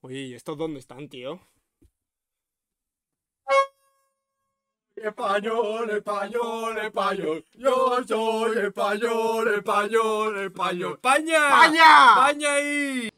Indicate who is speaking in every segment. Speaker 1: Oye, ¿y estos dónde están, tío?
Speaker 2: Español, español, español. Yo soy español, español, español.
Speaker 1: ¡España!
Speaker 2: ¡España!
Speaker 1: ¡España ahí!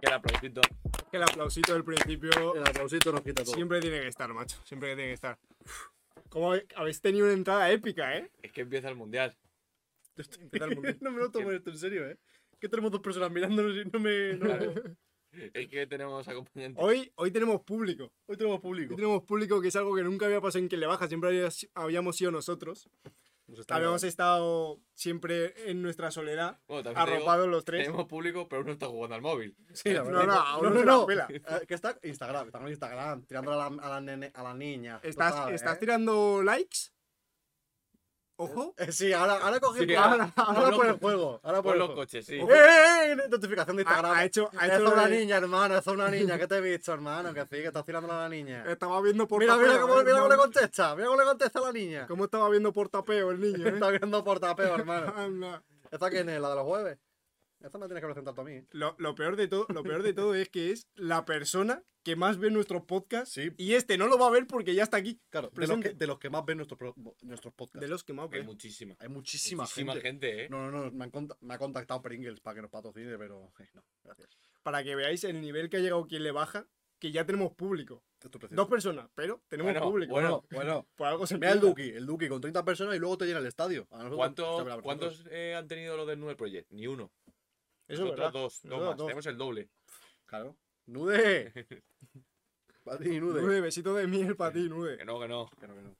Speaker 3: Que el aplausito.
Speaker 1: Que el aplausito del principio
Speaker 2: El aplausito nos quita todo.
Speaker 1: siempre tiene que estar, macho. Siempre tiene que estar. Como habéis tenido una entrada épica, ¿eh?
Speaker 3: Es que empieza el mundial.
Speaker 1: ¿Qué tal, Mundial?
Speaker 2: no me lo tomo esto en serio, ¿eh? Que tenemos dos personas mirándonos y no me. no-
Speaker 3: Claro. Es que tenemos acompañantes.
Speaker 1: Hoy, hoy tenemos público.
Speaker 2: Hoy tenemos
Speaker 1: Hoy
Speaker 2: público.
Speaker 1: tenemos público que es algo que nunca había pasado en que le baja. Siempre había- habíamos sido nosotros.
Speaker 2: Nos está
Speaker 1: Habíamos estado siempre en nuestra soledad,
Speaker 3: Bueno, también te digo,
Speaker 1: arropados los tres.
Speaker 3: tenemos público, pero uno está jugando al móvil.
Speaker 2: Sí, la
Speaker 1: No,
Speaker 2: verdad.
Speaker 1: no, a uno
Speaker 2: no,
Speaker 1: se la pela.
Speaker 2: Eh, que está Instagram, estamos en Instagram, tirando a la, a la, nene- a la niña. tú
Speaker 1: ¿Estás,
Speaker 2: sabes,
Speaker 1: estás
Speaker 2: ¿eh?
Speaker 1: tirando likes? Ojo.
Speaker 2: Eh, sí, ahora, ahora cogí.
Speaker 3: Sí, que-
Speaker 2: ahora ahora
Speaker 3: ponlo-
Speaker 2: por el juego. Ahora por
Speaker 3: Por
Speaker 2: el
Speaker 3: los
Speaker 2: juego.
Speaker 3: coches, sí.
Speaker 2: ¡Eh, eh, eh! Notificación de Instagram.
Speaker 1: Ha, ha hecho, ha
Speaker 2: Es
Speaker 1: hecho lo
Speaker 2: una
Speaker 1: de-
Speaker 2: niña, hermano, es una niña. ¿Qué te he visto, hermano? Que sí, que estás tirando a la niña.
Speaker 1: Estaba viendo por
Speaker 2: Mira, mira
Speaker 1: tapeo,
Speaker 2: cómo, mira cómo le
Speaker 1: hermano.
Speaker 2: contesta. Mira cómo le contesta a la niña.
Speaker 1: Cómo estaba viendo por tapeo el niño, eh?
Speaker 2: Está viendo por tapeo, hermano.
Speaker 1: Anda.
Speaker 2: ¿Esta quién es? ¿La de los jueves? Esta no tienes que presentar tú a mí. ¿eh?
Speaker 1: Lo, lo peor de todo, lo peor de todo es que es la persona que más ve nuestros podcasts
Speaker 2: Sí.
Speaker 1: y este no lo va a ver porque ya está aquí.
Speaker 2: Claro, de los,
Speaker 1: Presente.
Speaker 2: que, de los que más ven nuestros pro- nuestros podcasts.
Speaker 1: De los que más
Speaker 3: Hay
Speaker 1: ve.
Speaker 3: muchísima.
Speaker 2: Hay muchísima,
Speaker 3: Muchísima gente,
Speaker 2: gente.
Speaker 3: ¿eh?
Speaker 2: No, no, no, me, han conta- me ha contactado Pringles para que nos patrocine, pero eh, no, gracias.
Speaker 1: Para que veáis el nivel que ha llegado quien le baja, que ya tenemos público.
Speaker 2: Esto es precioso.
Speaker 1: Dos personas, pero tenemos
Speaker 3: Bueno,
Speaker 1: público.
Speaker 3: bueno,
Speaker 2: bueno.
Speaker 1: Por algo se
Speaker 2: Mira el
Speaker 1: empieza.
Speaker 2: Duki, el Duki con 30 personas y luego te llena el estadio. A nosotros-
Speaker 3: ¿Cuánto-
Speaker 2: se abre la
Speaker 3: ¿Cuántos eh, han tenido los del Nude Project? Ni uno.
Speaker 1: Eso es
Speaker 3: Nosotros
Speaker 1: verdad.
Speaker 3: dos, dos
Speaker 1: Nosotros
Speaker 3: más.
Speaker 1: dos.
Speaker 3: Tenemos el doble.
Speaker 2: Claro. ¡Nude! Para ti, Nude.
Speaker 1: Nude, besito de miel para ti, Nude.
Speaker 3: Que no, que no.
Speaker 2: Que no, que no.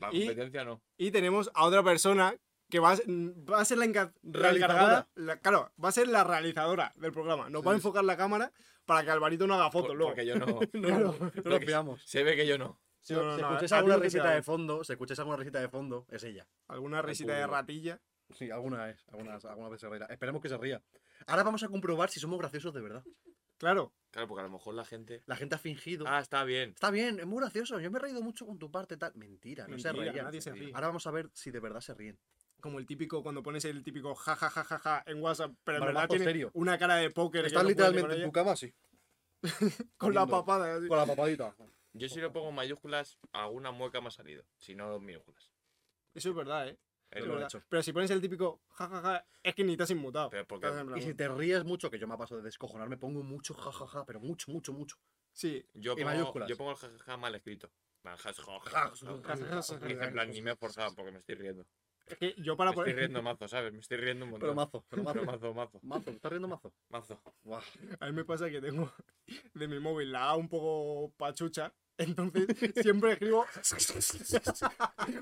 Speaker 3: La
Speaker 1: Y-
Speaker 3: competencia no.
Speaker 1: Y tenemos a otra persona que va a, ser- va a ser la, enca- la
Speaker 2: Realizadora.
Speaker 1: encargada. la- claro, va a ser la realizadora del programa. Nos
Speaker 2: Sí,
Speaker 1: va a
Speaker 2: sí.
Speaker 1: enfocar la cámara para que Alvarito no haga
Speaker 3: Por-
Speaker 1: fotos luego.
Speaker 3: Porque yo no.
Speaker 1: Claro.
Speaker 2: No nos pillamos.
Speaker 3: Se ve que yo no.
Speaker 2: Si,
Speaker 1: No, no,
Speaker 2: si
Speaker 1: no,
Speaker 2: escucháis
Speaker 1: a ti
Speaker 2: alguna
Speaker 1: no te
Speaker 2: risita
Speaker 1: pillamos.
Speaker 2: de fondo, si escucháis alguna risita de fondo, es ella.
Speaker 1: Alguna risita de
Speaker 3: público.
Speaker 1: ratilla.
Speaker 2: Sí, alguna es. Algunas, alguna vez se reirá. Esperemos que se ría. Ahora vamos a comprobar si somos graciosos de verdad.
Speaker 1: Claro.
Speaker 3: Claro, porque a lo mejor la gente.
Speaker 2: La gente ha fingido.
Speaker 3: Ah, está bien.
Speaker 2: Está bien, es muy gracioso. Yo me he reído mucho con tu parte tal. Mentira, no se
Speaker 1: Mentira,
Speaker 2: reían.
Speaker 1: nadie se ríe. Ah,
Speaker 2: Ahora vamos a ver si de verdad se ríen.
Speaker 1: Como el típico, cuando pones el típico ja ja ja ja ja en WhatsApp, pero en
Speaker 2: Vale,
Speaker 1: verdad
Speaker 2: bajo
Speaker 1: tiene
Speaker 2: serio.
Speaker 1: una cara de póker. que
Speaker 2: Están
Speaker 1: no puede ni con
Speaker 2: literalmente en
Speaker 1: ella,
Speaker 2: tu cama así,
Speaker 1: con, la
Speaker 2: comiendo.
Speaker 1: papada. así.
Speaker 2: con la papadita.
Speaker 3: Yo si lo pongo en mayúsculas, alguna mueca me ha salido. Si no, en minúsculas.
Speaker 1: Eso es verdad, ¿eh?
Speaker 3: Es
Speaker 1: Es
Speaker 3: lo-
Speaker 2: he
Speaker 1: verdad.
Speaker 2: hecho.
Speaker 1: Pero si pones el típico ja ja ja, es que ni te has inmutado.
Speaker 3: Pero porque-
Speaker 1: Estás en plan,
Speaker 2: Y si te ríes mucho, que yo me paso de descojonar, me pongo mucho jajaja, pero mucho, mucho, mucho.
Speaker 1: Sí.
Speaker 3: Yo
Speaker 2: Y
Speaker 3: pongo,
Speaker 2: mayúsculas.
Speaker 3: yo pongo el jajaja mal escrito. En plan, jas- jo-
Speaker 2: Ja,
Speaker 3: jas-
Speaker 2: ja,
Speaker 3: jo-
Speaker 2: ja,
Speaker 3: Y dice, en plan, ni
Speaker 2: ja.
Speaker 3: me he forzado porque me estoy riendo.
Speaker 1: Es que yo
Speaker 3: Me
Speaker 1: para
Speaker 3: estoy
Speaker 1: poner.
Speaker 3: riendo mazo, ¿sabes? Me estoy riendo un montón.
Speaker 2: pues. Pero mazo, pero mazo.
Speaker 3: Pero mazo, mazo,
Speaker 2: Mazo, ¿estás riendo mazo?
Speaker 3: mazo.
Speaker 2: Buah.
Speaker 1: A mí me pasa que tengo de mi móvil la A un poco pachucha. Entonces siempre escribo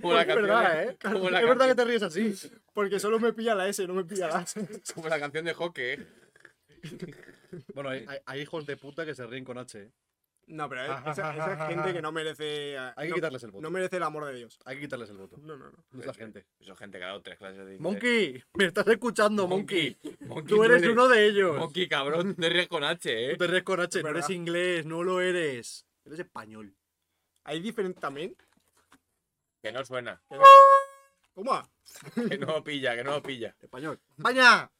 Speaker 3: Como la
Speaker 2: es
Speaker 3: canción
Speaker 2: verdad,
Speaker 3: de-
Speaker 2: ¿eh?
Speaker 3: como la
Speaker 2: es verdad
Speaker 3: canción-
Speaker 2: que te ríes así.
Speaker 1: porque solo me pilla la S, no me pilla la A.
Speaker 3: Como la canción de hockey, ¿eh?
Speaker 2: Bueno, hay, hay- hay hijos de puta que se ríen con H. ¿eh?
Speaker 1: No, pero esa, esa gente que no merece. eh,
Speaker 2: Hay que
Speaker 1: no-
Speaker 2: quitarles el voto.
Speaker 1: No merece el amor de Dios.
Speaker 2: Hay que quitarles el voto.
Speaker 1: No, no, no.
Speaker 2: Es la gente.
Speaker 3: Eso, gente que ha dado tres clases de...
Speaker 2: Monkey, me estás escuchando, Monkey.
Speaker 3: Monkey,
Speaker 2: Tú eres uno de ellos.
Speaker 3: Monkey, cabrón. Te ríes con H,
Speaker 2: Tú
Speaker 3: ¿eh?
Speaker 2: te ríes con H,
Speaker 1: Es
Speaker 2: no eres
Speaker 1: verdad.
Speaker 2: inglés, no lo eres. Eres español.
Speaker 1: Hay diferentes también.
Speaker 3: Que no suena.
Speaker 1: ¿Cómo?
Speaker 3: Que no pilla, que no pilla.
Speaker 2: Español. ¡España!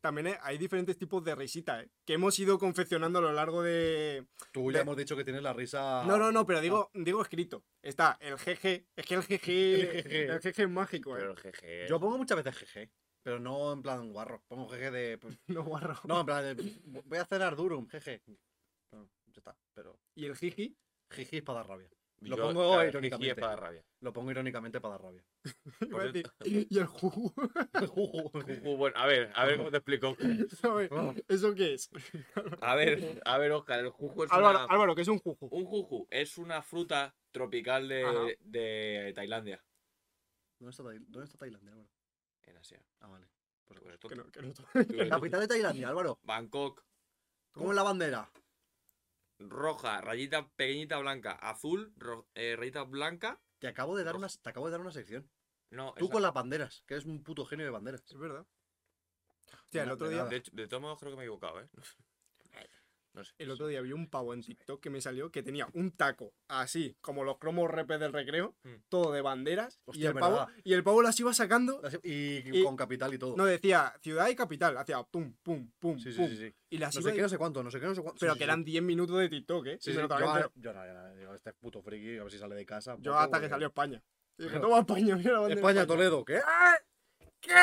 Speaker 1: También eh, hay diferentes tipos de risita, ¿eh? Que hemos ido confeccionando a lo largo de.
Speaker 2: Tú
Speaker 1: De-
Speaker 2: ya hemos dicho que tienes la risa.
Speaker 1: No, no, no, pero digo, digo escrito. Está el GG. Es que el
Speaker 2: Ah. El
Speaker 1: GG.
Speaker 2: jeje.
Speaker 1: el GG es mágico, ¿eh?
Speaker 3: Pero el jeje...
Speaker 2: Yo pongo muchas veces jeje, pero no en plan guarro. Pongo jeje de. pues,
Speaker 1: No, guarro.
Speaker 2: No, en plan de. Voy a cenar Durum, jeje. Bueno, ya está, pero.
Speaker 1: ¿Y el jiji?
Speaker 2: Jiji es para dar rabia. Lo
Speaker 3: Yo-
Speaker 2: pongo
Speaker 3: claro, el jeje
Speaker 2: irónicamente.
Speaker 3: es para dar rabia.
Speaker 2: Lo pongo irónicamente para dar rabia.
Speaker 1: Iba a
Speaker 3: Por
Speaker 1: decir, Y el juju.
Speaker 2: Juju.
Speaker 3: Uh, bueno, a ver, a ver cómo te explico.
Speaker 1: A ver, ¿Eso qué es?
Speaker 2: Pues
Speaker 3: A ver, a ver, Oscar, el juju es
Speaker 1: Álvaro,
Speaker 3: una...
Speaker 1: Álvaro, ¿qué es un juju?
Speaker 2: Uh,
Speaker 3: Un juju es una fruta tropical
Speaker 1: Ajá.
Speaker 3: de, de Tailandia,
Speaker 2: ¿Dónde está, Tai- dónde está Tailandia ahora?
Speaker 3: en Asia.
Speaker 2: Ah, vale. Pues,
Speaker 3: Pues
Speaker 2: pues,
Speaker 3: tonto.
Speaker 1: Que no, que no.
Speaker 3: Tú eres
Speaker 2: Capital de Tailandia, Álvaro.
Speaker 3: Bangkok,
Speaker 2: ¿Cómo es la bandera?
Speaker 3: roja, rayita pequeñita blanca, azul, ro- eh, rayita blanca.
Speaker 2: Te acabo de dar
Speaker 3: Rojo.
Speaker 2: una, te acabo de dar una sección.
Speaker 3: No,
Speaker 2: Tú
Speaker 3: esa-
Speaker 2: con las banderas, que eres un puto genio de banderas.
Speaker 1: Es verdad. Hostia, el
Speaker 2: No,
Speaker 1: otro
Speaker 2: de
Speaker 1: día.
Speaker 2: nada.
Speaker 3: de, hecho- de todos modos creo que me he equivocado, ¿eh? No sé.
Speaker 1: El otro día vi un pavo en TikTok que me salió que tenía un taco así, como los cromos repes del recreo,
Speaker 3: Mm.
Speaker 1: todo de banderas, y,
Speaker 2: Hostia,
Speaker 1: el pavo,
Speaker 2: verdad.
Speaker 1: y el pavo las iba sacando.
Speaker 2: Y,
Speaker 1: Y-
Speaker 2: con capital y todo.
Speaker 1: No uh, decía ciudad y capital, hacía pum, pum, pum,
Speaker 2: sí, sí,
Speaker 1: pum.
Speaker 2: sí, sí.
Speaker 1: Y las
Speaker 2: No
Speaker 1: iba.
Speaker 2: sé qué, no sé cuánto, no sé qué, no sé cuánto.
Speaker 1: Pero
Speaker 2: Sí, sí,
Speaker 1: que
Speaker 2: sí.
Speaker 1: eran 10 minutos de TikTok, ¿eh?
Speaker 2: Sí,
Speaker 1: Y
Speaker 2: sí,
Speaker 1: me lo
Speaker 2: yo,
Speaker 1: tragué
Speaker 2: ahora-
Speaker 1: entero.
Speaker 2: yo no, yo no, digo, este puto friki, a ver si sale de casa.
Speaker 1: Yo
Speaker 2: poco,
Speaker 1: hasta que
Speaker 2: porque-
Speaker 1: salió España. Y dije,
Speaker 2: Claro.
Speaker 1: toma España, mira la bandera. de
Speaker 2: España, Toledo, ¿qué?
Speaker 1: ¿Qué?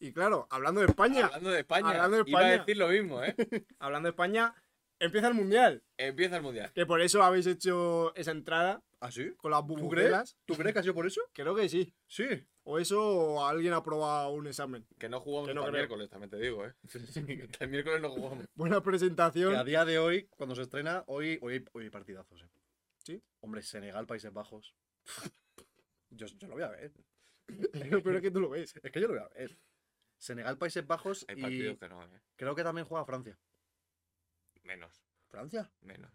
Speaker 1: Y claro, hablando de España,
Speaker 3: Hablando de España,
Speaker 1: Hablando de
Speaker 3: iba
Speaker 1: España.
Speaker 3: a decir lo mismo, ¿eh?
Speaker 1: hablando de España, empieza el mundial.
Speaker 3: Empieza el mundial.
Speaker 1: Que por eso habéis hecho esa entrada
Speaker 2: ¿Ah, sí?
Speaker 1: con las
Speaker 2: ¿Tú crees?
Speaker 1: bubujeras.
Speaker 2: ¿Tú crees que ha sido por eso?
Speaker 1: Creo que sí.
Speaker 2: Sí.
Speaker 1: O eso, o alguien ha probado un examen.
Speaker 3: Que no jugamos
Speaker 1: Que no
Speaker 3: hasta el
Speaker 1: creo.
Speaker 3: miércoles, también te digo, ¿eh? Hasta el miércoles no jugamos.
Speaker 1: Buena
Speaker 2: Que a
Speaker 1: presentación.
Speaker 2: día de hoy, cuando se estrena, hoy, hoy, hay- hoy hay partidazos, ¿eh?
Speaker 1: ¿Sí?
Speaker 2: Hombre, Senegal, Países Bajos. yo, yo lo voy a ver.
Speaker 1: Pero peor es que tú lo ves.
Speaker 2: Es que yo lo voy a ver. Senegal, Países Bajos
Speaker 3: Hay
Speaker 2: y
Speaker 3: partidos que no, ¿eh?
Speaker 2: creo que también juega Francia.
Speaker 3: Menos,
Speaker 2: ¿Francia?
Speaker 3: menos.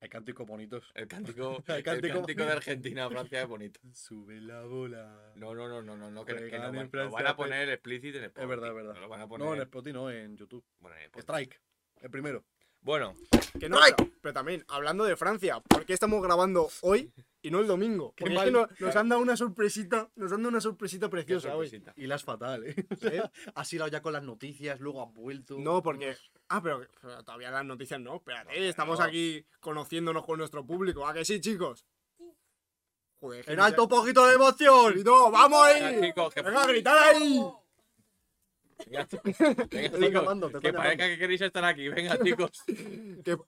Speaker 2: Hay cánticos bonitos.
Speaker 3: El cántico,
Speaker 2: El
Speaker 3: el
Speaker 2: cántico.
Speaker 3: cántico de Argentina a Francia es bonito.
Speaker 2: Sube la bola.
Speaker 3: No, no, no, no, no, no, que,
Speaker 2: Juegan
Speaker 3: que no,
Speaker 2: Eh, en
Speaker 3: van- lo
Speaker 2: Francia,
Speaker 3: van a
Speaker 2: pe-
Speaker 3: poner explícito en el
Speaker 2: Es
Speaker 3: podcast.
Speaker 2: verdad, es verdad.
Speaker 3: No lo van a poner.
Speaker 2: No, en Spotify no, en YouTube.
Speaker 3: bueno, en el podcast.
Speaker 2: Strike. El primero.
Speaker 3: Bueno,
Speaker 1: Que no, pero, pero también, hablando de Francia, ¿por qué estamos grabando hoy y no el domingo? Porque es que
Speaker 2: mal.
Speaker 1: no- nos han dado una sorpresita, nos han dado una sorpresita
Speaker 3: qué
Speaker 1: preciosa hoy.
Speaker 3: sorpresita.
Speaker 2: Y la es fatal, ¿eh?
Speaker 1: ¿eh?
Speaker 2: Ha sido ya con las noticias, luego has vuelto.
Speaker 1: No, porque. Ah, pero, pero todavía las noticias no. Espérate,
Speaker 3: No,
Speaker 1: estamos
Speaker 3: no.
Speaker 1: aquí conociéndonos con nuestro público. ¿A que sí, chicos? Joder,
Speaker 2: ¡En
Speaker 1: gente,
Speaker 2: alto un poquito de emoción!
Speaker 1: gritó, ¡Vamos
Speaker 3: Venga,
Speaker 1: ahí!
Speaker 3: chicos, que,
Speaker 1: ¡Venga, gritad ahí!
Speaker 3: venga,
Speaker 2: Te
Speaker 3: venga,
Speaker 2: están
Speaker 3: chicos,
Speaker 2: llamando, te
Speaker 3: que
Speaker 2: están
Speaker 3: parezca
Speaker 2: llamando.
Speaker 3: que queréis estar aquí. Venga, chicos.
Speaker 1: Que-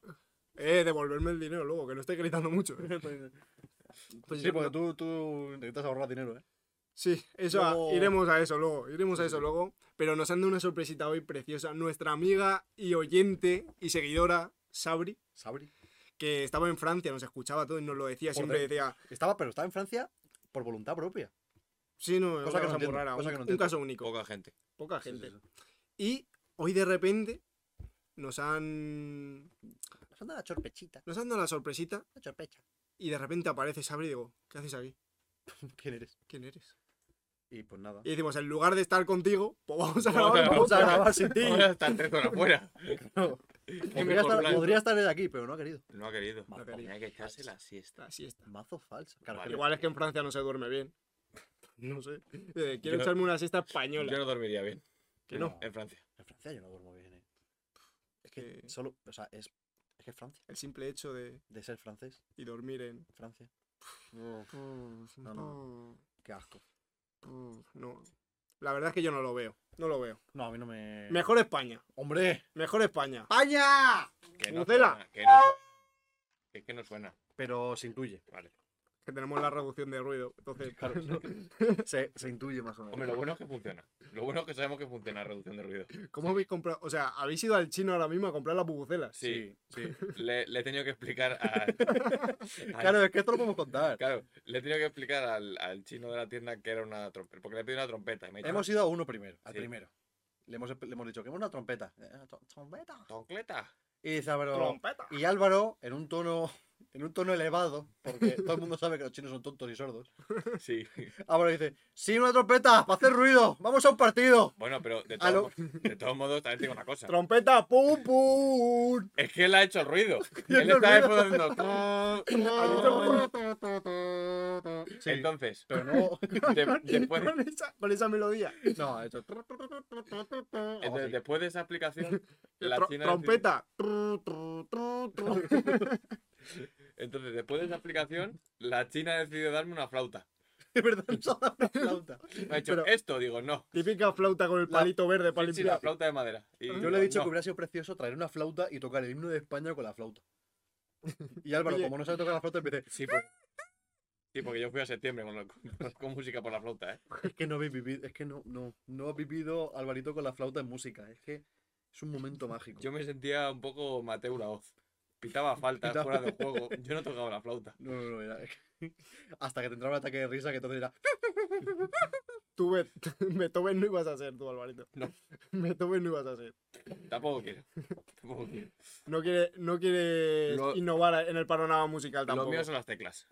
Speaker 1: Eh, devolverme el dinero luego, que no esté gritando mucho. eh. Pues
Speaker 2: Sí,
Speaker 1: yo-
Speaker 2: porque tú, tú intentas ahorrar dinero, ¿eh?
Speaker 1: Sí, eso,
Speaker 2: No.
Speaker 1: iremos a eso luego, iremos a eso luego. Pero nos han dado una sorpresita hoy preciosa. Nuestra amiga y oyente y seguidora, Sabri,
Speaker 2: Sabri.
Speaker 1: que estaba en Francia, nos escuchaba todo y nos lo decía,
Speaker 2: Por
Speaker 1: siempre
Speaker 2: de-
Speaker 1: decía,
Speaker 2: Estaba, pero estaba en Francia por voluntad propia.
Speaker 1: sí, no, una
Speaker 2: Cosa que no
Speaker 1: cosa muy
Speaker 2: entiendo,
Speaker 1: rara,
Speaker 2: cosa
Speaker 1: un,
Speaker 2: que
Speaker 1: un
Speaker 2: no entiendo.
Speaker 1: caso único,
Speaker 3: Poca gente.
Speaker 1: poca
Speaker 2: Sí, sí,
Speaker 1: gente.
Speaker 2: sí.
Speaker 1: Y hoy de repente nos han,
Speaker 2: Nos han dado la chorpechita,
Speaker 1: nos han dado la sorpresita
Speaker 2: la chorpecha.
Speaker 1: y de repente aparece Sabri y digo, ¿qué haces aquí?
Speaker 2: ¿Quién eres?
Speaker 1: ¿Quién eres?
Speaker 2: Y pues nada.
Speaker 1: Y decimos, en lugar de estar contigo, pues vamos a
Speaker 3: Vamos a
Speaker 1: grabar.
Speaker 3: grabar.
Speaker 2: Vamos a grabar sin ti.
Speaker 3: Vamos a estar tres horas fuera.
Speaker 2: No.
Speaker 3: Qué
Speaker 2: Podría
Speaker 3: mejor
Speaker 2: estar,
Speaker 3: plan.
Speaker 2: podría estar él aquí, pero no ha querido.
Speaker 3: No ha querido.
Speaker 2: No ha
Speaker 1: querido.
Speaker 3: Tenía que echarse la siesta.
Speaker 1: La siesta.
Speaker 2: Mazo falso. Claro,
Speaker 3: Vale.
Speaker 2: que-
Speaker 1: Igual es que en Francia no se duerme bien. No sé. Eh, quiero
Speaker 3: Yo-
Speaker 1: echarme una siesta
Speaker 3: Yo
Speaker 1: española.
Speaker 3: no dormiría bien
Speaker 1: que no.
Speaker 3: en Francia.
Speaker 2: En Francia yo no duermo bien, ¿eh? Es que
Speaker 1: que-
Speaker 2: solo, o sea, es, es que Francia,
Speaker 1: El simple hecho de
Speaker 2: de ser francés,
Speaker 1: y dormir en.
Speaker 2: Francia.
Speaker 1: No,
Speaker 2: no. Qué asco.
Speaker 1: La verdad es que yo no lo veo. No lo veo.
Speaker 2: No, a mí no me...
Speaker 1: Mejor España.
Speaker 2: ¡Hombre!
Speaker 1: Mejor España.
Speaker 2: ¡España!
Speaker 3: Que no
Speaker 1: Bucela.
Speaker 3: suena, que no su- Es que no suena.
Speaker 2: Pero se intuye.
Speaker 3: Vale.
Speaker 1: Que tenemos la reducción de ruido. Entonces,
Speaker 2: Claro, sí. Se, se intuye más o menos.
Speaker 3: Hombre, lo bueno es que funciona. Lo bueno es que sabemos que funciona la reducción de ruido.
Speaker 1: ¿cómo habéis comprado? O sea, habéis ido al chino ahora mismo a comprar las bubucelas.
Speaker 3: Sí.
Speaker 2: sí.
Speaker 3: Le, le he tenido que explicar a. a-
Speaker 2: Claro, es que esto lo podemos contar.
Speaker 3: claro, le he tenido que explicar al, al chino de la tienda que era una trompeta. Porque le pedí una trompeta y me ha dicho,
Speaker 2: Hemos ido a uno primero, al
Speaker 3: Sí.
Speaker 2: primero. Le hemos, le hemos dicho que es una trompeta. Eh, to- ¿Trompeta?
Speaker 3: ¿Troncleta?
Speaker 2: Y dice Álvaro...
Speaker 1: Trompeta.
Speaker 2: Y Álvaro, en un tono... En un tono elevado, porque todo el mundo sabe que los chinos son tontos y sordos.
Speaker 3: Sí.
Speaker 2: Álvaro dice, sí, una trompeta, para hacer ruido, vamos a un partido.
Speaker 3: Bueno, pero de
Speaker 2: A lo-
Speaker 3: todos, mo- de todos modos, también tengo una cosa.
Speaker 1: Trompeta, pum, pum.
Speaker 3: Es que él ha hecho el ruido. él
Speaker 2: el
Speaker 3: está
Speaker 2: ruido.
Speaker 3: haciendo.
Speaker 2: Sí,
Speaker 3: Entonces,
Speaker 2: pero no...
Speaker 3: de- después, eh,
Speaker 1: Con esa, con esa melodía.
Speaker 2: No, ha hecho...
Speaker 3: entonces,
Speaker 2: Entonces,
Speaker 3: después de esa explicación, la
Speaker 1: Tro-
Speaker 3: china. decidió-
Speaker 1: trompeta. Tru, tru, tru, tru.
Speaker 3: Entonces, después de esa explicación, la China ha decidido darme una flauta.
Speaker 2: de verdad, nos ha dado una flauta.
Speaker 3: Me ha dicho,
Speaker 1: Pero-
Speaker 3: esto, digo, no.
Speaker 1: Típica flauta con el
Speaker 2: La-
Speaker 1: palito verde para
Speaker 3: Sí, sí, la
Speaker 1: limpiar.
Speaker 3: flauta de madera. Y
Speaker 2: Yo le he dicho
Speaker 3: no.
Speaker 2: que hubiera sido precioso traer una flauta y tocar el himno de España con la flauta. Y Álvaro,
Speaker 1: Oye.
Speaker 2: como no sabe tocar la flauta, dice,
Speaker 3: Sí, por- sí, porque yo fui a septiembre con, lo- con- con música por la flauta, ¿eh?
Speaker 2: es que no habéis vivido, es que no, no, no has vivido Alvarito con la flauta en música, es que es un momento mágico.
Speaker 3: Yo me sentía un poco Mateo Laoz. Pitaba falta
Speaker 2: Pitaba-
Speaker 3: fuera de juego. Yo no tocaba la flauta.
Speaker 2: No, no, no, era... Hasta que te entraba un ataque de risa que entonces era...
Speaker 1: Tú, Bet- Beethoven no ibas a ser, tú, Alvarito.
Speaker 3: No.
Speaker 1: Beethoven no ibas a ser.
Speaker 3: Tampoco quiero. Tampoco quiero.
Speaker 1: No quiere, no quiere
Speaker 3: Lo-
Speaker 1: innovar en el panorama musical
Speaker 3: Lo
Speaker 1: tampoco.
Speaker 3: mío son las teclas.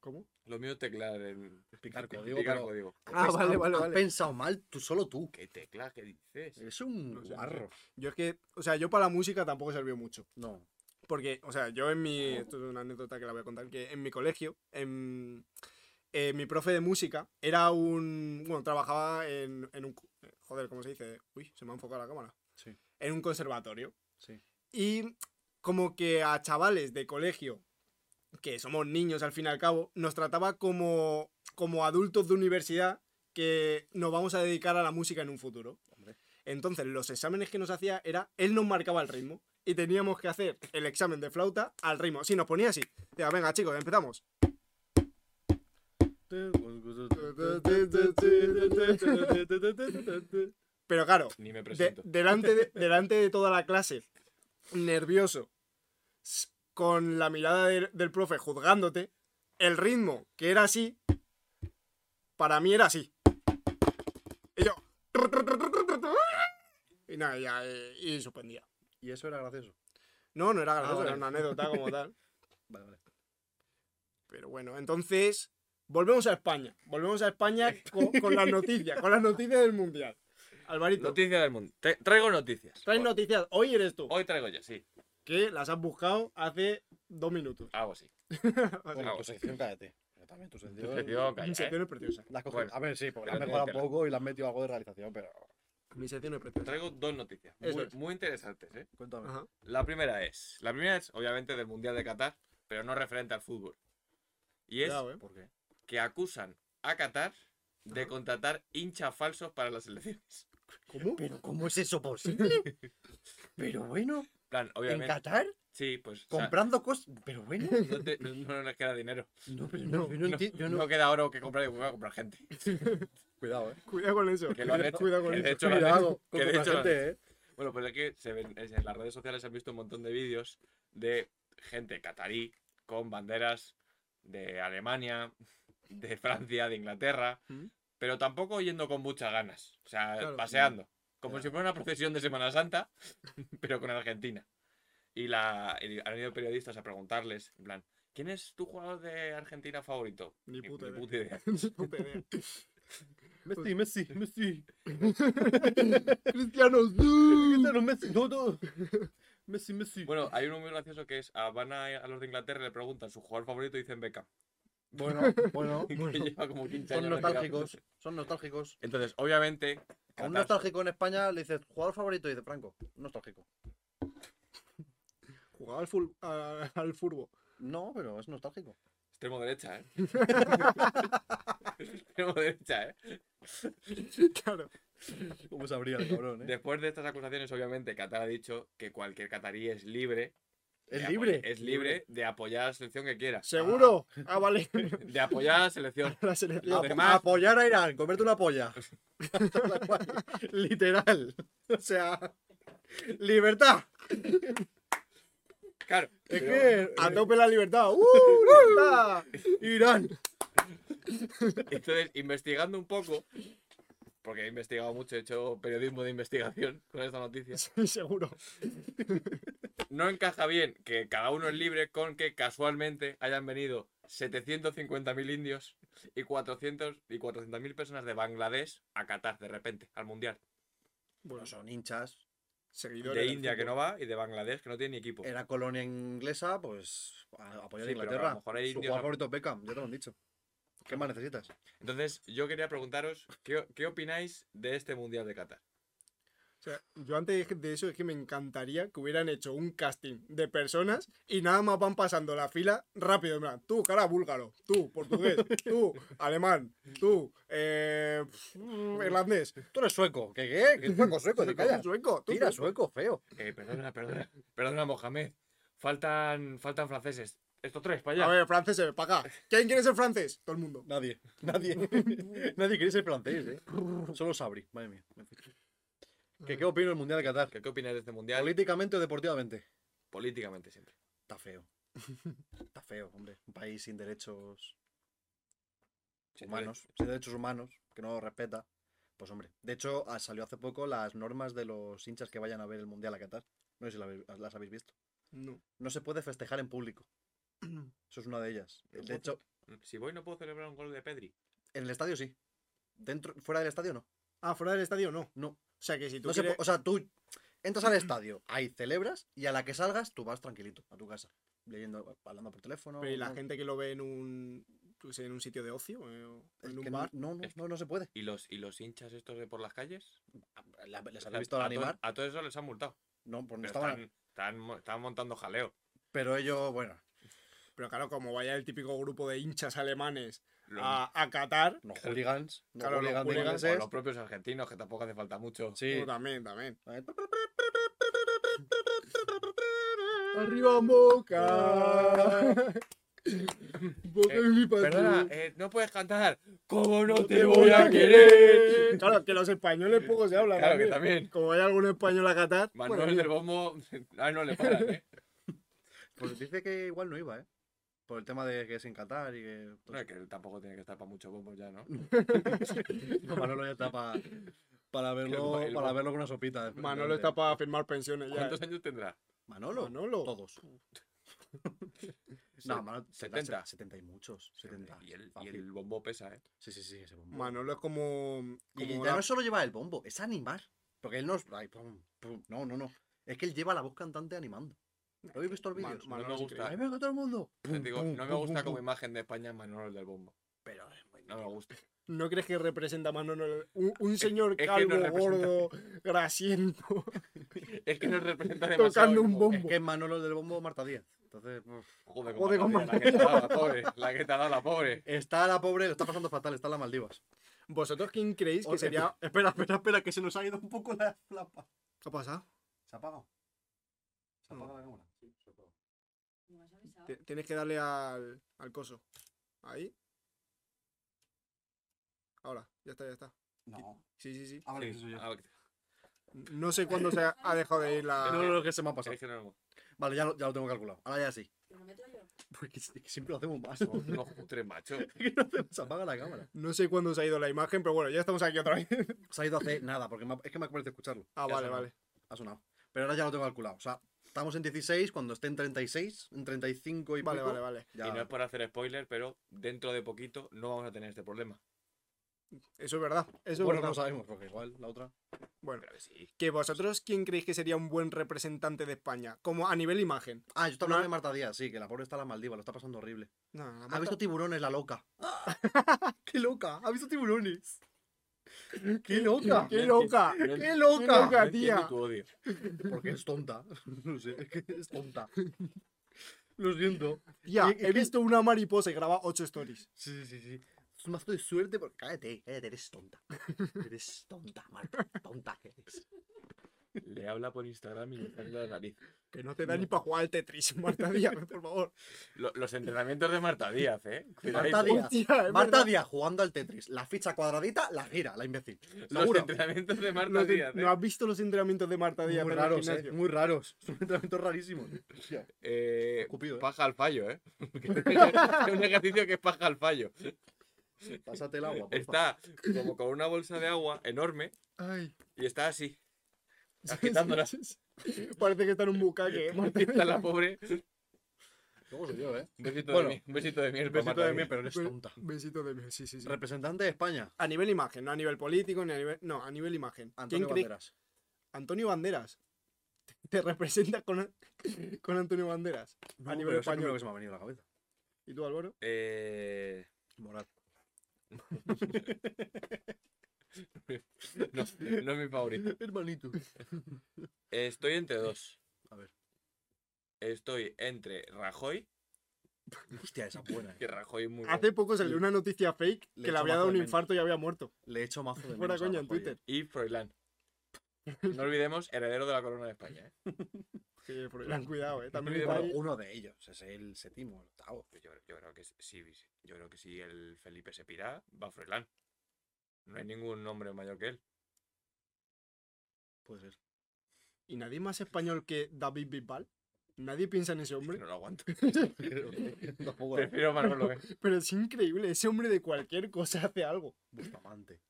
Speaker 1: ¿Cómo?
Speaker 3: Lo mío es teclar en. picar
Speaker 2: Picar código, pero-
Speaker 3: código.
Speaker 1: Ah,
Speaker 2: Has-
Speaker 1: vale,
Speaker 2: has-
Speaker 1: vale,
Speaker 2: has
Speaker 1: vale.
Speaker 2: pensado mal, tú solo tú.
Speaker 3: ¿Qué teclas? ¿Qué dices?
Speaker 2: Es un
Speaker 1: No sé, no sé.
Speaker 2: guarro.
Speaker 1: Yo es que, o sea, yo para la música tampoco sirvió mucho.
Speaker 2: No.
Speaker 1: Porque, o sea, yo en mi. Esto es una anécdota que la voy a contar. Que en mi colegio, en. eh, mi profe de música era un. Bueno, trabajaba en, en un. cu- Joder, ¿cómo se dice? Uy, se me ha enfocado la cámara.
Speaker 2: Sí.
Speaker 1: En un conservatorio.
Speaker 2: Sí.
Speaker 1: Y como que a chavales de colegio, que somos niños al fin y al cabo, nos trataba como, como adultos de universidad que nos vamos a dedicar a la música en un futuro.
Speaker 2: Hombre.
Speaker 1: Entonces, los exámenes que nos hacía era, él nos marcaba el ritmo y teníamos que hacer el examen de flauta al ritmo. Si nos ponía así, decía, venga chicos, empezamos. Pero claro,
Speaker 3: Ni me
Speaker 1: de-
Speaker 3: presento.
Speaker 1: delante, de, delante de toda la clase, nervioso, s- con la mirada del- del profe juzgándote, el ritmo que era así, para mí era así. Y yo. Y nada, ya, eh, y suspendía.
Speaker 2: Y eso era gracioso.
Speaker 1: No, no era gracioso,
Speaker 2: vale.
Speaker 1: era una anécdota como tal.
Speaker 2: Vale, vale.
Speaker 1: Pero bueno, entonces, volvemos a España. Volvemos a España con, con las noticias, con las noticias del mundial. Alvarito,
Speaker 3: Noticias del mundo. Tra- traigo noticias.
Speaker 1: traes noticias. Hoy eres tú.
Speaker 3: Hoy traigo yo, sí.
Speaker 1: que las has buscado hace dos minutos.
Speaker 3: Hago así.
Speaker 2: Bueno,
Speaker 3: Ah,
Speaker 2: tu sección, cállate. Yo también, tu sección.
Speaker 3: Tu sección, cállate.
Speaker 1: Mi sección es preciosa.
Speaker 2: la has cogido-
Speaker 3: Bueno,
Speaker 2: a ver, sí, porque la has
Speaker 3: pero
Speaker 2: mejorado un
Speaker 3: tela.
Speaker 2: poco y la has metido algo de realización, pero.
Speaker 1: Mi sección es preciosa.
Speaker 3: Traigo dos noticias.
Speaker 1: Eso
Speaker 3: Muy,
Speaker 1: es.
Speaker 3: muy interesantes, ¿eh?
Speaker 2: Cuéntame.
Speaker 1: Ajá.
Speaker 3: La primera es. La primera es, obviamente, del Mundial de Qatar, pero no referente al fútbol. Y es
Speaker 1: Cuidado, ¿eh?
Speaker 2: ¿Por qué?
Speaker 3: que acusan a Qatar de
Speaker 1: Ajá.
Speaker 3: contratar hinchas falsos para las elecciones.
Speaker 1: ¿Cómo?
Speaker 2: Pero, ¿cómo es eso posible? pero bueno,
Speaker 3: En plan,
Speaker 2: en
Speaker 3: obviamente.
Speaker 2: Qatar,
Speaker 3: Sí, pues. o sea,
Speaker 2: comprando cosas. Pero bueno.
Speaker 3: no, te- no nos queda dinero.
Speaker 2: No, pero no, yo no entiendo. yo no-
Speaker 3: no queda oro que comprar y voy a comprar gente.
Speaker 2: Cuidado, eh.
Speaker 1: Cuidado con eso.
Speaker 3: Que lo han hecho.
Speaker 1: Cuidado con
Speaker 3: Que de
Speaker 1: eso.
Speaker 3: hecho lo han hecho.
Speaker 2: Cuidado,
Speaker 3: Que
Speaker 2: con
Speaker 3: de
Speaker 2: la
Speaker 3: hecho lo han
Speaker 2: gente, eh.
Speaker 3: Bueno, pues es que se ven- es- en las redes sociales se han visto un montón de vídeos de gente catarí con banderas de Alemania, de Francia, de Inglaterra,
Speaker 1: ¿Mm?
Speaker 3: pero tampoco yendo con muchas ganas, o sea,
Speaker 1: Claro,
Speaker 3: paseando, como
Speaker 2: Ya.
Speaker 3: si fuera una procesión de Semana Santa, pero con Argentina. Y, la, y han ido periodistas a preguntarles, en plan, ¿quién es tu jugador de Argentina favorito?
Speaker 1: Ni puta idea.
Speaker 3: idea.
Speaker 1: Puta idea.
Speaker 3: pues,
Speaker 2: Messi, Messi, Messi.
Speaker 1: Cristiano, sí.
Speaker 2: Claro, Messi, no, no. Messi, Messi.
Speaker 3: Bueno, hay uno muy gracioso que es, a- van a, a los de Inglaterra y le preguntan su jugador favorito y dicen Beckham.
Speaker 2: Bueno, bueno.
Speaker 3: que lleva como 15
Speaker 2: Son
Speaker 3: años retirado.
Speaker 2: nostálgicos. Son nostálgicos.
Speaker 3: Entonces, obviamente,
Speaker 2: A un
Speaker 3: Qatar-
Speaker 2: nostálgico en España le dices, jugador favorito, y dice Franco. Nostálgico.
Speaker 1: Jugaba al, ful- a- al furbo.
Speaker 2: No, pero es nostálgico.
Speaker 3: extremo derecha, ¿eh? extremo derecha, ¿eh?
Speaker 1: Claro.
Speaker 2: ¿Cómo sabría el cabrón, eh?
Speaker 3: Después de estas acusaciones, obviamente, Qatar ha dicho que cualquier catarí es libre. de
Speaker 2: Es
Speaker 3: apo-
Speaker 2: libre.
Speaker 3: Es libre de apoyar a la selección que quiera.
Speaker 1: ¿Seguro? Ah, vale.
Speaker 3: De apoyar a la selección.
Speaker 1: La selección.
Speaker 3: Los
Speaker 2: Apo-
Speaker 3: demás-
Speaker 2: Apoyar a Irán, comerte una polla.
Speaker 3: Pues
Speaker 2: Tal cual.
Speaker 3: Ah.
Speaker 2: Literal. O sea, libertad.
Speaker 3: Claro.
Speaker 2: Es
Speaker 3: pero-
Speaker 2: que
Speaker 3: eh,
Speaker 1: A tope la libertad. ¡Uh, libertad!
Speaker 2: Irán.
Speaker 3: Entonces, investigando un poco, porque he investigado mucho, he hecho periodismo de investigación con esta noticia,
Speaker 1: Sí, seguro.
Speaker 3: no encaja bien que cada uno es libre con que casualmente hayan venido 750.000 indios y 400 y 400.000 personas de Bangladesh a Qatar de repente, al Mundial.
Speaker 1: Bueno,
Speaker 2: No Pues son hinchas.
Speaker 1: seguidores.
Speaker 3: De
Speaker 1: del
Speaker 3: India que
Speaker 1: fútbol.
Speaker 3: no va y de Bangladesh que no tiene ni equipo.
Speaker 2: Era colonia inglesa, pues a- apoyar
Speaker 3: Sí, pero
Speaker 2: a Inglaterra.
Speaker 3: a Ah. lo mejor hay
Speaker 2: Su
Speaker 3: indios-
Speaker 2: jugador favorito es Beckham, ya te lo han dicho. ¿Qué más necesitas?
Speaker 3: Entonces, yo quería preguntaros, ¿qué, qué opináis de este Mundial de Qatar?
Speaker 1: O sea, yo antes de eso es que me encantaría que hubieran hecho un casting de personas y nada más van pasando la fila rápido. En plan, tú, cara búlgaro, tú, portugués, tú, alemán, tú, eh, pf, irlandés,
Speaker 2: Tú eres sueco. ¿Qué qué? ¿Qué sueco, sueco? ¿Te callas?
Speaker 1: sueco, tú,
Speaker 2: Tira,
Speaker 1: sueco.
Speaker 2: sueco, feo.
Speaker 3: Eh, perdona, perdona, perdona, Mohamed. Faltan, faltan franceses. Estos tres, para
Speaker 1: A
Speaker 3: allá.
Speaker 1: ver, francés, para acá. ¿Quién quiere ser francés? Todo el mundo.
Speaker 2: Nadie, nadie. nadie quiere ser francés, ¿eh? Solo Sabri, madre mía. En fin. ¿Qué, ¿Qué opino del Mundial de Qatar?
Speaker 3: ¿Qué, qué opináis de este Mundial?
Speaker 2: ¿Políticamente o deportivamente?
Speaker 3: Políticamente siempre.
Speaker 2: Está feo. Está feo, hombre. Un país sin derechos.
Speaker 3: Sí,
Speaker 2: humanos, sí, derechos humanos, que no respeta. Pues hombre, de hecho ah, salió hace poco las normas de los hinchas que vayan a ver el Mundial a Qatar. No sé si la habéis- las habéis visto.
Speaker 1: No.
Speaker 2: No se puede festejar en público. Eso es una de ellas.
Speaker 3: Pero
Speaker 2: De
Speaker 3: ¿por
Speaker 2: hecho,
Speaker 3: Mm, Si voy no puedo celebrar un gol de Pedri.
Speaker 2: en el estadio sí. Dentro, fuera del estadio no.
Speaker 1: Ah, fuera del estadio no.
Speaker 2: No.
Speaker 1: O sea que si tú
Speaker 2: No se
Speaker 1: quieres-
Speaker 2: pu- o sea, tú entras al estadio, ahí celebras y a la que salgas tú vas tranquilito a tu casa, leyendo, hablando por teléfono.
Speaker 1: Pero y la
Speaker 2: no-
Speaker 1: gente que lo ve en un, pues, en un sitio de ocio, eh, o
Speaker 2: es
Speaker 1: en un
Speaker 2: que no-
Speaker 1: bar.
Speaker 2: No, no,
Speaker 3: Es
Speaker 2: no, no se puede.
Speaker 3: ¿Y los, ¿Y los hinchas estos de por las calles?
Speaker 1: ah,
Speaker 2: La- les
Speaker 3: O
Speaker 2: habéis
Speaker 3: sea,
Speaker 2: visto al
Speaker 3: a to-
Speaker 2: animar.
Speaker 3: A todos esos les han multado.
Speaker 2: No, pues no
Speaker 3: Pero
Speaker 2: estaban.
Speaker 3: están, están mo- están montando jaleo.
Speaker 2: Pero ellos, bueno,
Speaker 1: Pero claro, como vaya el típico grupo de hinchas alemanes
Speaker 3: Los,
Speaker 2: Ah,
Speaker 1: a, a Qatar,
Speaker 2: no hooligans. No
Speaker 1: Claro, los
Speaker 2: hooligans de
Speaker 1: hooligans
Speaker 3: o
Speaker 2: ingleses.
Speaker 3: los propios argentinos, que tampoco hace falta mucho.
Speaker 2: Sí.
Speaker 1: tú Oh, también, también.
Speaker 2: Arriba Boca.
Speaker 1: Boca es mi patrón.
Speaker 3: Perdona, eh, no puedes cantar. ¿Cómo no te
Speaker 1: te
Speaker 3: voy
Speaker 1: voy
Speaker 3: a
Speaker 1: a
Speaker 3: querer?
Speaker 1: Claro, que los españoles poco se hablan.
Speaker 3: Claro que también.
Speaker 1: Como vaya algún español pues, a Qatar.
Speaker 3: Manuel
Speaker 1: bueno,
Speaker 3: del Bombo. Ah, no le paran, ¿eh?
Speaker 2: Pues dice que igual no iba, ¿eh? Por el tema de que es en Qatar y que. pues,
Speaker 3: No,
Speaker 1: Ah,
Speaker 3: es que él tampoco tiene que estar para muchos bombos ya, ¿no?
Speaker 2: No, Manolo ya está pa- para verlo,
Speaker 3: el
Speaker 2: para
Speaker 3: bo-
Speaker 2: verlo con una sopita. de-
Speaker 1: Manolo
Speaker 2: de-
Speaker 1: está para firmar pensiones ya.
Speaker 3: ¿Cuántos años tendrá?
Speaker 2: Manolo.
Speaker 1: Manolo.
Speaker 2: Todos. no, Manolo. tendrá
Speaker 3: 70.
Speaker 2: se- 70 y muchos. 70.
Speaker 3: Y el, y
Speaker 2: fácil.
Speaker 3: el bombo pesa, ¿eh?
Speaker 2: Sí, sí, sí, ese bombo.
Speaker 1: Manolo es como.
Speaker 2: y
Speaker 1: como la-
Speaker 2: ya no es solo llevar el bombo, es animar. Porque él no es. ay, pum, pum, No, no, no. Es que él lleva la voz cantante animando. ¿Lo habéis visto el
Speaker 1: Man-
Speaker 2: vídeo?
Speaker 1: Manolo
Speaker 3: me
Speaker 1: es
Speaker 3: gusta.
Speaker 1: increíble.
Speaker 2: ¡Ahí venga todo el mundo!
Speaker 3: Te digo,
Speaker 2: pum,
Speaker 3: no me
Speaker 2: pum, pum,
Speaker 3: gusta como
Speaker 2: pum.
Speaker 3: imagen de España Manolo el del bombo.
Speaker 2: Pero es muy
Speaker 3: No me gusta.
Speaker 1: ¿No crees que representa a Manolo un, un señor
Speaker 3: es que
Speaker 1: calvo,
Speaker 3: no representa.
Speaker 1: gordo, grasiento,
Speaker 3: Es que nos representa demasiado.
Speaker 1: tocando un
Speaker 3: como-
Speaker 2: Es
Speaker 1: bombo?
Speaker 2: que es Manolo el del bombo Marta Díaz. Entonces, uf.
Speaker 3: Joder,
Speaker 1: Joder,
Speaker 3: con
Speaker 1: con
Speaker 3: Marta Díaz, la que te ha dado la pobre. La que te ha dado la pobre.
Speaker 2: está la pobre, lo está pasando fatal, está en las Maldivas.
Speaker 1: ¿Vosotros quién creéis que
Speaker 2: Oye,
Speaker 1: sería.
Speaker 2: Espera, espera, espera, que se nos ha ido un poco la flapa.
Speaker 1: ¿Qué ha pasado?
Speaker 2: ¿Se ha apagado? ¿Se ha
Speaker 1: No.
Speaker 2: apagado la cámara? Mm. Sí, se ha apagado.
Speaker 4: ¿Me has avisado?
Speaker 1: Te- Tienes que darle al, al coso. Ahí. Ahora, ya está, ya está.
Speaker 2: No.
Speaker 1: Sí, sí, sí.
Speaker 2: Ah, vale,
Speaker 3: Sí.
Speaker 2: eso ya.
Speaker 3: Ah, ok.
Speaker 1: No sé cuándo se ha, ha dejado de ir la.
Speaker 2: No, no, no, que se me ha pasado.
Speaker 3: Es que no-
Speaker 2: Vale, ya lo, ya lo tengo calculado. Ahora ya sí.
Speaker 4: ¿Pero no me traigo?
Speaker 2: Porque es que siempre lo hacemos más.
Speaker 3: somos unos cutres, macho.
Speaker 2: Que no hacemos- se apaga la cámara.
Speaker 1: No sé cuándo se ha ido la imagen, pero bueno, ya estamos aquí otra vez.
Speaker 2: Se ha ido hace nada, porque me ha- es que me parece escucharlo.
Speaker 1: Ah,
Speaker 2: Ya
Speaker 1: vale,
Speaker 2: sonó.
Speaker 1: vale.
Speaker 2: Ha sonado. Pero ahora ya lo tengo calculado. O sea, estamos en 16, cuando esté en 36, en 35 y
Speaker 1: Vale,
Speaker 2: pico,
Speaker 1: vale, vale.
Speaker 2: ya-
Speaker 3: Y no es por hacer spoiler, pero dentro de poquito no vamos a tener este problema.
Speaker 1: Eso es verdad. Eso es
Speaker 2: bueno,
Speaker 1: verdad.
Speaker 2: no sabemos, porque igual la otra.
Speaker 1: Bueno,
Speaker 3: Pero que sí.
Speaker 1: que vosotros, ¿quién creéis que sería un buen representante de España? Como a nivel imagen.
Speaker 2: Ah, yo estaba hablando
Speaker 1: No.
Speaker 2: de Marta Díaz, sí, que la pobre está en la Maldiva, lo está pasando horrible.
Speaker 1: No, no,
Speaker 2: Ha
Speaker 1: Marta-
Speaker 2: visto tiburones, la loca. ¡Qué loca! ¡Ha visto tiburones! ¡Qué loca!
Speaker 1: ¡Qué loca!
Speaker 3: No
Speaker 1: ¡Qué
Speaker 3: entiendo-
Speaker 1: loca,
Speaker 3: no
Speaker 1: tía!
Speaker 3: entiendo tu odio.
Speaker 2: Porque es tonta. No sé, es que es tonta. Lo siento.
Speaker 1: Tía,
Speaker 2: Es- es
Speaker 1: he
Speaker 2: que-
Speaker 1: visto una mariposa y graba 8 stories.
Speaker 2: Sí, sí, sí. Es un mazo de suerte porque... Cállate, cállate, eres tonta. Eres tonta, Marta. Tonta que eres.
Speaker 3: Le habla por Instagram y le sale la nariz.
Speaker 1: Que no te da ni para jugar al Tetris, Marta Díaz, por favor.
Speaker 3: Lo- los entrenamientos de Marta Díaz, ¿eh?
Speaker 2: Marta
Speaker 3: Cuidadito.
Speaker 2: Díaz.
Speaker 1: Hostia, es
Speaker 2: Marta
Speaker 1: verdad.
Speaker 2: Díaz jugando al Tetris. La ficha cuadradita la gira, la imbécil.
Speaker 3: Los
Speaker 2: Seguro.
Speaker 3: entrenamientos de Marta
Speaker 1: No, te-
Speaker 3: Díaz. ¿eh?
Speaker 1: ¿no has visto los entrenamientos de Marta Díaz?
Speaker 2: Muy
Speaker 1: en el
Speaker 2: raros, eh,
Speaker 1: gimnasio?
Speaker 2: muy raros. Son entrenamientos rarísimos. Hostia,
Speaker 3: Eh,
Speaker 2: Cupido, eh.
Speaker 3: Paja al fallo, ¿eh? es un ejercicio que es paja al fallo.
Speaker 2: Pásate el agua, porfa.
Speaker 3: Está como con una bolsa de agua enorme
Speaker 1: Ay.
Speaker 3: y está así.
Speaker 1: Sí,
Speaker 3: Agitándola.
Speaker 1: sí, sí, sí. Parece que está en un bucaque, eh, Marta
Speaker 3: Y está
Speaker 1: Díaz.
Speaker 3: la pobre.
Speaker 2: Luego soy yo, ¿eh?
Speaker 3: Un besito
Speaker 2: Bueno,
Speaker 3: de miel. Un besito de miel.
Speaker 2: El
Speaker 3: para
Speaker 2: besito
Speaker 3: Marta
Speaker 2: de mí,
Speaker 3: Díaz.
Speaker 2: pero eres
Speaker 1: Be-
Speaker 2: tonta.
Speaker 1: Besito de miel, sí, sí, sí.
Speaker 2: Representante de España.
Speaker 1: A nivel imagen, no a nivel político, ni a nivel... No, a nivel imagen.
Speaker 2: Antonio
Speaker 1: cree-
Speaker 2: Banderas.
Speaker 1: Antonio Banderas. Te representa con, con Antonio Banderas.
Speaker 2: No,
Speaker 1: a nivel
Speaker 2: pero es el
Speaker 1: español.
Speaker 2: primero que se me ha venido a la cabeza.
Speaker 1: ¿Y tú, Álvaro?
Speaker 3: Eh,
Speaker 2: Morat.
Speaker 3: no, no es mi favorito.
Speaker 2: Hermanito.
Speaker 3: Estoy entre dos.
Speaker 2: A ver.
Speaker 3: Estoy entre Rajoy,
Speaker 2: Hostia, esa es buena, eh.
Speaker 3: que Rajoy es muy bueno,
Speaker 1: Hace poco salió una noticia fake que
Speaker 2: Le
Speaker 1: le
Speaker 2: echo
Speaker 1: había
Speaker 2: mazo
Speaker 1: dado un
Speaker 2: de menos.
Speaker 1: infarto y había muerto.
Speaker 2: Le he hecho mazo de menos
Speaker 1: Fuera
Speaker 2: a
Speaker 1: coña en
Speaker 2: Rajoy, eh.
Speaker 1: Twitter.
Speaker 3: y Froilán. No olvidemos, heredero de la corona de España. ¿eh?
Speaker 1: Que por- han cuidado, eh. También
Speaker 3: Muy
Speaker 1: está
Speaker 2: Bueno,
Speaker 1: ahí-
Speaker 2: uno de ellos. Es el séptimo, el octavo.
Speaker 3: Yo, yo creo que sí, sí, yo creo que si el Felipe se pira, va Froilán. No hay ningún nombre mayor que él.
Speaker 2: Puede ser.
Speaker 1: ¿Y nadie más español que David Bisbal? Nadie piensa en ese
Speaker 3: No
Speaker 1: hombre.
Speaker 3: lo aguanto.
Speaker 2: Tampoco era
Speaker 3: Prefiero Margot Logan.
Speaker 1: Pero es increíble, ese hombre de cualquier cosa hace algo.
Speaker 2: Bustamante.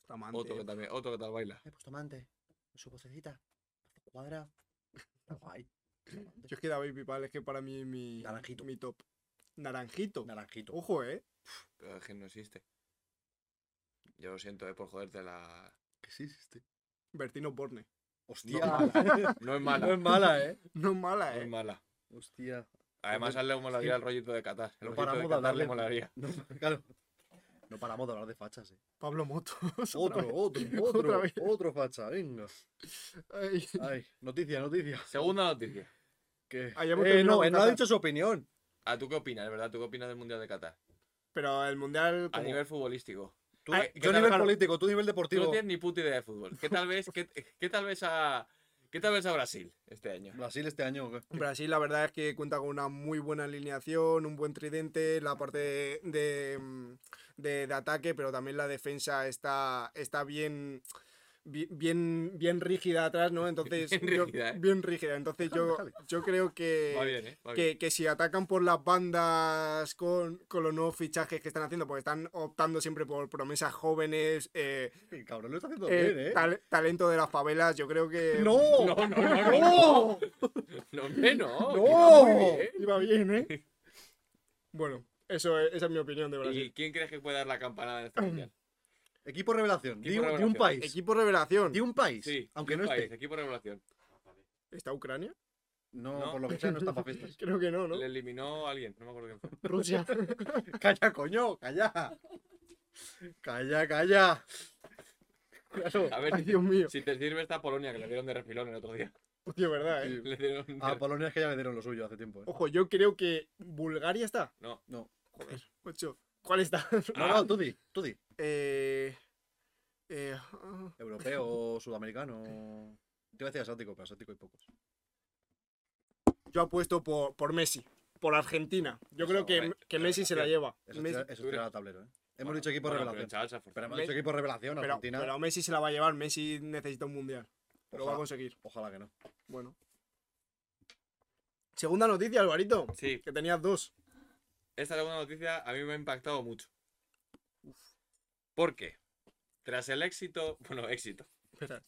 Speaker 1: Bustamante.
Speaker 3: Otro que también, otro que tal baila.
Speaker 2: Eh, Bustamante. Su vocecita. Su cuadra. Está guay. Bustamante.
Speaker 1: Yo es que Da Baby Pal es que para mí es mi,
Speaker 2: Naranjito.
Speaker 1: mi top. Naranjito.
Speaker 2: Naranjito.
Speaker 1: Ojo, eh.
Speaker 3: Pero es que no existe. Yo lo siento, eh, por joderte la.
Speaker 2: ¿Qué sí existe?
Speaker 1: Bertino Borne.
Speaker 2: Hostia.
Speaker 3: No es mala. No es mala.
Speaker 2: No es mala, eh.
Speaker 1: No es mala,
Speaker 3: No
Speaker 1: eh.
Speaker 3: es mala.
Speaker 2: Hostia.
Speaker 3: Además, a él le molaría el rollito de Qatar. El
Speaker 2: No
Speaker 3: rollito
Speaker 2: paramos
Speaker 3: de
Speaker 2: de
Speaker 3: Qatar
Speaker 2: hablarle.
Speaker 3: le molaría.
Speaker 2: No, claro. No paramos de hablar de fachas, eh.
Speaker 1: Pablo Motos.
Speaker 2: Otro, otro,
Speaker 1: Otra
Speaker 2: otro,
Speaker 1: vez.
Speaker 2: otro facha, venga.
Speaker 1: Ay,
Speaker 2: Ay, noticia, noticia.
Speaker 3: Segunda noticia.
Speaker 2: Que...
Speaker 1: Ah, ya hemos
Speaker 2: Eh,
Speaker 1: terminado
Speaker 2: no,
Speaker 1: con
Speaker 2: él no ha
Speaker 1: Qatar.
Speaker 2: dicho su opinión.
Speaker 3: ¿A Ah, tú qué opinas, verdad? ¿Tú qué opinas del Mundial de Qatar?
Speaker 1: Pero el mundial.
Speaker 3: A
Speaker 1: como-
Speaker 3: nivel futbolístico.
Speaker 2: Tú-
Speaker 3: Ah,
Speaker 2: yo
Speaker 3: claro,
Speaker 2: nivel
Speaker 1: claro.
Speaker 2: político, tú nivel
Speaker 3: Tú no
Speaker 2: deportivo.
Speaker 3: tienes ni puta idea de fútbol. ¿Qué tal vez, qué, qué tal vez a. ¿Qué tal vez a Brasil este año?
Speaker 2: Brasil este año. ¿o qué?
Speaker 1: Brasil, la verdad es que cuenta con una muy buena alineación, un buen tridente, la parte de, de, mm, de- de ataque, pero también la defensa está, está bien, bi- bien, bien rígida atrás, ¿no? Entonces,
Speaker 3: Bien
Speaker 1: yo-
Speaker 3: rígida, ¿eh?
Speaker 1: bien rígida. Entonces, yo,
Speaker 2: Déjale,
Speaker 1: yo creo que.
Speaker 3: Va bien, ¿eh? Va bien.
Speaker 1: que, que si atacan por las bandas con, con los nuevos fichajes que están haciendo, porque están optando siempre por promesas jóvenes, eh,
Speaker 2: El cabrón lo está haciendo
Speaker 1: eh,
Speaker 2: bien, eh.
Speaker 1: tal- talento de las favelas, yo creo que...
Speaker 2: No,
Speaker 3: No, no, no, no. No,
Speaker 2: no.
Speaker 3: no, hombre, no.
Speaker 2: No.
Speaker 3: que
Speaker 1: Iba
Speaker 3: va muy bien.
Speaker 1: ¡Oh! bien, ¿eh? Bueno, eso es- esa es mi opinión de Brasil.
Speaker 3: ¿Y quién crees que puede dar la campanada en este mundial?
Speaker 2: Equipo revelación.
Speaker 3: Equipo
Speaker 2: Di, un- di
Speaker 3: revelación.
Speaker 2: un país.
Speaker 1: Equipo revelación.
Speaker 2: Di un país.
Speaker 3: Sí,
Speaker 2: aunque
Speaker 3: un
Speaker 2: no
Speaker 3: país,
Speaker 2: esté.
Speaker 3: equipo de revelación.
Speaker 1: ¿Está Ucrania?
Speaker 2: No,
Speaker 3: No.
Speaker 2: por lo que sea, no está para fiestas.
Speaker 1: Creo que no, ¿no?
Speaker 3: Le eliminó a alguien, no me acuerdo quién fue.
Speaker 1: Rusia.
Speaker 2: calla, coño, calla. Calla, calla. Claro.
Speaker 3: A
Speaker 1: Ay,
Speaker 3: ver,
Speaker 1: Dios mío.
Speaker 3: si te sirve esta Polonia, que le dieron de refilón el otro día.
Speaker 1: Hostia, ¿verdad, eh?
Speaker 3: Le dieron de-
Speaker 2: A Polonia es que ya le dieron lo suyo hace tiempo. eh.
Speaker 1: Ojo, yo creo que Bulgaria está.
Speaker 3: No,
Speaker 2: No.
Speaker 1: Joder, ocho. ¿Cuál está?
Speaker 2: No,
Speaker 3: Ah.
Speaker 2: no, tú di, tú di.
Speaker 1: eh... Eh... ah,
Speaker 2: Europeo, sudamericano. Te iba a decir asiático, pero asiático hay pocos.
Speaker 1: Yo apuesto por, por Messi. Por Argentina. Yo creo que,
Speaker 3: Joder,
Speaker 1: que Messi se la lleva.
Speaker 2: Eso
Speaker 1: Messi-
Speaker 2: tira- eso
Speaker 3: tú
Speaker 2: tira
Speaker 3: eres-
Speaker 2: la tablero, ¿eh? Hemos
Speaker 3: bueno,
Speaker 2: dicho equipo
Speaker 3: bueno,
Speaker 2: revelación.
Speaker 3: Pero, el chaval se ha esforzado.
Speaker 2: Pero hemos
Speaker 1: Me-
Speaker 2: dicho equipo revelación,
Speaker 1: pero,
Speaker 2: Argentina.
Speaker 1: pero Messi se la va a llevar. Messi necesita un mundial. Lo va a
Speaker 2: Ojalá.
Speaker 1: conseguir.
Speaker 2: Ojalá que no.
Speaker 1: Bueno. Segunda noticia, Alvarito.
Speaker 3: Sí,
Speaker 1: Que tenías dos.
Speaker 3: esta segunda noticia a mí me ha impactado mucho. ¿Por qué? Tras el éxito, bueno, éxito,
Speaker 1: Espera.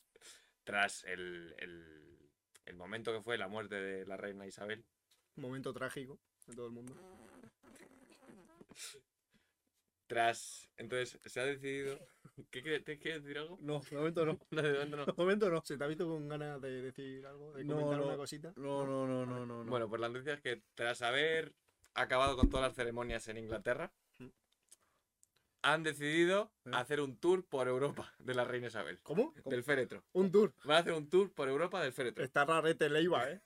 Speaker 3: tras el, el, el momento que fue la muerte de la reina Isabel,
Speaker 1: Momento trágico de todo el mundo.
Speaker 3: tras, entonces se ha decidido... ¿Qué, quiere- te quieres decir algo?
Speaker 2: No, de momento no.
Speaker 3: No, de momento no.
Speaker 2: De momento no.
Speaker 1: ¿Se te ha visto con ganas de decir algo? ¿De
Speaker 2: No,
Speaker 1: comentar
Speaker 2: no.
Speaker 1: una cosita?
Speaker 2: No, no, no, no, no. no.
Speaker 3: Bueno, pues la noticia es que tras haber acabado con todas las ceremonias en Inglaterra, han decidido
Speaker 2: ¿Eh?
Speaker 3: hacer un tour por Europa de la reina Isabel,
Speaker 1: ¿Cómo? Eh,
Speaker 3: del féretro.
Speaker 1: Un tour.
Speaker 3: Van a hacer un tour por Europa del féretro.
Speaker 1: Está rarete Leiva, ¿eh?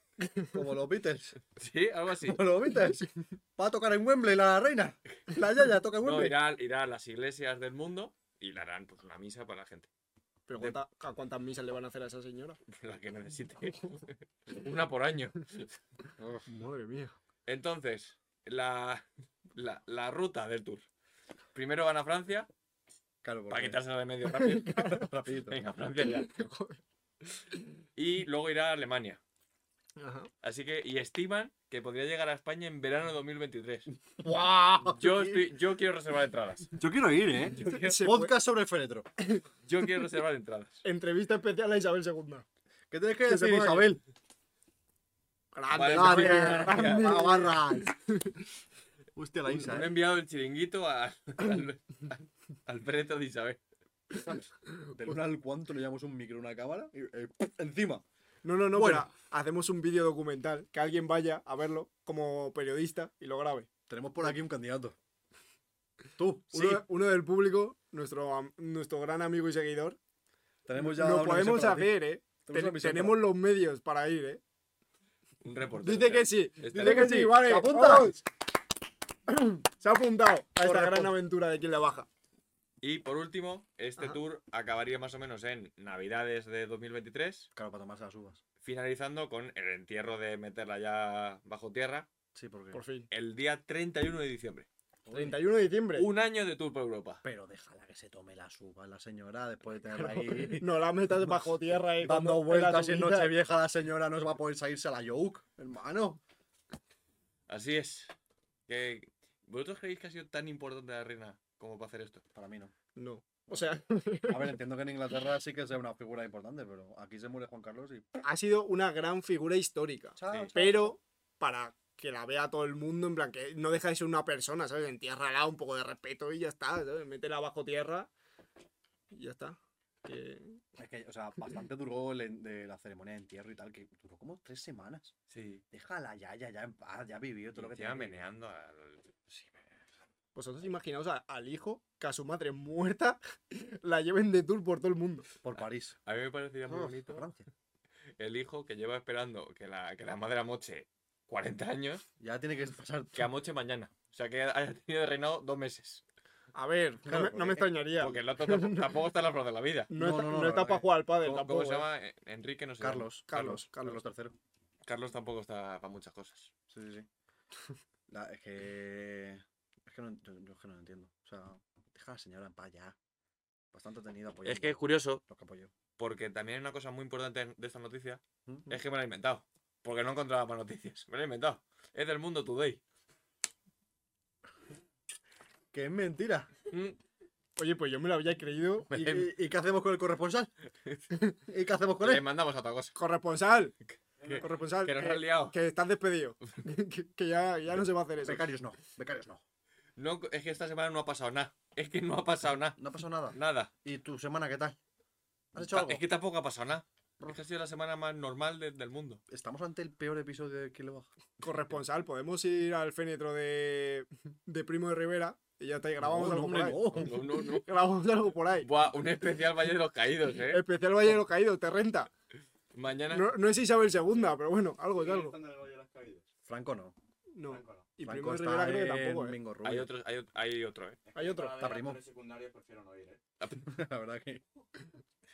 Speaker 2: Como los Beatles.
Speaker 3: Sí, algo así.
Speaker 2: Como los Beatles. Va a tocar en Wembley la reina. La Yaya toca en
Speaker 3: No,
Speaker 2: Wembley.
Speaker 3: irá, irá a las iglesias del mundo y le harán pues, una misa para la gente,
Speaker 1: Pero
Speaker 3: De-
Speaker 1: ¿cuánta- ¿a cuántas misas le van a hacer a esa señora?
Speaker 3: la que necesite. una por año.
Speaker 1: Madre mía.
Speaker 3: Entonces, la, la, la ruta del tour. Primero van a Francia,
Speaker 2: claro, porque-
Speaker 3: para quitársela de medio rápido.
Speaker 2: rapidito.
Speaker 3: Venga, Francia ya. Y luego irá a Alemania.
Speaker 1: Ajá.
Speaker 3: Así que, y estiman que podría llegar a España en verano de 2023.
Speaker 2: ¡Guau!
Speaker 3: Yo, estoy- yo quiero reservar entradas.
Speaker 2: Yo quiero ir, ¿eh?
Speaker 3: Yo quiero,
Speaker 1: Se fue-
Speaker 2: Podcast sobre el féretro.
Speaker 3: yo quiero reservar entradas.
Speaker 1: Entrevista especial a Isabel II.
Speaker 2: ¿Qué tienes que
Speaker 1: Que se
Speaker 2: decir,
Speaker 1: ponga aquí.
Speaker 2: Isabel?
Speaker 1: Grande,
Speaker 3: Vale,
Speaker 1: grande,
Speaker 3: gracias.
Speaker 1: grande.
Speaker 2: Agarras. Hostia, la
Speaker 3: Un,
Speaker 2: Isa,
Speaker 3: un
Speaker 2: ¿eh?
Speaker 3: enviado el chiringuito a- al, al, al preto de Isabel.
Speaker 2: Del 1 al cuánto le llamamos un micro, una cámara. Y, eh, encima.
Speaker 1: No, no, no,
Speaker 2: Bueno.
Speaker 1: pero hacemos un vídeo documental. Que alguien vaya a verlo como periodista y lo grabe.
Speaker 2: Tenemos por aquí un candidato. Tú, sí.
Speaker 1: Uno, uno del público, nuestro, am- nuestro gran amigo y seguidor.
Speaker 2: Tenemos ya
Speaker 1: Lo
Speaker 2: una
Speaker 1: podemos
Speaker 2: misión para ti.
Speaker 1: hacer, ¿eh?
Speaker 2: Tenemos una
Speaker 1: Ten-
Speaker 2: misión
Speaker 1: tenemos los medios para ir, ¿eh?
Speaker 3: Un reportero.
Speaker 1: Dice que sí,
Speaker 3: Está
Speaker 1: dice
Speaker 3: bien.
Speaker 1: que sí, vale.
Speaker 2: ¿Te apuntas?
Speaker 1: vamos. Se ha apuntado a esta
Speaker 2: Corre,
Speaker 1: gran
Speaker 2: corre.
Speaker 1: aventura de quien la baja.
Speaker 3: Y por último, este
Speaker 1: Ajá.
Speaker 3: tour acabaría más o menos en Navidades de 2023,
Speaker 2: Claro, para tomarse las uvas.
Speaker 3: finalizando con el entierro de meterla ya bajo tierra
Speaker 2: Sí, porque.
Speaker 1: Por fin.
Speaker 3: el día 31 de diciembre.
Speaker 1: 31 de diciembre.
Speaker 3: Un año de tour por Europa.
Speaker 2: Pero déjala que se tome la suba la señora después de tenerla ahí.
Speaker 1: No la metas bajo tierra eh, y
Speaker 2: Dando vueltas en Nochevieja la señora no se va a poder salirse a la yoke, hermano.
Speaker 3: Así es. Que... ¿Vosotros creéis que ha sido tan importante la reina como para hacer esto?
Speaker 2: Para mí no.
Speaker 1: No. O sea,
Speaker 2: A ver, entiendo que en Inglaterra sí que sea una figura importante, pero aquí se muere Juan Carlos y.
Speaker 1: ha sido una gran figura histórica.
Speaker 2: Chao,
Speaker 3: Sí.
Speaker 2: chao.
Speaker 1: Pero para que la vea todo el mundo, en plan, que no deja de ser una persona, ¿sabes? Entiérrala, un poco de respeto y ya está, ¿sabes? Métela bajo tierra y ya está. Que-
Speaker 2: Es que, o sea, bastante duró el en- de la ceremonia de entierro y tal, que duró como tres semanas.
Speaker 3: Sí.
Speaker 2: Déjala ya, ya, ya en paz, ya vivió todo lo que
Speaker 3: Encima
Speaker 2: tenía que vivir.
Speaker 3: meneando al... Sí,
Speaker 1: Vosotros pues, imaginaos a- al hijo que a su madre muerta la lleven de tour por todo el mundo.
Speaker 2: Por París.
Speaker 3: A mí me parecería muy
Speaker 2: Uf,
Speaker 3: bonito
Speaker 2: Francia.
Speaker 3: el hijo que lleva esperando que la, que la madre amoche 40 años,
Speaker 2: Ya tiene que pasar.
Speaker 3: que amoche mañana. O sea, que haya tenido de reinado dos meses.
Speaker 1: A ver, no,
Speaker 2: Claro,
Speaker 1: me, no me
Speaker 2: porque-
Speaker 1: extrañaría.
Speaker 3: Porque el otro tampoco, tampoco está en la flor de la vida.
Speaker 1: No,
Speaker 2: No,
Speaker 1: está,
Speaker 2: no, no,
Speaker 1: no
Speaker 2: la
Speaker 1: está
Speaker 2: verdad
Speaker 1: para
Speaker 2: que-
Speaker 1: jugar al pádel
Speaker 3: ¿Cómo, cómo
Speaker 1: tampoco.
Speaker 3: se
Speaker 1: ¿eh?
Speaker 3: llama? Eh, Enrique, no sé.
Speaker 2: Carlos.
Speaker 1: Carlos,
Speaker 2: Carlos III.
Speaker 3: Carlos tampoco está para muchas cosas.
Speaker 2: Sí, sí, sí. La- es que. Es que no, ent- yo, yo es que no lo entiendo. O sea, deja a la señora en paz ya. Bastante tenida apoyó.
Speaker 3: Es que es curioso,
Speaker 2: Lo que apoyó.
Speaker 3: porque también una cosa muy importante de esta noticia
Speaker 2: Mm,
Speaker 3: es que me la he inventado. Porque no encontraba más noticias. Me la he inventado. Es del mundo today.
Speaker 2: Que es mentira.
Speaker 3: Mm,
Speaker 1: Oye, pues yo me lo había creído.
Speaker 2: ¿Y,
Speaker 1: Y-
Speaker 3: Em-
Speaker 2: y- y qué hacemos con el corresponsal? ¿Y qué hacemos con
Speaker 3: Le
Speaker 2: él?
Speaker 3: mandamos a otra cosa.
Speaker 1: Corresponsal.
Speaker 3: Que,
Speaker 1: Corresponsal.
Speaker 3: que nos
Speaker 1: que-
Speaker 3: han liado.
Speaker 1: Que estás despedido. que, que ya, ya no se va a hacer eso.
Speaker 2: Becarios no. Becarios no.
Speaker 3: No, es que esta semana no ha pasado nada. Es que no ha pasado nada.
Speaker 2: No ha pasado nada.
Speaker 3: Nada.
Speaker 2: ¿Y tu semana qué tal? ¿Has hecho
Speaker 3: Ta-
Speaker 2: algo?
Speaker 3: Es que tampoco ha pasado nada. Es que ha sido la semana más normal de- del mundo.
Speaker 2: Estamos ante el peor episodio de Kilo Baja.
Speaker 1: Corresponsal, podemos ir al fénetro de, de Primo de Rivera y ya está. y Grabamos
Speaker 2: No,
Speaker 1: algo
Speaker 2: no,
Speaker 1: por ahí.
Speaker 2: hombre, no.
Speaker 3: No, no, no.
Speaker 1: Grabamos algo por ahí.
Speaker 3: Buah, un especial Valle de los Caídos, ¿eh?
Speaker 1: Especial Valle de los Caídos, te renta.
Speaker 3: Mañana.
Speaker 1: No, no es Isabel segunda, pero bueno, algo es
Speaker 4: ¿Siguen
Speaker 1: algo.
Speaker 4: estando en el Valle de las Caídas?
Speaker 2: Franco no.
Speaker 1: No.
Speaker 4: Franco, no.
Speaker 1: Y Primo
Speaker 2: Franco
Speaker 1: de Rivera creo que
Speaker 2: en
Speaker 1: tampoco, ¿eh?
Speaker 2: Mingo Rubio.
Speaker 3: Hay otro, hay, ot- hay otro, ¿eh?
Speaker 1: Hay otro.
Speaker 4: Para ver
Speaker 2: Está
Speaker 4: actores
Speaker 2: primo.
Speaker 4: secundarios prefiero no ir, ¿eh?
Speaker 2: La verdad que.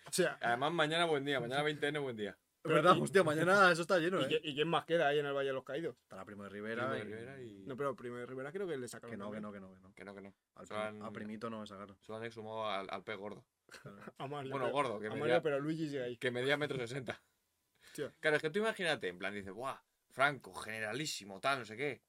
Speaker 1: O sea,
Speaker 2: Ah,
Speaker 3: Además, mañana buen día. Mañana 20N buen día.
Speaker 2: verdad, hostia, mañana eso está lleno,
Speaker 1: ¿y,
Speaker 2: ¿eh?
Speaker 1: qui- y quién más queda ahí en el Valle de los Caídos?
Speaker 2: Estará Primo de
Speaker 3: Primo
Speaker 2: Rivera.
Speaker 3: de
Speaker 2: y-
Speaker 3: Rivera y-
Speaker 1: No, pero Primo de Rivera creo que le sacaron.
Speaker 2: Que no, que
Speaker 1: también.
Speaker 2: no, que no, que no.
Speaker 3: Que no, que no.
Speaker 2: Al
Speaker 3: Son-
Speaker 2: prim- A primito no me sacaron.
Speaker 3: Se lo han exhumado al, al pez gordo.
Speaker 1: Amalia,
Speaker 3: Bueno,
Speaker 1: pero-
Speaker 3: gordo, que
Speaker 1: Amalia,
Speaker 3: medía,
Speaker 1: pero Luigi sigue ahí.
Speaker 3: que medía metro sesenta.
Speaker 1: Hostia.
Speaker 3: Claro, es que tú imagínate, en plan, dices, ¡buah! Franco, generalísimo, tal, no sé qué.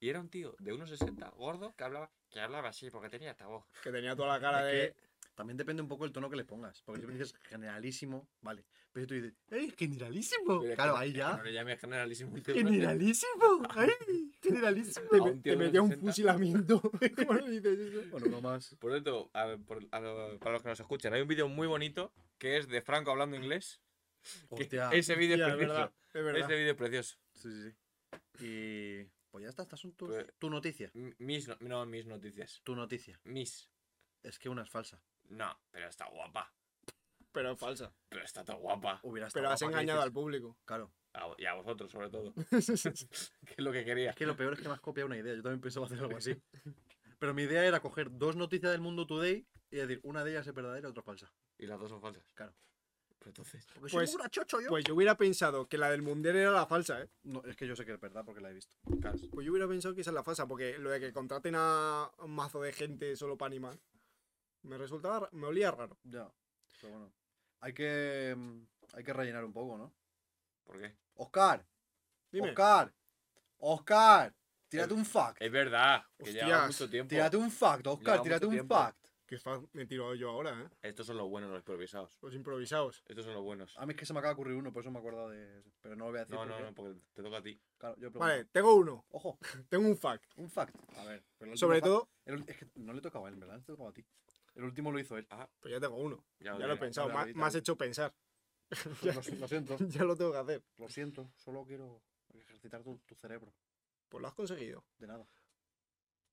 Speaker 3: Y era un tío de 1,60, gordo, que hablaba, que hablaba así, porque tenía esta voz.
Speaker 1: Que tenía toda la cara de.
Speaker 2: Es que también depende un poco el tono que le pongas. Porque si me dices generalísimo, vale. Pero si tú dices, ¡eh, generalísimo!
Speaker 3: Pero es que
Speaker 2: Claro,
Speaker 3: no-
Speaker 2: ahí
Speaker 3: es que
Speaker 2: ya.
Speaker 3: No le llames generalísimo. un tío de metro-
Speaker 1: ¡Generalísimo! ¡Ay! ¡Generalísimo! Te,
Speaker 3: A un
Speaker 1: me-
Speaker 3: tío
Speaker 1: te
Speaker 3: de
Speaker 1: metía un
Speaker 3: 60.
Speaker 1: fusilamiento. ¿Cómo le dices eso?
Speaker 2: Bueno, no más.
Speaker 3: Por cierto, a- por- a lo- para los que nos escuchan, hay un vídeo muy bonito que es de Franco hablando inglés. que
Speaker 2: Hostia.
Speaker 3: ese vídeo
Speaker 1: Hostia,
Speaker 3: es
Speaker 1: es verdad,
Speaker 3: precioso.
Speaker 1: es verdad.
Speaker 3: Este vídeo es precioso.
Speaker 2: Sí, sí, sí. Y. Pues ya está, estas son tus,
Speaker 3: Pues-
Speaker 2: tu noticia.
Speaker 3: M- Mis, no, no, mis noticias.
Speaker 2: Tu noticia.
Speaker 3: Mis.
Speaker 2: Es que una es falsa.
Speaker 3: No, pero está guapa.
Speaker 1: Pero es falsa.
Speaker 3: Pero está tan guapa.
Speaker 2: Hubiera estado
Speaker 1: Pero has
Speaker 2: guapa que
Speaker 1: engañado
Speaker 2: dices,
Speaker 1: al público.
Speaker 2: Claro.
Speaker 3: A vo- y a vosotros, sobre todo. que es lo que quería.
Speaker 2: Es que lo peor es que me has copiado una idea. Yo también pensaba hacer algo así. Pero mi idea era coger dos noticias del mundo today y decir, una de ellas es verdadera y otra falsa.
Speaker 3: Y las dos son falsas.
Speaker 2: Claro.
Speaker 3: Pero entonces.
Speaker 2: Porque
Speaker 1: Pues-
Speaker 2: soy un chocho yo.
Speaker 1: Pues yo hubiera pensado que la del mundial era la falsa, ¿eh?
Speaker 2: No, es que yo sé que es verdad porque la he visto.
Speaker 3: claro.
Speaker 1: Pues yo hubiera pensado que esa es la falsa, porque lo de que contraten a un mazo de gente solo para animar, me resultaba, ra- me olía raro.
Speaker 2: Ya. Pero bueno. Hay que. mm, Hay que rellenar un poco, ¿no?
Speaker 3: ¿Por qué?
Speaker 2: Oscar.
Speaker 1: Dime.
Speaker 2: Oscar. Oscar. Tírate
Speaker 3: Eh,
Speaker 2: un fact.
Speaker 3: Es verdad. Que lleva
Speaker 1: Hostias,
Speaker 3: mucho tiempo.
Speaker 2: Tírate un fact, Oscar.
Speaker 3: lleva
Speaker 2: Tírate
Speaker 3: mucho
Speaker 2: un
Speaker 3: tiempo.
Speaker 2: fact.
Speaker 1: Qué fa- me he tirado yo ahora, ¿eh?
Speaker 3: Estos son los buenos, los improvisados.
Speaker 1: Los improvisados.
Speaker 3: Estos son los buenos.
Speaker 2: A mí es que se me acaba de ocurrir uno, por eso me acuerdo de. Pero no lo voy a decir.
Speaker 3: No, no,
Speaker 2: porque-
Speaker 3: no, porque te toca a ti.
Speaker 2: Claro, yo pregunto.
Speaker 1: Vale, tengo uno,
Speaker 2: Ojo,
Speaker 1: tengo un fact.
Speaker 2: un fact. A ver. pero el último
Speaker 1: Sobre
Speaker 2: fact-
Speaker 1: todo,
Speaker 2: El ul- es que no le tocaba a él, ¿verdad? Le tocaba a ti. El último lo hizo él.
Speaker 1: pues ya tengo uno,
Speaker 3: Ya,
Speaker 1: ya lo he
Speaker 3: diré.
Speaker 1: pensado,
Speaker 2: ya lo
Speaker 1: ma-
Speaker 2: vi, ya
Speaker 1: me has
Speaker 2: lo vi.
Speaker 1: hecho pensar,
Speaker 2: Lo, si- lo siento,
Speaker 1: ya lo tengo que hacer.
Speaker 2: lo siento. Solo quiero ejercitar tu, tu cerebro.
Speaker 1: Pues lo has conseguido.
Speaker 2: De nada.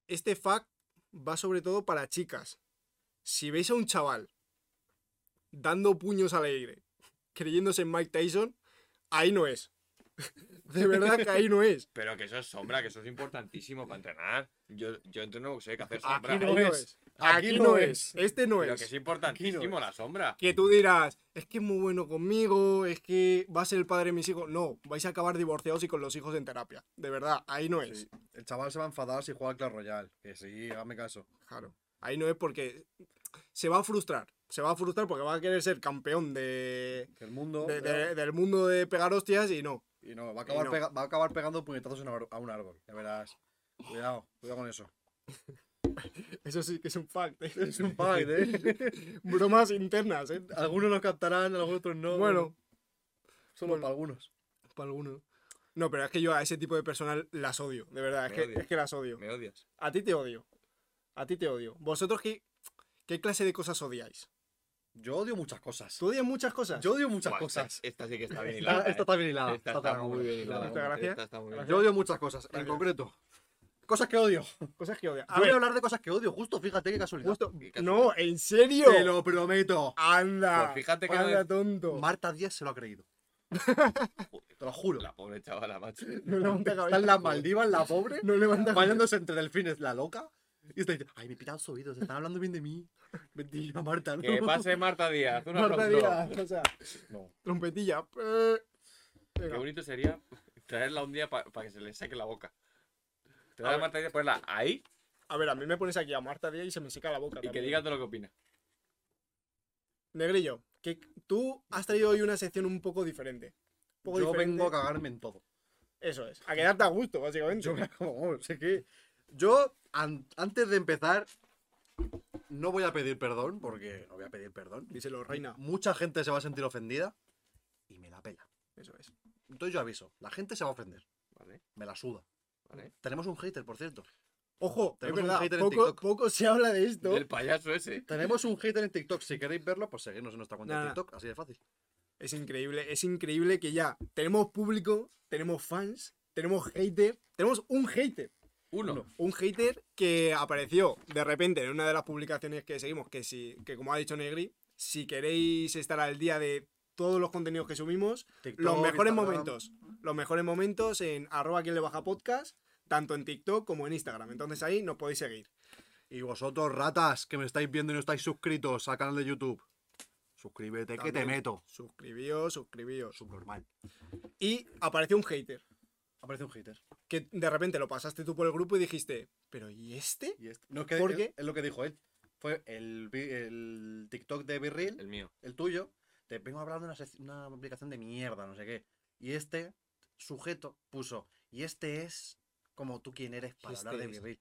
Speaker 1: Este fact va sobre todo para chicas. Si veis a un chaval dando puños al aire, creyéndose en Mike Tyson, ahí no es. De verdad que ahí no es.
Speaker 3: Pero que eso es sombra, que eso es importantísimo para entrenar. Yo, yo entreno boxeo, hay que hacer
Speaker 1: Aquí
Speaker 3: sombra.
Speaker 1: no es. Aquí no es. Este no
Speaker 3: Pero que
Speaker 1: es.
Speaker 3: es importantísimo la sombra.
Speaker 1: Que tú dirás, es que es muy bueno conmigo, es que va a ser el padre de mis hijos. No, vais a acabar divorciados y con los hijos en terapia. De verdad, ahí no es.
Speaker 2: Sí. El chaval se va a enfadar si juega al Clash Royale. Que sí, hágame caso.
Speaker 1: Claro. Ahí no es porque se va a frustrar. Se va a frustrar porque va a querer ser campeón de,
Speaker 2: Que el mundo.
Speaker 1: de-
Speaker 2: pero-
Speaker 1: de- del mundo de pegar hostias y no.
Speaker 2: Y no, va a acabar,
Speaker 1: no.
Speaker 2: pega- va a acabar pegando puñetazos en ar- a un árbol. Ya verás. Cuidado, cuidado con eso.
Speaker 1: Eso sí que es un fact. ¿eh?
Speaker 2: Es un pack, ¿eh?
Speaker 1: Bromas internas, ¿eh?
Speaker 2: Algunos lo captarán, algunos otros no.
Speaker 1: Bueno,
Speaker 2: solo
Speaker 1: bueno.
Speaker 2: para algunos.
Speaker 1: para algunos. No, pero es que yo a ese tipo de personal las odio, de verdad, es
Speaker 3: Me
Speaker 1: que,
Speaker 3: odio.
Speaker 1: es que las odio.
Speaker 3: Me odias.
Speaker 1: A ti te odio. A ti te odio. ¿Vosotros qué, qué clase de cosas odiáis?
Speaker 2: Yo odio muchas cosas.
Speaker 1: ¿Tú Pues odias muchas cosas?
Speaker 2: Yo odio muchas
Speaker 3: Buah, esta-
Speaker 2: cosas.
Speaker 3: Esta, sí que está bien hilada.
Speaker 2: Esta,
Speaker 3: eh.
Speaker 2: esta está bien hilada.
Speaker 3: Esta
Speaker 2: está
Speaker 3: está
Speaker 2: tan
Speaker 3: muy
Speaker 2: buena,
Speaker 3: bien
Speaker 2: está
Speaker 3: hilada.
Speaker 2: tan
Speaker 1: Muchas
Speaker 2: buena.
Speaker 1: gracias.
Speaker 3: Esta está muy bien.
Speaker 2: Yo odio muchas cosas, en
Speaker 1: Gracias.
Speaker 2: concreto. Cosas que odio.
Speaker 1: Cosas que odias. A
Speaker 2: Voy a
Speaker 1: ver,
Speaker 2: hablar de cosas que odio, justo, fíjate qué casualidad.
Speaker 1: justo-
Speaker 3: Y casi-
Speaker 1: No, ¿en serio?
Speaker 2: Te lo prometo.
Speaker 1: Anda.
Speaker 3: Pues fíjate que no
Speaker 1: anda
Speaker 3: es-
Speaker 1: tonto.
Speaker 2: Marta Díaz se lo ha creído. Te lo juro.
Speaker 3: La pobre chavala, macho.
Speaker 1: No levanta
Speaker 2: Está
Speaker 1: cabeza.
Speaker 2: en las Maldivas, la pobre,
Speaker 1: No levanta
Speaker 2: bañándose entre delfines, la loca. Y está diciendo, ay, me he pitado los oídos, están hablando bien de mí. Mentira, Marta, ¿no?
Speaker 3: Que pase Marta Díaz. Un
Speaker 1: Marta
Speaker 3: aplauso.
Speaker 1: Díaz, o sea,
Speaker 2: No.
Speaker 1: trompetilla. Eh,
Speaker 3: Qué
Speaker 1: venga.
Speaker 3: bonito sería traerla un día para que se le seque la boca. Te da
Speaker 1: A
Speaker 3: a
Speaker 1: ver.
Speaker 3: Marta Díaz, ponerla ahí
Speaker 1: A ver, a mí me pones aquí a Marta Díaz y se me seca la boca.
Speaker 3: y que
Speaker 1: también.
Speaker 3: diga todo lo que opina.
Speaker 1: Negrillo, que tú has traído hoy una sección un poco diferente. Un poco
Speaker 2: Yo
Speaker 1: diferente.
Speaker 2: vengo a cagarme en todo.
Speaker 1: Eso es. A quedarte a gusto, básicamente.
Speaker 2: Yo me como, sé que. Yo, an- antes de empezar, no voy a pedir perdón, porque no voy a pedir perdón.
Speaker 1: Díselo, reina.
Speaker 2: Mucha gente se va a sentir ofendida y me la pela.
Speaker 1: Eso es.
Speaker 2: Entonces yo aviso, la gente se va a ofender,
Speaker 3: Vale,
Speaker 2: me la suda.
Speaker 3: vale.
Speaker 2: Tenemos un hater, por cierto.
Speaker 1: Ojo, es
Speaker 2: Tenemos un
Speaker 1: verdad,
Speaker 2: hater en
Speaker 1: poco,
Speaker 2: TikTok.
Speaker 1: poco se habla de esto.
Speaker 3: Del payaso ese.
Speaker 2: Tenemos un hater en TikTok. Si queréis verlo, pues seguidnos en nuestra cuenta
Speaker 1: Nah.
Speaker 2: de TikTok, así de fácil.
Speaker 1: Es increíble, es increíble que ya tenemos público, tenemos fans, tenemos hater, tenemos un hater.
Speaker 3: Uno.
Speaker 1: Un hater que apareció de repente en una de las publicaciones que seguimos, que si, que como ha dicho Negri, si queréis estar al día de todos los contenidos que subimos,
Speaker 2: TikTok,
Speaker 1: los mejores
Speaker 2: Instagram.
Speaker 1: momentos. Los mejores momentos en arroba quien le baja podcast, tanto en TikTok como en Instagram. Entonces ahí nos podéis seguir.
Speaker 2: Y vosotros, ratas, que me estáis viendo y no estáis suscritos al canal de YouTube, suscríbete que te
Speaker 1: También.
Speaker 2: meto.
Speaker 1: Suscribíos, suscribíos.
Speaker 2: Subnormal.
Speaker 1: Y apareció un hater.
Speaker 2: Aparece un hater.
Speaker 1: Que de repente lo pasaste tú por el grupo y dijiste, ¿pero y este?
Speaker 2: Y este- No, es que
Speaker 1: ¿Por
Speaker 2: es-
Speaker 1: qué?
Speaker 2: es lo que dijo él. Fue el, vi- el TikTok de Birril,
Speaker 3: El mío.
Speaker 2: el tuyo, te vengo hablando de una, sec- una aplicación de mierda, no sé qué. Y este sujeto puso, y este es como tú quien eres para
Speaker 1: este
Speaker 2: hablar de
Speaker 1: es".
Speaker 2: Birril.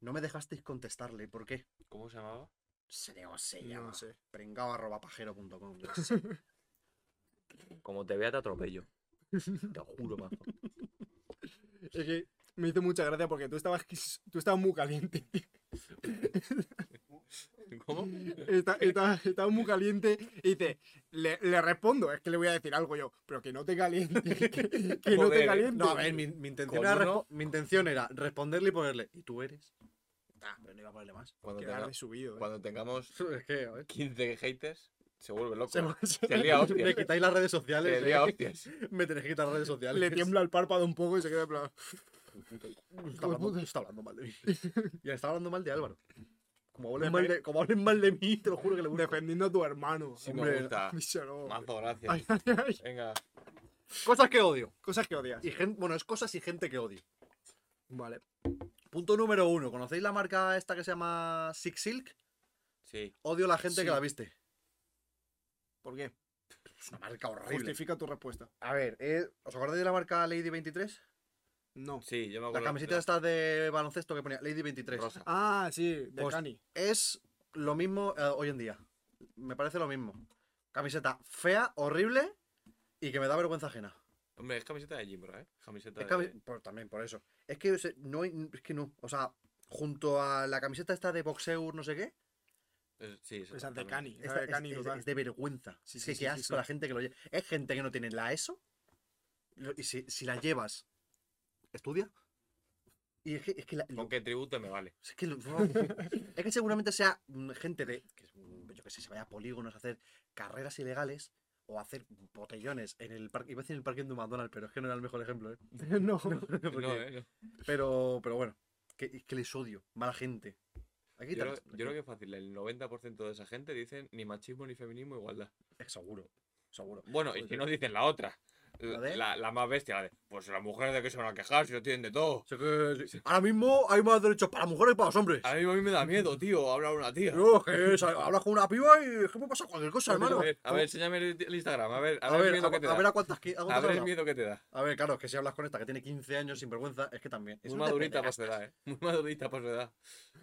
Speaker 2: No me dejasteis contestarle, ¿por qué?
Speaker 3: ¿Cómo se llamaba?
Speaker 2: Se le se llama.
Speaker 1: No sé.
Speaker 2: Pringao arroba pajero punto com, yo qué sé.
Speaker 3: Como te vea, te atropello. Te juro, mazo.
Speaker 1: Es que me hizo mucha gracia porque tú estabas, tú estabas muy caliente. tío.
Speaker 3: ¿Cómo?
Speaker 1: Está- está- Estabas muy caliente y dice, le, le respondo, es que le voy a decir algo yo, pero que no te caliente. Que, que no te
Speaker 3: Joder,
Speaker 1: caliente.
Speaker 2: eh. No, a ver, mi, mi intención
Speaker 3: Con
Speaker 2: era
Speaker 3: uno-
Speaker 2: respo- mi intención era responderle y ponerle, ¿y tú eres? Ah, pero no iba a ponerle más.
Speaker 3: Cuando,
Speaker 1: Qué
Speaker 3: tenga-
Speaker 1: grave subido. eh.
Speaker 3: cuando tengamos
Speaker 2: Es que, a ver.
Speaker 3: 15 haters, se vuelve loco.
Speaker 1: Se-
Speaker 3: Se,
Speaker 1: se-
Speaker 3: lía
Speaker 2: Me
Speaker 3: hostias.
Speaker 2: quitáis las redes sociales.
Speaker 3: Se
Speaker 2: eh.
Speaker 3: lía hostias.
Speaker 2: Me tenéis que quitar las redes sociales.
Speaker 1: le tiembla el párpado un poco y se queda en plan,
Speaker 2: Está hablando, está hablando mal de mí. Y está hablando mal de Álvaro. Como hablen, mal de, como hablen mal de mí, te lo juro que le busco.
Speaker 1: defendiendo a tu hermano.
Speaker 3: Si
Speaker 2: Hombre,
Speaker 3: me gusta.
Speaker 1: Díselo.
Speaker 3: Mazo, gracias.
Speaker 1: Ay, ay, ay.
Speaker 3: Venga.
Speaker 2: Cosas que odio.
Speaker 1: Cosas que odias.
Speaker 2: Y gen- bueno, es cosas y gente que odio.
Speaker 1: Vale.
Speaker 2: Punto número uno. ¿Conocéis la marca esta que se llama Six Silk?
Speaker 3: Sí.
Speaker 2: Odio la gente
Speaker 1: Sí.
Speaker 2: que la viste.
Speaker 1: ¿Por qué?
Speaker 2: Es una marca horrible.
Speaker 1: Justifica tu respuesta.
Speaker 2: A ver, eh, ¿os acordáis de la marca Lady 23?
Speaker 1: No.
Speaker 3: Sí, yo me acuerdo.
Speaker 2: La camiseta esta de baloncesto que ponía Lady 23.
Speaker 3: rosa.
Speaker 1: Ah, sí, de
Speaker 2: Pues-
Speaker 1: Cani.
Speaker 2: Es lo mismo eh, hoy en día. Me parece lo mismo. Camiseta fea, horrible y que me da vergüenza ajena.
Speaker 3: Hombre, es camiseta de Jimbro, ¿eh? Camiseta
Speaker 2: Es cami-
Speaker 3: de...
Speaker 2: por- también por eso. Es que se- no, hay- es que no. O sea, junto a la camiseta esta de boxeur, no sé qué,
Speaker 3: es- Sí,
Speaker 1: Esa de
Speaker 3: exactamente.
Speaker 1: Pues Cani. esa
Speaker 2: esta
Speaker 1: de
Speaker 2: es,
Speaker 1: Cani
Speaker 2: es-
Speaker 1: total.
Speaker 2: es de vergüenza.
Speaker 1: Sí,
Speaker 2: es
Speaker 1: sí,
Speaker 2: que
Speaker 1: sí,
Speaker 2: qué
Speaker 1: sí,
Speaker 2: asco
Speaker 1: sí.
Speaker 2: la gente que lo lleva. Es gente que no tiene la ESO. Lo- Y si, si la llevas, estudia. Y es que, es que la-
Speaker 3: Con que tribute me vale.
Speaker 2: Es que, lo- es que seguramente sea mm, gente de. Que, mm, yo que sé, se vaya a polígonos a hacer carreras ilegales o a hacer botellones en el parque. Iba a decir en el parque de un McDonald's, pero es que no era el mejor ejemplo, ¿eh?
Speaker 1: no.
Speaker 2: Porque-
Speaker 3: No, ¿eh? No.
Speaker 2: pero, pero bueno, que, es que les odio. Mala gente. Aquí
Speaker 3: Yo,
Speaker 2: tal-
Speaker 3: creo- yo creo que fácil, el 90% de esa gente dicen ni machismo, ni feminismo, igualdad.
Speaker 2: Eh, Seguro, seguro.
Speaker 3: Bueno, y
Speaker 2: Pues
Speaker 3: si
Speaker 2: yo-
Speaker 3: no dicen la otra.
Speaker 2: ¿La
Speaker 3: La,
Speaker 2: de?
Speaker 3: la- la más bestia, la de, pues las mujeres de que se van a quejar si lo tienen de todo.
Speaker 2: Ahora mismo hay más derechos para mujeres y para los hombres.
Speaker 3: A mí, a mí me da miedo, tío, hablar una tía.
Speaker 2: No, es que es- hablas con una piba y ¿qué me pasa cualquier cosa,
Speaker 3: a,
Speaker 2: hermano? Pues
Speaker 3: ver, a ver, enséñame el, el Instagram, a ver, a,
Speaker 2: a
Speaker 3: ver, el
Speaker 2: ver,
Speaker 3: miedo
Speaker 2: a,
Speaker 3: que te
Speaker 2: a
Speaker 3: da.
Speaker 2: ver a cuántas que- a
Speaker 3: a
Speaker 2: cuántas
Speaker 3: ver el
Speaker 2: hablas.
Speaker 3: miedo que te da.
Speaker 2: A ver, claro, es que si hablas con esta que tiene 15 años sin vergüenza, es que también. es
Speaker 3: Muy
Speaker 2: una
Speaker 3: madurita para
Speaker 2: pendeja.
Speaker 3: su edad, eh. Muy madurita para su edad.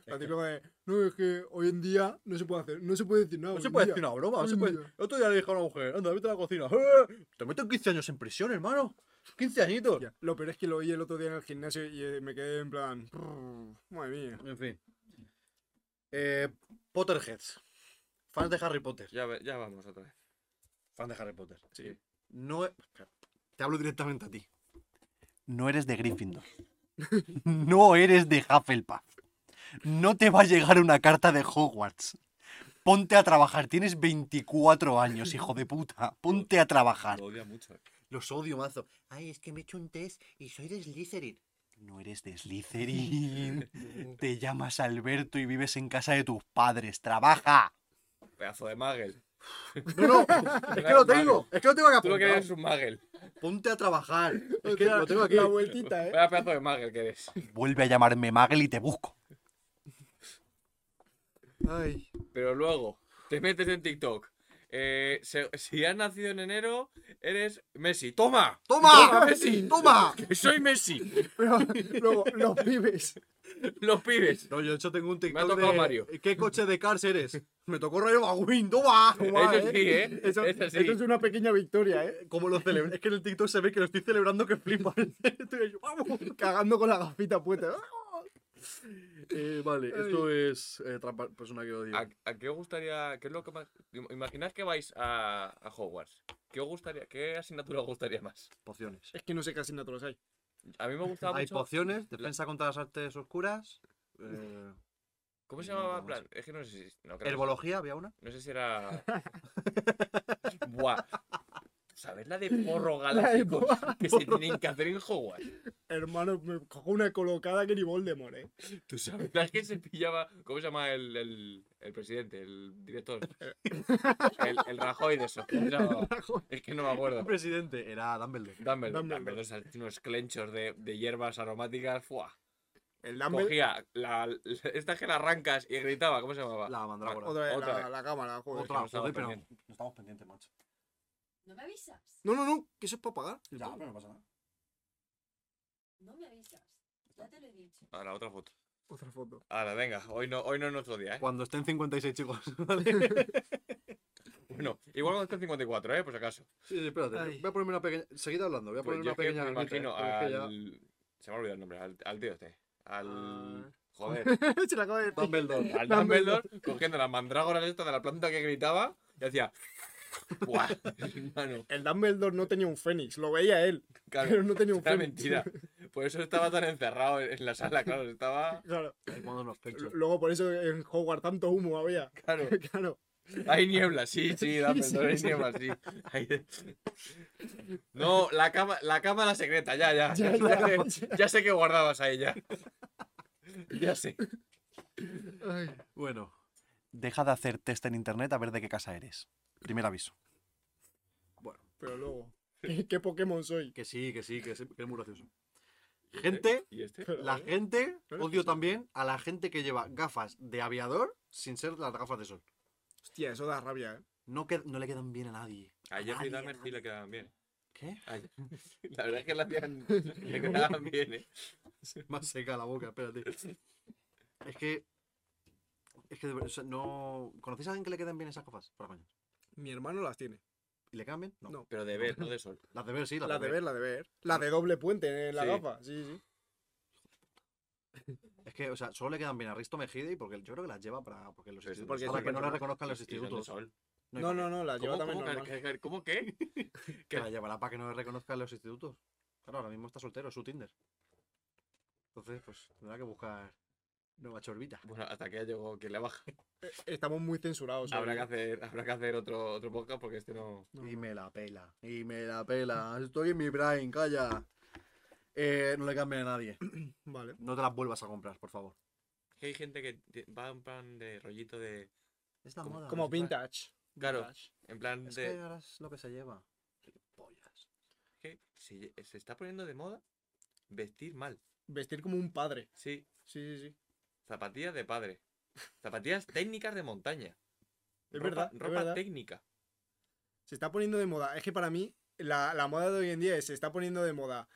Speaker 1: La típica de, no, es que hoy en día no se puede hacer, no se puede decir nada.
Speaker 2: No
Speaker 1: hoy
Speaker 2: se
Speaker 1: en
Speaker 2: puede
Speaker 1: día.
Speaker 2: decir una broma, no
Speaker 1: Hoy
Speaker 2: se
Speaker 1: en
Speaker 2: puede.
Speaker 1: día.
Speaker 2: El otro día le dije a una mujer, anda, vete a la cocina. ¡Eh! Te meten 15 años en prisión, hermano. 15 añitos.
Speaker 1: Ya, Lo peor es que lo oí el otro día en el gimnasio y eh, me quedé en plan, "Prr, madre mía.
Speaker 2: En fin. Eh, Potterheads. Fans de Harry Potter.
Speaker 3: Ya, ve- ya vamos otra vez.
Speaker 2: Fan de Harry Potter.
Speaker 3: Sí.
Speaker 2: No e- Te hablo directamente a ti. No eres de Gryffindor. No eres de Hufflepuff. No te va a llegar una carta de Hogwarts. Ponte a trabajar. Tienes 24 años, hijo de puta. Ponte a trabajar.
Speaker 3: Lo odia mucho. eh.
Speaker 2: Los odio, mazo. Ay, es que me he hecho un test y soy de Slytherin. No eres de Slytherin. te llamas Alberto y vives en casa de tus padres. ¡Trabaja!
Speaker 3: Pedazo de Magel.
Speaker 2: No, no. Es que
Speaker 3: Claro,
Speaker 2: lo tengo. Es que lo tengo que
Speaker 3: Tú lo que
Speaker 2: apuntar.
Speaker 3: eres es un Magel.
Speaker 2: Ponte a trabajar. Es que
Speaker 1: Hostia,
Speaker 2: lo tengo aquí.
Speaker 1: La vueltita, eh.
Speaker 3: Vaya pedazo de Magel que eres.
Speaker 5: Vuelve a llamarme Magel y te busco.
Speaker 1: Ay.
Speaker 3: Pero luego, te metes en TikTok. Eh, se- si has nacido en enero, eres Messi. ¡Toma!
Speaker 2: ¡Toma!
Speaker 3: Messi!
Speaker 2: ¡Toma!
Speaker 3: ¡Que soy Messi!
Speaker 1: Pero luego, los pibes.
Speaker 3: Los pibes.
Speaker 2: No, yo de hecho tengo un TikTok
Speaker 3: ha tocado
Speaker 2: de-
Speaker 3: Mario.
Speaker 2: ¿Qué coche de cars eres? Me tocó Rayo Magwin, ¡toma!
Speaker 1: Guau,
Speaker 3: Eso sí, ¿eh?
Speaker 1: Eso,
Speaker 3: Eso sí.
Speaker 1: eso es una pequeña victoria, eh.
Speaker 2: Como lo celebro. Es que en el TikTok se ve que lo estoy celebrando que flipa. Estoy ahí, ¡vamos!
Speaker 1: Cagando con la gafita puesta.
Speaker 2: Eh, vale, esto es eh, trampa persona que odio.
Speaker 3: ¿A, a qué os gustaría.? ¿Qué es lo que más.? im- Imaginad que vais a, a Hogwarts. ¿Qué, os gustaría, ¿Qué asignatura os gustaría más?
Speaker 2: Pociones.
Speaker 1: Es que no sé qué asignaturas hay.
Speaker 3: A mí me gustaba
Speaker 2: Hay
Speaker 3: mucho.
Speaker 2: pociones, defensa contra las artes oscuras, eh,
Speaker 3: ¿Cómo se
Speaker 2: No,
Speaker 3: llamaba?
Speaker 2: vamos.
Speaker 3: plan? Es que no sé si. No, creo que-
Speaker 2: herbología, había una.
Speaker 3: no sé si era. Buah. ¿Sabes la de porro
Speaker 1: La de
Speaker 3: galáctico que se tienen que hacer en Hogwarts?
Speaker 1: Hermano, me cojo una colocada que ni Voldemort, eh.
Speaker 3: ¿Tú sabes? La que se pillaba. ¿Cómo se llama el, el, el presidente? El director. El, el Rajoy de eso. ¿Cómo se llamaba? Es que no me acuerdo.
Speaker 2: El presidente era Dumbledore.
Speaker 3: Dumbledore.
Speaker 1: Dumbledore.
Speaker 3: Dumbledore se hacía unos clenchos de, de hierbas aromáticas. ¡Fua!
Speaker 1: El Dumbledore.
Speaker 3: Cogía la, la- esta que la arrancas y gritaba. ¿Cómo se llamaba?
Speaker 2: La mandrágora.
Speaker 1: Otra vez,
Speaker 3: Otra
Speaker 1: la,
Speaker 3: vez.
Speaker 1: la cámara, joder.
Speaker 2: Otra,
Speaker 3: no estaba
Speaker 2: joder, pero
Speaker 3: pendiente.
Speaker 2: no estamos pendientes, macho.
Speaker 6: ¿No me avisas?
Speaker 1: No, no, no, que eso es para pagar.
Speaker 2: Ya, pero no pasa nada.
Speaker 6: No me avisas. Ya te lo he dicho.
Speaker 3: Ahora, otra foto.
Speaker 1: Otra foto.
Speaker 3: Ahora, venga. Hoy no, hoy no es nuestro día, ¿eh?
Speaker 2: Cuando estén 56, chicos.
Speaker 3: Bueno, igual cuando esté en 54, ¿eh? Por si acaso.
Speaker 2: Sí, sí, espérate.
Speaker 1: Ay.
Speaker 2: Voy a ponerme una pequeña. Seguid hablando, voy a
Speaker 3: Pues
Speaker 2: poner
Speaker 3: yo
Speaker 2: una
Speaker 3: es que
Speaker 2: pequeña.
Speaker 3: me
Speaker 2: nota,
Speaker 3: imagino
Speaker 2: eh,
Speaker 3: al.
Speaker 2: es que ya-
Speaker 3: Se me ha olvidado el nombre. Al, al tío este. Al.
Speaker 1: Ah.
Speaker 3: Joder.
Speaker 1: Se la acaba de decir.
Speaker 2: Dumbledore.
Speaker 3: Al Dumbledore cogiendo las mandrágoras estas de la planta que gritaba y hacía. ¡Buah! Hermano,
Speaker 1: El Dumbledore no tenía un fénix, lo veía él, pero
Speaker 3: claro.
Speaker 1: no tenía un
Speaker 3: Era
Speaker 1: fénix.
Speaker 3: mentira. Por eso estaba tan encerrado en en la sala, claro. Estaba.
Speaker 1: Claro.
Speaker 2: Ahí cuando nos pechos.
Speaker 1: Luego por eso en Hogwarts tanto humo había.
Speaker 3: Claro.
Speaker 1: Claro.
Speaker 3: Hay niebla, sí, sí, Dumbledore,
Speaker 1: sí.
Speaker 3: hay niebla, sí. Hay de- No, la, cama, la cámara secreta, ya,
Speaker 1: Ah,
Speaker 3: ya. Ya, ya sé, ya sé que guardabas ahí, ya. Ya sé.
Speaker 2: Bueno,
Speaker 5: Deja de hacer test en internet a ver de qué casa eres. Primer aviso.
Speaker 1: Pero luego, ¿qué, qué Pokémon soy?
Speaker 2: que sí, que sí, que, sí, que es muy gracioso. Gente,
Speaker 3: ¿Y este?
Speaker 1: Pero,
Speaker 2: la
Speaker 1: ¿eh?
Speaker 2: gente,
Speaker 1: Pero es
Speaker 2: odio
Speaker 1: que sí.
Speaker 2: también a la gente que lleva gafas de aviador sin ser las gafas de sol.
Speaker 1: Hostia, eso da rabia, ¿eh?
Speaker 2: No, qued- no le quedan bien a nadie.
Speaker 3: A Jeffrey
Speaker 2: Nadie,
Speaker 3: Dahmer sí le quedaban bien.
Speaker 2: ¿Qué?
Speaker 3: A- La verdad es que le, hacían, le quedaban bien, ¿eh?
Speaker 2: Más seca la boca, espérate. Es que. Es que de ver- o sea, no. ¿Conocéis a alguien que le quedan bien esas gafas? Por coño.
Speaker 1: Mi hermano las tiene.
Speaker 2: ¿Y le quedan bien? No.
Speaker 1: No.
Speaker 3: Pero de ver, no de sol.
Speaker 2: Las de ver, sí, las
Speaker 1: La
Speaker 2: de
Speaker 1: de ver,
Speaker 2: ver.
Speaker 1: la de ver. La de doble puente en la
Speaker 3: Sí.
Speaker 1: gafa, sí, sí.
Speaker 2: Es que, o sea, solo le quedan bien a Risto Mejide y porque yo creo que las lleva para, porque los
Speaker 3: Pero
Speaker 2: institutos-
Speaker 3: porque
Speaker 2: para
Speaker 3: son
Speaker 2: que no
Speaker 3: de
Speaker 2: la
Speaker 3: sol.
Speaker 2: reconozcan
Speaker 3: Y
Speaker 2: los
Speaker 3: son de
Speaker 2: institutos.
Speaker 3: sol.
Speaker 2: hay
Speaker 1: No,
Speaker 2: para
Speaker 1: no, no, la lleva
Speaker 3: ¿Cómo,
Speaker 1: también
Speaker 3: cómo,
Speaker 1: normal.
Speaker 3: que- que- ¿Cómo qué?
Speaker 2: qué. Que la llevará para que no le reconozcan los institutos. Claro, ahora mismo está soltero, es su Tinder. Entonces, pues tendrá que buscar nueva chorbita.
Speaker 3: Bueno, hasta que ya llegó quien le baja.
Speaker 1: Estamos muy censurados.
Speaker 3: Habrá
Speaker 1: hoy.
Speaker 3: que hacer, habrá que hacer otro, otro podcast porque este no.
Speaker 1: No.
Speaker 2: Y me la pela, y me la pela. Estoy en mi brain, calla. Eh, no le cambie a nadie.
Speaker 1: Vale.
Speaker 2: No te las vuelvas a comprar, por favor.
Speaker 3: que hay gente que te- va en plan de rollito de.
Speaker 2: Es la
Speaker 3: Como-
Speaker 2: moda.
Speaker 1: Como
Speaker 2: es la-
Speaker 1: vintage.
Speaker 3: Ah, Claro,
Speaker 1: Vintage.
Speaker 3: en plan
Speaker 2: Es que
Speaker 3: de.
Speaker 2: ahora es lo que se lleva. Gilipollas.
Speaker 3: que se, se está poniendo de moda vestir mal.
Speaker 1: Vestir como un padre.
Speaker 3: Sí,
Speaker 1: Sí, sí, sí.
Speaker 3: zapatillas de padre. Zapatillas técnicas de montaña.
Speaker 1: Es
Speaker 3: ropa,
Speaker 1: verdad, es
Speaker 3: Ropa
Speaker 1: verdad.
Speaker 3: técnica.
Speaker 1: Se está poniendo de moda. Es que para mí, la, la moda de hoy en día es, se está poniendo de moda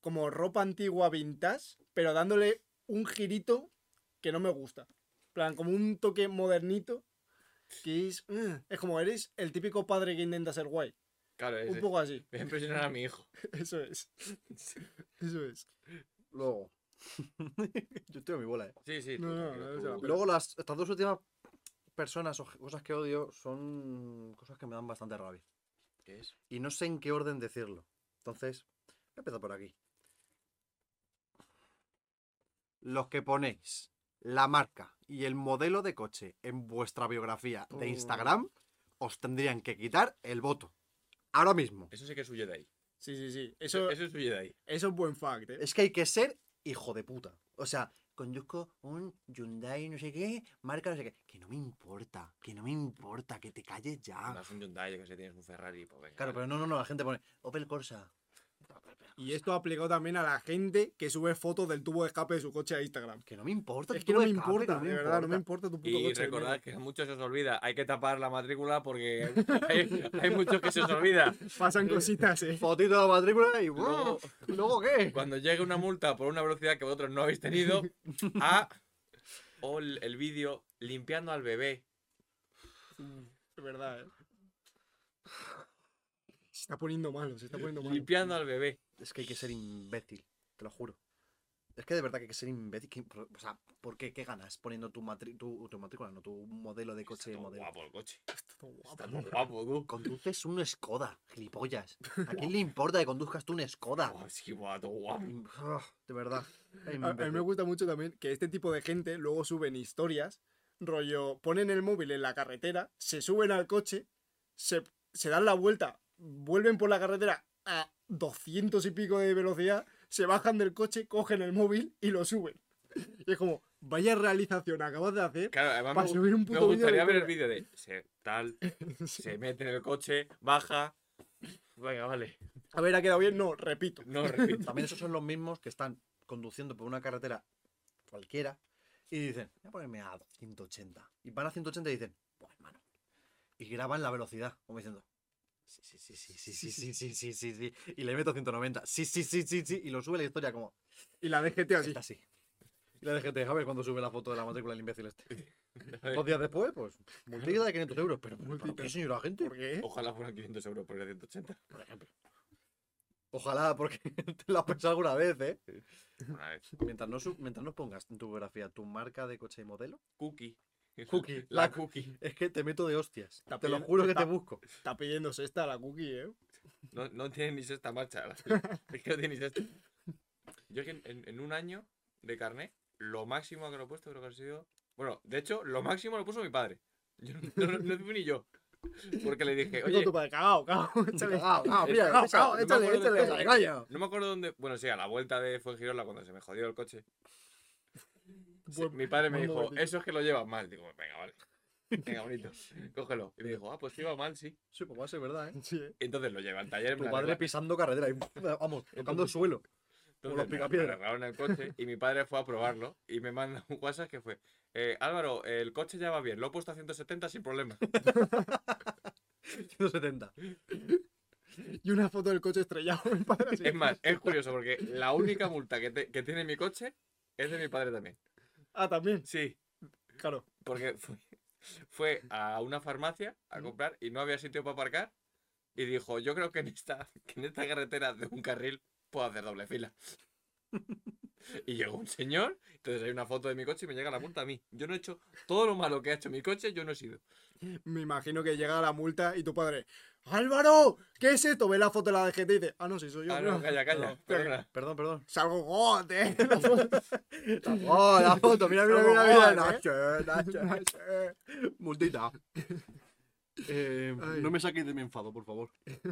Speaker 1: como ropa antigua vintage, pero dándole un girito que no me gusta. En plan, como un toque modernito que es... mm, es como eres el típico padre que intenta ser guay.
Speaker 3: Claro, es.
Speaker 1: Un poco así.
Speaker 3: Voy a impresionar a mi hijo.
Speaker 1: Eso es. Eso es.
Speaker 2: Luego. Yo estoy a mi bola, eh.
Speaker 3: Sí, sí.
Speaker 1: No,
Speaker 3: tú,
Speaker 1: no,
Speaker 3: tranquilo,
Speaker 1: no, o
Speaker 3: tú.
Speaker 1: sea, pero-
Speaker 2: Luego, las, estas dos últimas personas o cosas que odio son cosas que me dan bastante rabia.
Speaker 3: ¿Qué es?
Speaker 2: Y no sé en qué orden decirlo. Entonces, voy a empezar por aquí. Los que ponéis la marca y el modelo de coche en vuestra biografía de Instagram, os tendrían que quitar el voto. Ahora mismo.
Speaker 3: Eso sí que es suyo de ahí.
Speaker 1: Sí, sí, sí. Eso,
Speaker 3: Eso, eso es suyo de ahí.
Speaker 1: eso es buen fact, ¿eh?
Speaker 2: Es que hay que ser hijo de puta. O sea, conduzco un Hyundai no sé qué, marca no sé qué. Que no me importa, que no me importa, que te calles
Speaker 3: No
Speaker 2: ya.
Speaker 3: es un Hyundai, yo que sé, tienes un Ferrari. Pues venga,
Speaker 2: Ah. Claro,
Speaker 3: vale.
Speaker 2: pero no, no, no, la gente pone Opel Corsa.
Speaker 1: Y esto ha aplicado también a la gente que sube fotos del tubo de escape de su coche a Instagram.
Speaker 2: Que no me importa.
Speaker 1: Es
Speaker 2: tu
Speaker 1: que no me
Speaker 2: tubo de escape,
Speaker 1: importa,
Speaker 2: que
Speaker 1: de verdad, no me importa tu puto
Speaker 3: Y
Speaker 1: coche. ¿eh? de
Speaker 3: recordad
Speaker 1: mierda.
Speaker 3: que a muchos se os olvida, hay que tapar la matrícula porque hay, hay muchos que se os olvida.
Speaker 1: Pasan cositas, ¿eh?
Speaker 2: Fotito de la matrícula y
Speaker 3: Luego-
Speaker 2: ¿y luego qué?
Speaker 3: Cuando llegue una multa por una velocidad que vosotros no habéis tenido, a. O el, el vídeo limpiando al bebé.
Speaker 1: Es verdad, ¿eh? Se está poniendo malo, se está poniendo malo.
Speaker 3: Eh, Limpiando al bebé.
Speaker 2: Es que hay que ser imbécil, te lo juro. Es que de verdad que hay que ser imbécil. que- o sea, ¿por qué? ¿Qué ganas poniendo tu, matri- tu, tu matrícula, no tu modelo de coche?
Speaker 3: Está todo
Speaker 2: modelo?
Speaker 3: guapo el coche.
Speaker 1: Está todo guapo.
Speaker 3: Está todo guapo, tú.
Speaker 2: Conduces un Skoda, gilipollas. ¿A quién le importa que conduzcas tú un Skoda?
Speaker 3: Guau, sí, guau, todo guapo.
Speaker 2: Im- ah, De verdad. Ay,
Speaker 1: A, a mí me
Speaker 2: imbécil.
Speaker 1: gusta mucho también que este tipo de gente luego suben historias, rollo, ponen el móvil en la carretera, se suben al coche, se, se dan la vuelta, vuelven por la carretera a 200 y pico de velocidad, se bajan del coche, cogen el móvil y lo suben. Y es como, vaya realización acabas de hacer.
Speaker 3: Claro, además
Speaker 1: Para
Speaker 3: me, gu-
Speaker 1: subir un
Speaker 3: me
Speaker 1: puto vídeo
Speaker 3: gustaría
Speaker 1: de
Speaker 3: ver el
Speaker 1: Corea.
Speaker 3: vídeo de se, tal, se mete en el coche, baja. Venga, vale.
Speaker 1: A ver, ¿ha quedado bien? No, repito.
Speaker 3: No, repito.
Speaker 2: También esos son los mismos que están conduciendo por una carretera cualquiera y dicen, voy a ponerme a 180. Y van a 180 y dicen, pues hermano. Y graban la velocidad, como diciendo, sí, sí, sí, sí, sí, sí, sí, sí, sí, sí, sí. Y le meto 190, sí, sí, sí, sí, sí. Y lo sube la historia como,
Speaker 1: Y la DGT así.
Speaker 2: está así. Y la DGT, a ver cuando sube la foto de la matrícula del imbécil este. Dos días después, pues, multita de 500 euros. Pero, ¿pero
Speaker 1: Multita.
Speaker 2: ¿qué señora gente?
Speaker 1: ¿Por qué?
Speaker 3: Ojalá fueran 500 euros por 180.
Speaker 2: Por ejemplo. Ojalá, porque te lo has pensado alguna vez, ¿eh?
Speaker 3: Una vez.
Speaker 2: Mientras no, sub- mientras no pongas en tu biografía tu marca de coche y modelo,
Speaker 3: Cookie.
Speaker 2: Cookie,
Speaker 3: La
Speaker 2: la-
Speaker 3: cookie.
Speaker 2: es que te meto de hostias.
Speaker 1: Está
Speaker 2: te lo
Speaker 1: pidiendo-
Speaker 2: juro que te
Speaker 1: está-
Speaker 2: busco.
Speaker 1: Está pidiendo esta la cookie, ¿eh?
Speaker 3: No, no tiene ni sexta marcha. Es que no tiene ni sexta. Yo es que en, en- en un año de carné, lo máximo que lo he puesto creo que ha sido. Bueno, de hecho, lo máximo lo puso mi padre. Yo no, no, no- no fui ni yo. Porque le dije,
Speaker 1: Digo
Speaker 3: oye,
Speaker 1: tu padre, cagao, cagao, échale.
Speaker 2: Ah, ah,
Speaker 3: mira,
Speaker 2: mira,
Speaker 3: esa- no
Speaker 2: échale,
Speaker 3: me
Speaker 2: échale,
Speaker 3: acuerdo de
Speaker 2: échale,
Speaker 3: esa.
Speaker 2: calla.
Speaker 3: no me acuerdo dónde. Bueno, sí, a la vuelta de Fuengirola cuando se me jodió el coche. Sí,
Speaker 1: Buen-
Speaker 3: mi padre me
Speaker 1: buen
Speaker 3: dijo,
Speaker 1: momentito.
Speaker 3: eso es que lo llevas mal. Digo, venga, vale. Venga, bonito. Cógelo. Y me dijo, ah, pues iba mal, sí.
Speaker 2: Sí, pues va a ser verdad, ¿eh?
Speaker 1: Sí, ¿eh?
Speaker 3: Y entonces lo lleva al taller. me
Speaker 2: Tu
Speaker 3: lo
Speaker 2: padre
Speaker 3: arregla-
Speaker 2: pisando carretera, y, vamos, tocando el suelo. como los
Speaker 3: entonces me- me
Speaker 2: picapiedra.
Speaker 3: arreglaron el coche y mi padre fue a probarlo y me manda un WhatsApp que fue, eh, Álvaro, el coche ya va bien, lo he puesto a 170 sin problema.
Speaker 2: 170.
Speaker 1: Y una foto del coche estrellado, mi padre así.
Speaker 3: Es más, es curioso porque la única multa que, te- que tiene mi coche es de mi padre también.
Speaker 1: Ah, también,
Speaker 3: Sí,
Speaker 1: claro.
Speaker 3: porque fue, fue a una farmacia a comprar y no había sitio para aparcar y dijo, yo creo que en esta, que en esta carretera de un carril puedo hacer doble fila. Y llegó un señor, entonces hay una foto de mi coche y me llega la multa a mí. Yo no he hecho todo lo malo que ha hecho mi coche, yo no he sido.
Speaker 1: Me imagino que llega la multa y tu padre, ¡Álvaro! ¿Qué es esto? Ve la foto de la DGT y dice, ah, no, sí, soy yo.
Speaker 3: Ah, no, calla, calla.
Speaker 1: No,
Speaker 3: perdona.
Speaker 2: Perdón, perdón.
Speaker 1: Salgo got, eh.
Speaker 2: ¡Oh, la foto! Mira, mira, mira, mira. Nacho, ¿eh? Nacho.
Speaker 1: Eh,
Speaker 2: Multita. Eh,
Speaker 1: Ay.
Speaker 2: no me saquéis de mi enfado, por favor.
Speaker 1: Es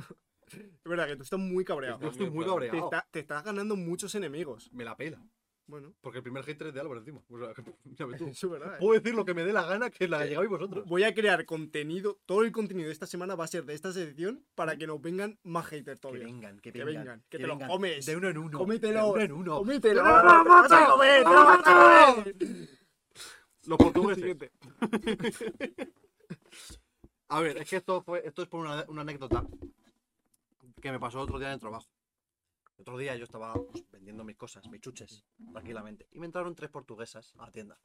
Speaker 1: verdad que tú estás muy cabreado.
Speaker 2: Yo estoy muy
Speaker 1: Te,
Speaker 2: cabreado.
Speaker 1: está- te estás ganando muchos enemigos.
Speaker 2: Me la pela.
Speaker 1: Bueno,
Speaker 2: Porque el primer hater es de Álvaro encima. O sea, ya ves tú.
Speaker 1: eso es verdad. ¿eh?
Speaker 2: Puedo decir lo que me dé la gana que la llegabais vosotros.
Speaker 1: Voy a crear contenido, todo el contenido de esta semana va a ser de esta sección para que nos vengan más haters todavía.
Speaker 2: vengan,
Speaker 1: Que vengan, que te lo comes.
Speaker 2: De uno en uno.
Speaker 1: Cómetelo.
Speaker 2: De uno en uno.
Speaker 1: ¡Cómetelo!
Speaker 2: ¡No, no, no,
Speaker 1: ¡Te lo vas a
Speaker 2: macho!
Speaker 1: comer! ¡Te lo
Speaker 2: ¡No,
Speaker 1: vas a comer!
Speaker 2: Los portugueses.
Speaker 1: Siguiente.
Speaker 2: A ver, es que esto, fue, esto es por una, una anécdota que me pasó otro día en el trabajo. Otro día yo estaba pues, vendiendo mis cosas, mis chuches, tranquilamente. Y me entraron tres portuguesas a la tienda.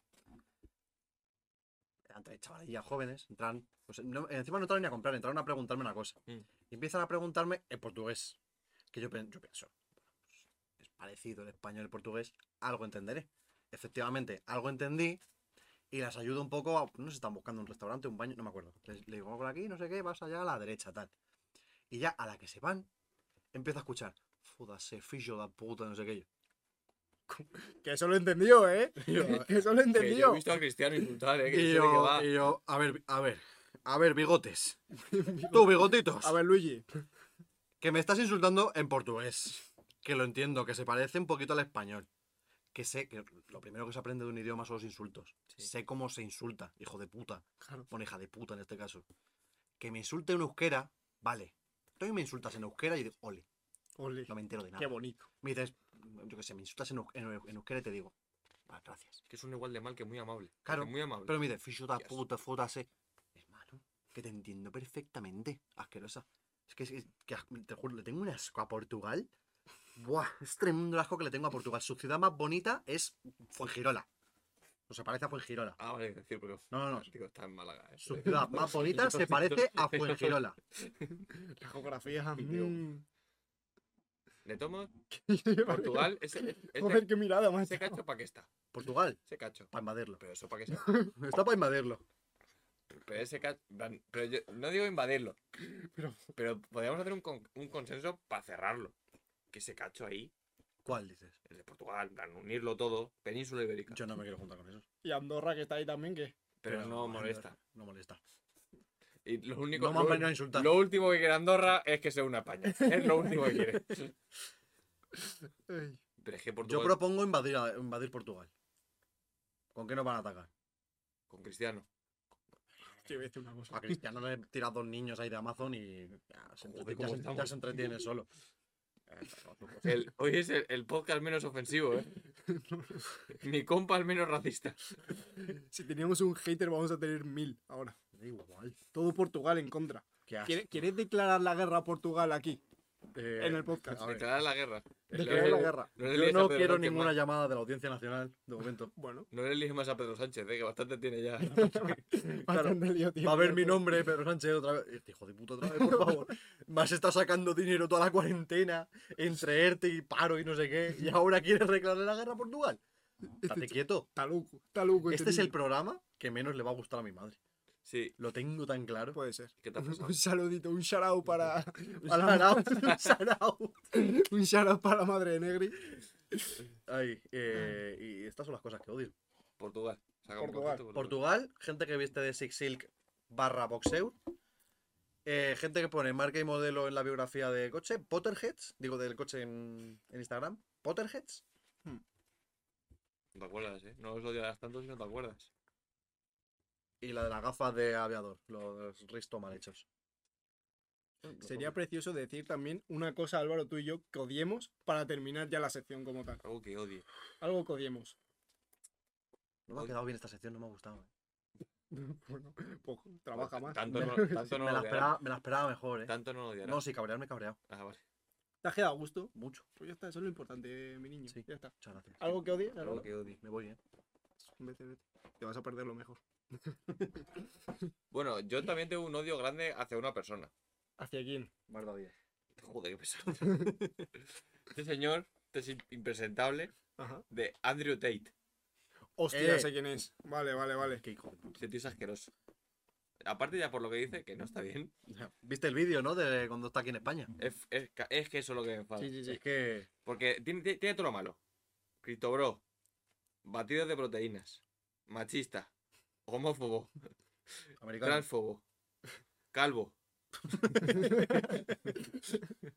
Speaker 2: Eran tres chavalillas jóvenes. Entran, pues, no- encima no entraron ni a comprar, entraron a preguntarme una cosa.
Speaker 3: Mm.
Speaker 2: Y empiezan a preguntarme en portugués. Que yo, pen- yo pienso, pues, es parecido el español y el portugués, algo entenderé. Efectivamente, algo entendí y las ayudo un poco a, no sé, están buscando un restaurante, un baño, no me acuerdo. Les, le digo, "Vamos por aquí, no sé qué, vas allá a la derecha, tal. Y ya a la que se van, empiezo a escuchar, fódase, fillo de puta, no sé qué. Yo,
Speaker 1: Que eso lo entendió, ¿eh? Que eso lo
Speaker 3: Que yo he
Speaker 1: entendió.
Speaker 3: visto a Cristiano insultar, eh. Que yo sé de
Speaker 2: Y
Speaker 3: qué
Speaker 2: yo,
Speaker 3: va.
Speaker 2: y yo, a ver, a ver, a ver, bigotes. Tú, bigotitos.
Speaker 1: A ver, Luigi.
Speaker 2: Que me estás insultando en portugués. Que lo entiendo, que se parece un poquito al español. Que sé que lo primero que se aprende de un idioma son los insultos. Sé cómo se insulta, hijo de puta. Bueno, hija de puta en este caso. Que me insulte en euskera, vale. Tú a mí me insultas en euskera y digo, ole,
Speaker 1: Ole,
Speaker 2: no me entero de
Speaker 1: qué
Speaker 2: nada.
Speaker 1: bonito.
Speaker 2: Me dices, yo qué sé, me insultas en, eu- en eu- en euskera y te digo, "Ah, gracias.
Speaker 3: Es que es un igual de mal que muy amable. porque
Speaker 2: Claro,
Speaker 3: Muy amable.
Speaker 2: Pero me dices, ficho da
Speaker 3: Hostias.
Speaker 2: puta, fótase. Hermano, que te entiendo perfectamente, asquerosa. Es que, es que as- te juro, le tengo un asco a Portugal. Buah, es tremendo el asco que le tengo a Portugal. Su ciudad más bonita es Fuengirola. O se parece a Fuengirola.
Speaker 3: Ah, vale, decir, porque.
Speaker 2: No, no, no.
Speaker 3: Tío, está en Málaga, eh.
Speaker 2: Su ciudad más bonita se parece a Fuengirola.
Speaker 1: La geografía.
Speaker 3: Digo.
Speaker 1: mm.
Speaker 3: Le tomo Portugal. Ese, este-
Speaker 1: Joder, qué mirada, macho.
Speaker 3: ese cacho para qué está.
Speaker 2: Portugal,
Speaker 3: Ese cacho.
Speaker 2: para invadirlo.
Speaker 3: Pero eso para qué está.
Speaker 2: Está para invadirlo.
Speaker 3: Pero ese cacho. Pero yo no digo invadirlo.
Speaker 1: Pero-
Speaker 3: Pero, podríamos hacer un, con- un consenso para cerrarlo. Que ese cacho ahí,
Speaker 2: ¿Cuál dices?
Speaker 3: el de Portugal, en plan, unirlo todo, península ibérica.
Speaker 2: Yo no me quiero juntar con esos.
Speaker 1: Y Andorra, que está ahí también, que.
Speaker 3: pero no
Speaker 2: bueno,
Speaker 3: molesta.
Speaker 2: No molesta.
Speaker 3: Y lo único
Speaker 2: No me han
Speaker 3: lo-
Speaker 2: venido a insultar.
Speaker 3: Lo último que quiere Andorra es que sea una España. Es lo último que quiere.
Speaker 1: Ey,
Speaker 3: Pero es que
Speaker 2: Yo
Speaker 3: Portugal
Speaker 2: propongo invadir, a- invadir Portugal. ¿Con qué nos van a atacar?
Speaker 3: con Cristiano.
Speaker 1: te voy a decir una cosa.
Speaker 2: A Cristiano le tiras dos niños ahí de Amazon y ya se,
Speaker 3: Joder,
Speaker 2: entretiene-
Speaker 3: ¿cómo
Speaker 2: ya se-
Speaker 3: estamos?
Speaker 2: ya se entretiene solo. Eh,
Speaker 3: El- hoy es el, el podcast menos ofensivo, ¿eh? Mi compa el menos racista.
Speaker 1: Si teníamos un hater, vamos a tener mil ahora.
Speaker 2: Da igual.
Speaker 1: Todo Portugal en contra.
Speaker 2: ¿Qué haces?
Speaker 1: ¿Quiere- ¿Quieres declarar la guerra a Portugal aquí?
Speaker 2: Eh,
Speaker 1: En el podcast.
Speaker 2: a ver,
Speaker 3: Declarar la guerra.
Speaker 1: Declarar la guerra.
Speaker 3: No le
Speaker 2: yo
Speaker 3: líes a
Speaker 2: no
Speaker 3: Pedro
Speaker 2: quiero
Speaker 3: Sánchez
Speaker 2: ninguna
Speaker 3: más.
Speaker 2: llamada de la Audiencia Nacional, de momento.
Speaker 1: Bueno,
Speaker 3: No le eliges más a Pedro Sánchez, eh, que bastante tiene ya.
Speaker 1: bastante lío, tío.
Speaker 2: Va a ver mi nombre, Pedro Sánchez, otra vez. Este hijo de puta, otra vez, por favor. Me has estado sacando dinero toda la cuarentena, entre ERTE y paro y no sé qué, y ahora quieres reclamar la guerra a Portugal.
Speaker 3: Este
Speaker 2: Estate quieto.
Speaker 1: Está loco, está
Speaker 3: pues
Speaker 1: loco.
Speaker 2: Este es
Speaker 1: niño.
Speaker 2: el programa que menos le va a gustar a mi madre.
Speaker 3: Sí,
Speaker 2: Lo tengo tan claro.
Speaker 3: Pues,
Speaker 1: Puede ser.
Speaker 3: ¿qué te ha pasado?
Speaker 1: Un saludito, un shout out para.
Speaker 2: Un
Speaker 1: para la-
Speaker 2: sarao,
Speaker 3: pues,
Speaker 2: un sarao.
Speaker 1: un shout out para la madre de Negri.
Speaker 2: Ay, eh, y estas son las cosas que odio.
Speaker 3: Portugal. Saca un
Speaker 1: Portugal.
Speaker 3: concepto,
Speaker 2: Portugal, gente que viste de Six Silk barra Boxeur. Eh, gente que pone marca y modelo en la biografía de coche. Potterheads, digo del coche en, en Instagram. Potterheads.
Speaker 3: No te acuerdas, ¿eh? No los odiarás tanto si no te acuerdas.
Speaker 2: Y la de las gafas de aviador, los Risto mal hechos.
Speaker 1: Sería precioso decir también una cosa, Álvaro, tú y yo, que odiemos para terminar ya la sección como tal.
Speaker 3: Algo que odie.
Speaker 1: Algo que odiemos.
Speaker 2: No me ha quedado bien esta sección, no me ha gustado. eh.
Speaker 1: Bueno, pues trabaja más.
Speaker 3: Tanto no, tanto no lo
Speaker 2: Me la
Speaker 3: odiarás.
Speaker 2: esperaba, me la esperaba mejor, eh.
Speaker 3: Tanto no lo odiarás.
Speaker 2: No, sí, cabrearme, cabreado.
Speaker 3: Ah, vale.
Speaker 1: ¿Te has quedado a gusto?
Speaker 2: Mucho.
Speaker 1: Pues ya está, eso es lo importante, eh, mi niño.
Speaker 2: Sí.
Speaker 1: Ya está.
Speaker 2: Muchas gracias.
Speaker 1: ¿Algo que odies?
Speaker 3: Algo
Speaker 1: Álvaro?
Speaker 3: que odie.
Speaker 2: Me voy, eh.
Speaker 1: Vete, vete. Te vas a perder lo mejor.
Speaker 3: Bueno, yo también tengo un odio grande hacia una persona.
Speaker 1: ¿Hacia quién?
Speaker 2: Marta Díaz.
Speaker 3: Joder, qué pesado. este señor, este es impresentable,
Speaker 1: Ajá.
Speaker 3: de Andrew Tate.
Speaker 1: Hostia,
Speaker 2: Eh.
Speaker 1: sé quién es. Vale, vale, vale.
Speaker 2: Qué hijo de puta.
Speaker 3: Ese Este tío es asqueroso. Aparte ya por lo que dice, que no está bien.
Speaker 2: ¿Viste el vídeo, no? De cuando está aquí en España.
Speaker 3: Es, es ca- es que eso es lo que me enfada.
Speaker 1: Sí, sí, sí.
Speaker 2: Es que
Speaker 3: Porque tiene, tiene- tiene todo lo malo. Criptobro, batidos de proteínas, machista, homófobo,
Speaker 2: Americano.
Speaker 3: transfobo, calvo.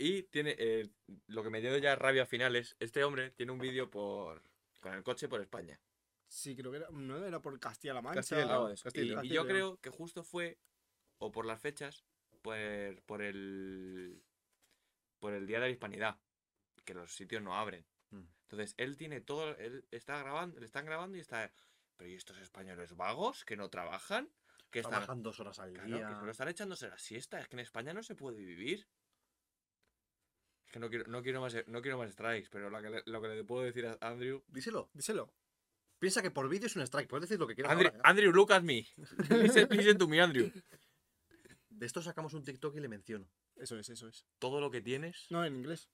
Speaker 3: Y tiene. eh, lo que me dio ya rabia final es. Este hombre tiene un vídeo por. Con el coche por España.
Speaker 1: Sí, creo que era. No, era por Castilla-La Mancha.
Speaker 7: Castilla y León.
Speaker 3: Algo de eso.
Speaker 7: Castilla y
Speaker 3: Y,
Speaker 7: León.
Speaker 3: y yo
Speaker 1: Castilla y
Speaker 3: creo que justo fue. O por las fechas. Por, por el. Por el Día de la Hispanidad. Que los sitios no abren.
Speaker 7: Mm.
Speaker 3: Entonces, él tiene todo. Él está grabando. Le están grabando y está. Pero ¿y estos españoles vagos que no trabajan? Que están.
Speaker 7: Trabajan dos horas al
Speaker 3: Claro, que
Speaker 7: día.
Speaker 3: solo están echándose la siesta. Es que en España no se puede vivir. Es que no quiero, no quiero, más, no quiero más strikes, pero la que le- lo que le puedo decir a Andrew.
Speaker 7: Díselo.
Speaker 1: Díselo.
Speaker 7: Piensa que por vídeo es un strike. Puedes decir lo que quieras.
Speaker 3: Andrew,
Speaker 7: ahora, ¿eh?
Speaker 3: Andrew, look at me. Listen, listen to me, Andrew.
Speaker 7: De esto sacamos un TikTok y le menciono.
Speaker 1: Eso es, eso es.
Speaker 3: Todo lo que tienes.
Speaker 1: No, en inglés.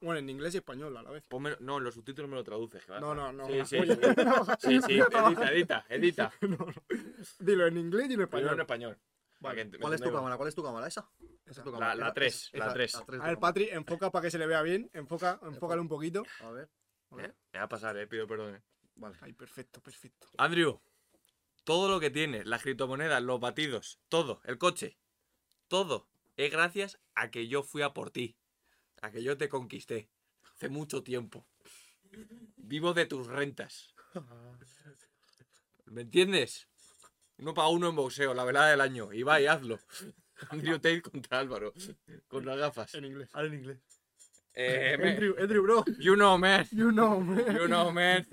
Speaker 1: Bueno, en inglés y español a la vez.
Speaker 3: ponme- no, en los subtítulos me lo traduces. que va a
Speaker 1: No, no,
Speaker 3: estar-
Speaker 1: no,
Speaker 3: Sí,
Speaker 1: la
Speaker 3: sí,
Speaker 1: polla.
Speaker 3: sí, sí, sí, Edita, edita, edita.
Speaker 1: No, no. Dilo en inglés y en
Speaker 3: Primero
Speaker 1: español.
Speaker 3: en español. para que ent-
Speaker 7: ¿Cuál es tu
Speaker 3: entendamos.
Speaker 7: cámara? ¿Cuál es tu cámara? ¿Esa? Esa es tu cámara.
Speaker 3: la
Speaker 7: Esa-
Speaker 3: tres,
Speaker 7: esa-
Speaker 3: la
Speaker 7: esa-
Speaker 3: tres.
Speaker 7: de
Speaker 1: A ver,
Speaker 7: tu cámara.
Speaker 1: Patri, enfoca para que se le vea bien. Enfoca, enfócale un poquito.
Speaker 7: A ver.
Speaker 3: Eh, Me va a pasar, eh, pido perdón. eh.
Speaker 7: Vale.
Speaker 1: Ay, perfecto, perfecto.
Speaker 3: Andrew, todo lo que tienes, las criptomonedas, los batidos, todo, el coche, todo, es gracias a que yo fui a por ti, a que yo te conquisté hace mucho tiempo. Vivo de tus rentas. ¿Me entiendes? Uno para uno en boxeo, la velada del año. Y va y hazlo. Andrew Tate contra Álvaro. Con las gafas.
Speaker 1: En inglés.
Speaker 7: Ahora en inglés.
Speaker 3: Eh, man,
Speaker 1: Andrew, Andrew, bro.
Speaker 3: you know, man.
Speaker 1: You know, man.
Speaker 3: You know, man.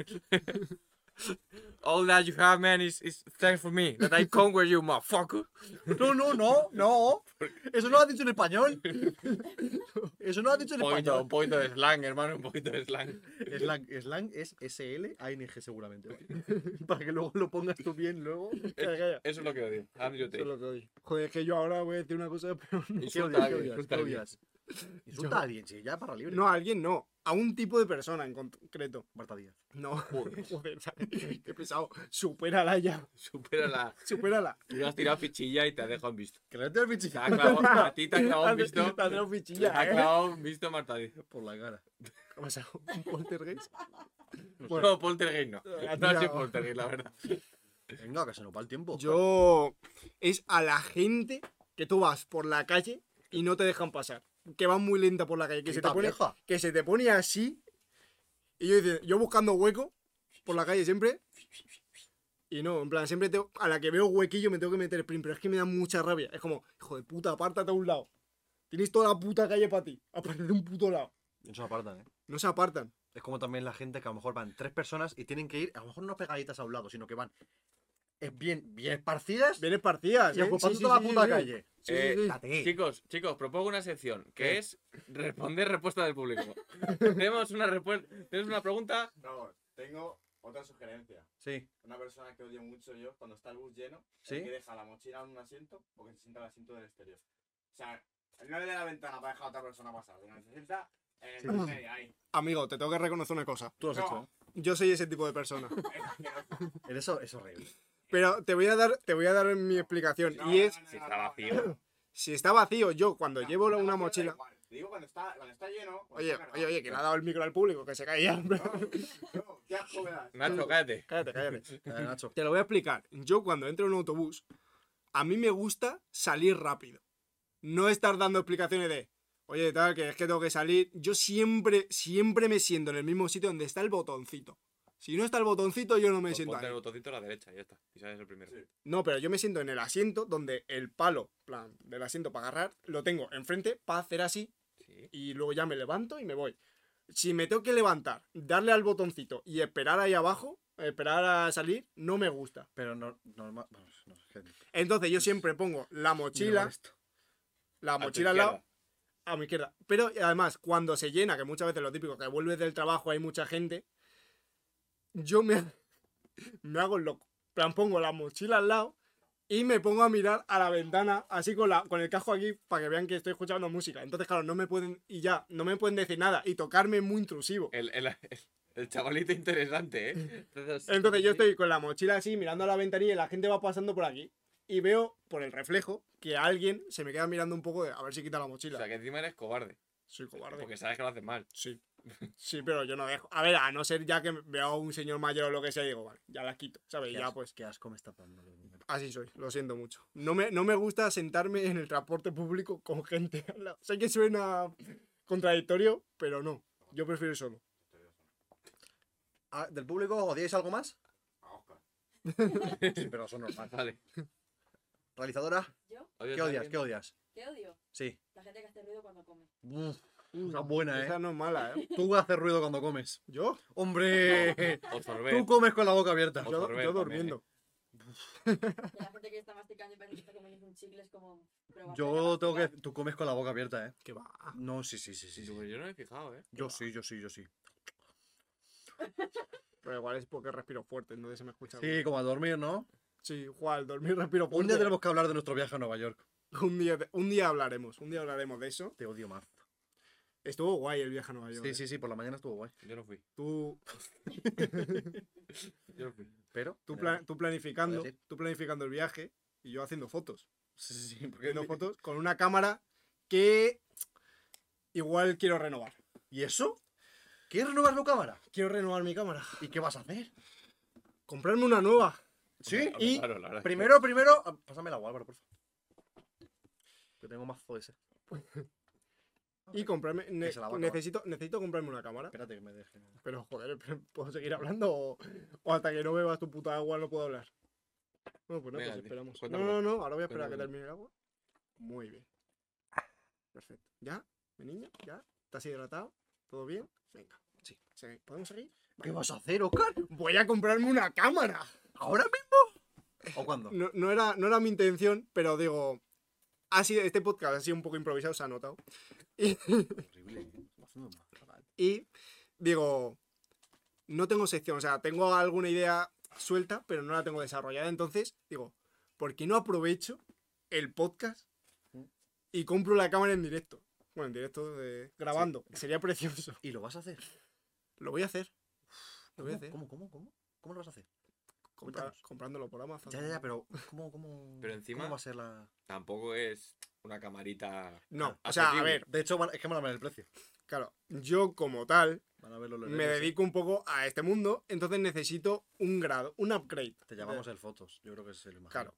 Speaker 3: All that you have, man, is, is thanks for me. That I conquer you, motherfucker.
Speaker 7: No, no, no, no. Eso no lo has dicho en español. Eso no lo has dicho en
Speaker 3: Un poquito, un
Speaker 7: español.
Speaker 3: poquito de slang, hermano, un poquito de slang.
Speaker 7: Slang, slang es SLANG seguramente. ¿vale? Para que luego lo pongas tú bien luego.
Speaker 1: Calla, calla.
Speaker 3: Eso es lo que odio. Ah, Andrew
Speaker 1: Eso es
Speaker 3: Tate.
Speaker 1: lo que oí. Joder, es que yo ahora voy a decir una cosa, pero no.
Speaker 7: ¿Qué
Speaker 3: Insulta a
Speaker 7: odias? ¿Qué
Speaker 3: alguien, insulta a
Speaker 7: odias? ¿Qué
Speaker 3: alguien.
Speaker 7: odias? Insulta a alguien, sí, ya para libre.
Speaker 1: No, a alguien no. A un tipo de persona en concreto.
Speaker 7: Marta Díaz.
Speaker 1: No. Joder, ¿sabes? qué pesado. Supérala ya.
Speaker 3: Supera la.
Speaker 1: Supérala.
Speaker 3: Tú le has tirado fichilla y te has dejado en visto.
Speaker 7: Que le metes el
Speaker 3: Te
Speaker 7: bichito
Speaker 3: ha clavado, a ti te ha clavado en
Speaker 1: Te
Speaker 3: visto.
Speaker 1: ha dado
Speaker 3: Te ha
Speaker 1: fichilla, ¿eh?
Speaker 3: clavado en visto, Marta. Díaz.
Speaker 7: por la cara.
Speaker 1: ¿Qué ha pasado? ¿Un poltergeist? Bueno.
Speaker 3: No, poltergeist no.
Speaker 1: Ha
Speaker 3: No ha sido
Speaker 1: tirado.
Speaker 3: poltergeist, la verdad.
Speaker 7: Venga, que se nos va el tiempo.
Speaker 1: Yo. Es a la gente que tú vas por la calle y no te dejan pasar. Que van muy lenta por la calle. Que, se te,
Speaker 7: Quita
Speaker 1: pone,
Speaker 7: vieja.
Speaker 1: que se te pone así. Y yo, dice- yo buscando hueco por la calle siempre. Y no, en plan, siempre tengo- a la que veo huequillo me tengo que meter sprint. Pero es que me da mucha rabia. Es como, hijo de puta, apártate a un lado. Tienes toda la puta calle para ti. Apártate de un puto lado.
Speaker 7: Eso se apartan, ¿eh?
Speaker 1: No se apartan.
Speaker 7: Es como también la gente que a lo mejor van tres personas y tienen que ir, a lo mejor no pegaditas a un lado, sino que van eh, bien, bien esparcidas
Speaker 1: Vienes partidas.
Speaker 7: y
Speaker 1: ¿eh?
Speaker 7: ocupando
Speaker 1: Sí, sí,
Speaker 7: toda
Speaker 1: sí,
Speaker 7: la puta
Speaker 1: sí, sí.
Speaker 7: calle. Eh,
Speaker 1: Sí, sí, sí.
Speaker 7: Date.
Speaker 3: Chicos, chicos, propongo una sección que
Speaker 7: ¿Qué?
Speaker 3: es responder respuesta del público. tenemos una respuesta, tenemos una pregunta.
Speaker 4: No, tengo otra sugerencia.
Speaker 7: Sí,
Speaker 4: Una persona que odio mucho yo, cuando está el bus lleno,
Speaker 7: Sí.
Speaker 4: el que deja la mochila en un asiento o que se sienta en el asiento del exterior. O sea, no le dé la ventana para dejar a otra persona pasar, sino que se sienta en el medio, ahí.
Speaker 1: Amigo, te tengo que reconocer una cosa.
Speaker 7: tú lo has
Speaker 4: No.
Speaker 7: hecho, ¿eh?
Speaker 1: Yo soy ese tipo de persona.
Speaker 4: Es asqueroso.
Speaker 7: Eres hor- es horrible.
Speaker 1: Pero te voy a dar, te voy a dar mi explicación.
Speaker 4: No,
Speaker 1: Y es,
Speaker 4: no, no,
Speaker 3: Si
Speaker 4: no,
Speaker 3: está
Speaker 4: no,
Speaker 3: vacío.
Speaker 4: no.
Speaker 1: si está vacío, yo cuando
Speaker 4: No,
Speaker 1: llevo
Speaker 4: está
Speaker 1: una
Speaker 4: vacío, da
Speaker 1: mochila.
Speaker 4: igual. Te digo, cuando está, cuando está lleno. pues cuando
Speaker 1: Oye,
Speaker 4: está cargado.
Speaker 1: oye, oye, que le ha dado el micro al público, que se caía.
Speaker 4: No, no, qué asco me das.
Speaker 3: Nacho, cállate.
Speaker 1: cállate, cállate.
Speaker 7: Eh, Nacho.
Speaker 1: Te lo voy a explicar. Yo cuando entro en un autobús, a mí me gusta salir rápido. No estar dando explicaciones de, oye, tal, que es que tengo que salir. Yo siempre, siempre me siento en el mismo sitio donde está el botoncito. Si no está el botoncito, yo no me
Speaker 3: Pues
Speaker 1: siento
Speaker 3: ponte
Speaker 1: ahí.
Speaker 3: el botoncito a la derecha, ya está. Y sales el primero.
Speaker 4: Sí.
Speaker 1: No, pero yo me siento en el asiento donde el palo, plan, del asiento para agarrar, lo tengo enfrente para hacer así
Speaker 3: Sí.
Speaker 1: y luego ya me levanto y me voy. Si me tengo que levantar, darle al botoncito y esperar ahí abajo, esperar a salir, no me gusta.
Speaker 7: Pero no, normal. Vamos, no, es que-
Speaker 1: Entonces yo siempre pongo la
Speaker 7: Mira
Speaker 1: mochila,
Speaker 7: esto.
Speaker 1: la
Speaker 3: A tu
Speaker 1: mochila al lado,
Speaker 3: izquierda.
Speaker 1: a mi izquierda. Pero y además, cuando se llena, que muchas veces lo típico, que vuelves del trabajo, hay mucha gente, yo me, me hago el loco. En plan, pongo la mochila al lado y me pongo a mirar a la ventana, así con, la, con el cajo aquí, para que vean que estoy escuchando música. Entonces, claro, no me pueden, y ya, no me pueden decir nada. Y tocarme es muy intrusivo.
Speaker 3: El, el, el, el chavalito interesante, ¿eh?
Speaker 1: Entonces yo estoy con la mochila así, mirando a la ventanilla y la gente va pasando por aquí. Y veo por el reflejo que alguien se me queda mirando un poco de a ver si quita la
Speaker 3: O
Speaker 1: mochila.
Speaker 3: sea, que encima eres cobarde.
Speaker 1: Soy cobarde.
Speaker 3: Porque sabes que lo haces mal.
Speaker 1: Sí. Sí, pero yo no dejo. A ver, a no ser ya que veo a un señor mayor o lo que sea, digo, vale, ya la quito. ¿Sabes?
Speaker 7: Qué
Speaker 1: Ya
Speaker 7: asco-
Speaker 1: pues.
Speaker 7: Qué asco me está dando.
Speaker 1: así soy, lo siento mucho. No me, no me gusta sentarme en el transporte público con gente al lado. Sé que suena contradictorio, pero no. Yo prefiero ir solo.
Speaker 2: Ah, ¿Del público odiáis algo más?
Speaker 4: A Ah, Oscar.
Speaker 2: Sí, pero eso es normal.
Speaker 3: Vale.
Speaker 2: Realizadora,
Speaker 6: ¿Yo?
Speaker 2: ¿qué odias? ¿Qué odias?
Speaker 6: ¿Qué odio?
Speaker 2: Sí.
Speaker 6: La gente que hace ruido cuando come.
Speaker 2: Uf, una buena,
Speaker 1: Esa
Speaker 2: ¿eh?
Speaker 1: no es mala, ¿eh?
Speaker 2: Tú haces ruido cuando comes.
Speaker 1: ¿Yo?
Speaker 2: Hombre,
Speaker 3: Absorber.
Speaker 2: tú comes con la boca abierta.
Speaker 1: Yo,
Speaker 3: Absorber
Speaker 1: yo
Speaker 3: también,
Speaker 1: durmiendo.
Speaker 6: Y la gente que está masticando y parece que está comiendo un chicle es como... pero basta de
Speaker 2: Yo tengo que...
Speaker 6: masticar.
Speaker 2: Tú comes con la boca abierta, ¿eh?
Speaker 1: Que va.
Speaker 2: No, sí, sí, sí, sí. sí.
Speaker 3: Yo no me he fijado, ¿eh?
Speaker 2: Yo sí, yo sí, yo sí.
Speaker 1: Pero igual es porque respiro fuerte, entonces se me escucha. bien.
Speaker 2: Sí, como a dormir, ¿no?
Speaker 1: Sí, igual, dormir, respiro fuerte.
Speaker 2: Un día tenemos que hablar de nuestro viaje a Nueva York.
Speaker 1: un, día te- un día hablaremos, un día hablaremos de eso.
Speaker 2: Te odio más.
Speaker 1: Estuvo guay el viaje a Nueva York.
Speaker 2: Sí,
Speaker 1: ¿eh?
Speaker 2: sí, sí, por la mañana estuvo guay.
Speaker 3: Yo no fui.
Speaker 1: Tú,
Speaker 3: Yo no fui.
Speaker 2: Pero...
Speaker 1: tú, pla- tú planificando,
Speaker 2: Podías ir.
Speaker 1: tú planificando el viaje y yo haciendo fotos.
Speaker 2: Sí, sí, sí. porque-
Speaker 1: Haciendo fotos con una cámara que igual quiero renovar.
Speaker 2: ¿Y eso? ¿Quieres renovar tu cámara?
Speaker 1: Quiero renovar mi cámara.
Speaker 2: ¿Y qué vas a hacer?
Speaker 1: Comprarme una nueva.
Speaker 2: Sí,
Speaker 3: Hombre,
Speaker 2: y
Speaker 3: claro, la verdad es que-
Speaker 2: primero, primero, ah, pásame la Álvaro, por favor. Que tengo más ese.
Speaker 1: Y comprarme. ne-
Speaker 2: se la va a acabar.
Speaker 1: necesito, necesito comprarme una cámara.
Speaker 2: Espérate que me deje.
Speaker 1: Pero joder, pero ¿puedo seguir hablando? O, o hasta que no bebas tu puta agua no puedo hablar. Bueno, pues no,
Speaker 3: Venga,
Speaker 1: pues
Speaker 3: tío,
Speaker 1: esperamos. No, no,
Speaker 3: cuéntamelo.
Speaker 1: no, ahora voy a esperar a que
Speaker 3: Cuéntamelo.
Speaker 1: termine el agua. Muy bien. Perfecto. ¿Ya? ¿Mi niño? ¿Ya? ¿Estás hidratado? ¿Todo bien? Venga. Sí. ¿Se- ¿Podemos seguir?
Speaker 2: ¿Qué vas a hacer, Oscar?
Speaker 1: Voy a comprarme una cámara.
Speaker 2: ¿Ahora mismo? ¿O cuándo?
Speaker 1: No, no era, no era mi intención, pero digo, ha sido, este podcast ha sido un poco improvisado, se ha notado. Y,
Speaker 2: ¿eh?
Speaker 1: y digo, no tengo sección, o sea, tengo alguna idea suelta, pero no la tengo desarrollada. Entonces, digo, ¿por qué no aprovecho el podcast y compro la cámara en directo? Bueno, en directo, de- grabando. Sería precioso.
Speaker 2: ¿Y lo vas a hacer?
Speaker 1: Lo voy a hacer. Lo voy a
Speaker 2: ¿Cómo,
Speaker 1: hacer.
Speaker 2: ¿Cómo, cómo, cómo? ¿Cómo lo vas a hacer?
Speaker 1: Compra-
Speaker 2: Cuéntanos.
Speaker 1: comprándolo por Amazon.
Speaker 2: Ya, ya, ya, pero ¿cómo, cómo,
Speaker 3: Pero encima-
Speaker 2: cómo va a ser la...?
Speaker 3: Tampoco es una camarita.
Speaker 1: No,
Speaker 2: Ah,
Speaker 1: o sea, a
Speaker 3: Asequible.
Speaker 1: ver,
Speaker 2: De hecho, van- es que van a ver el precio.
Speaker 1: claro, yo como tal,
Speaker 2: Van a verlo los
Speaker 1: me
Speaker 2: lereles.
Speaker 1: dedico un poco a este mundo, entonces necesito un grado, un upgrade.
Speaker 2: Te llamamos el Fotos, yo creo que es el más.
Speaker 1: Claro.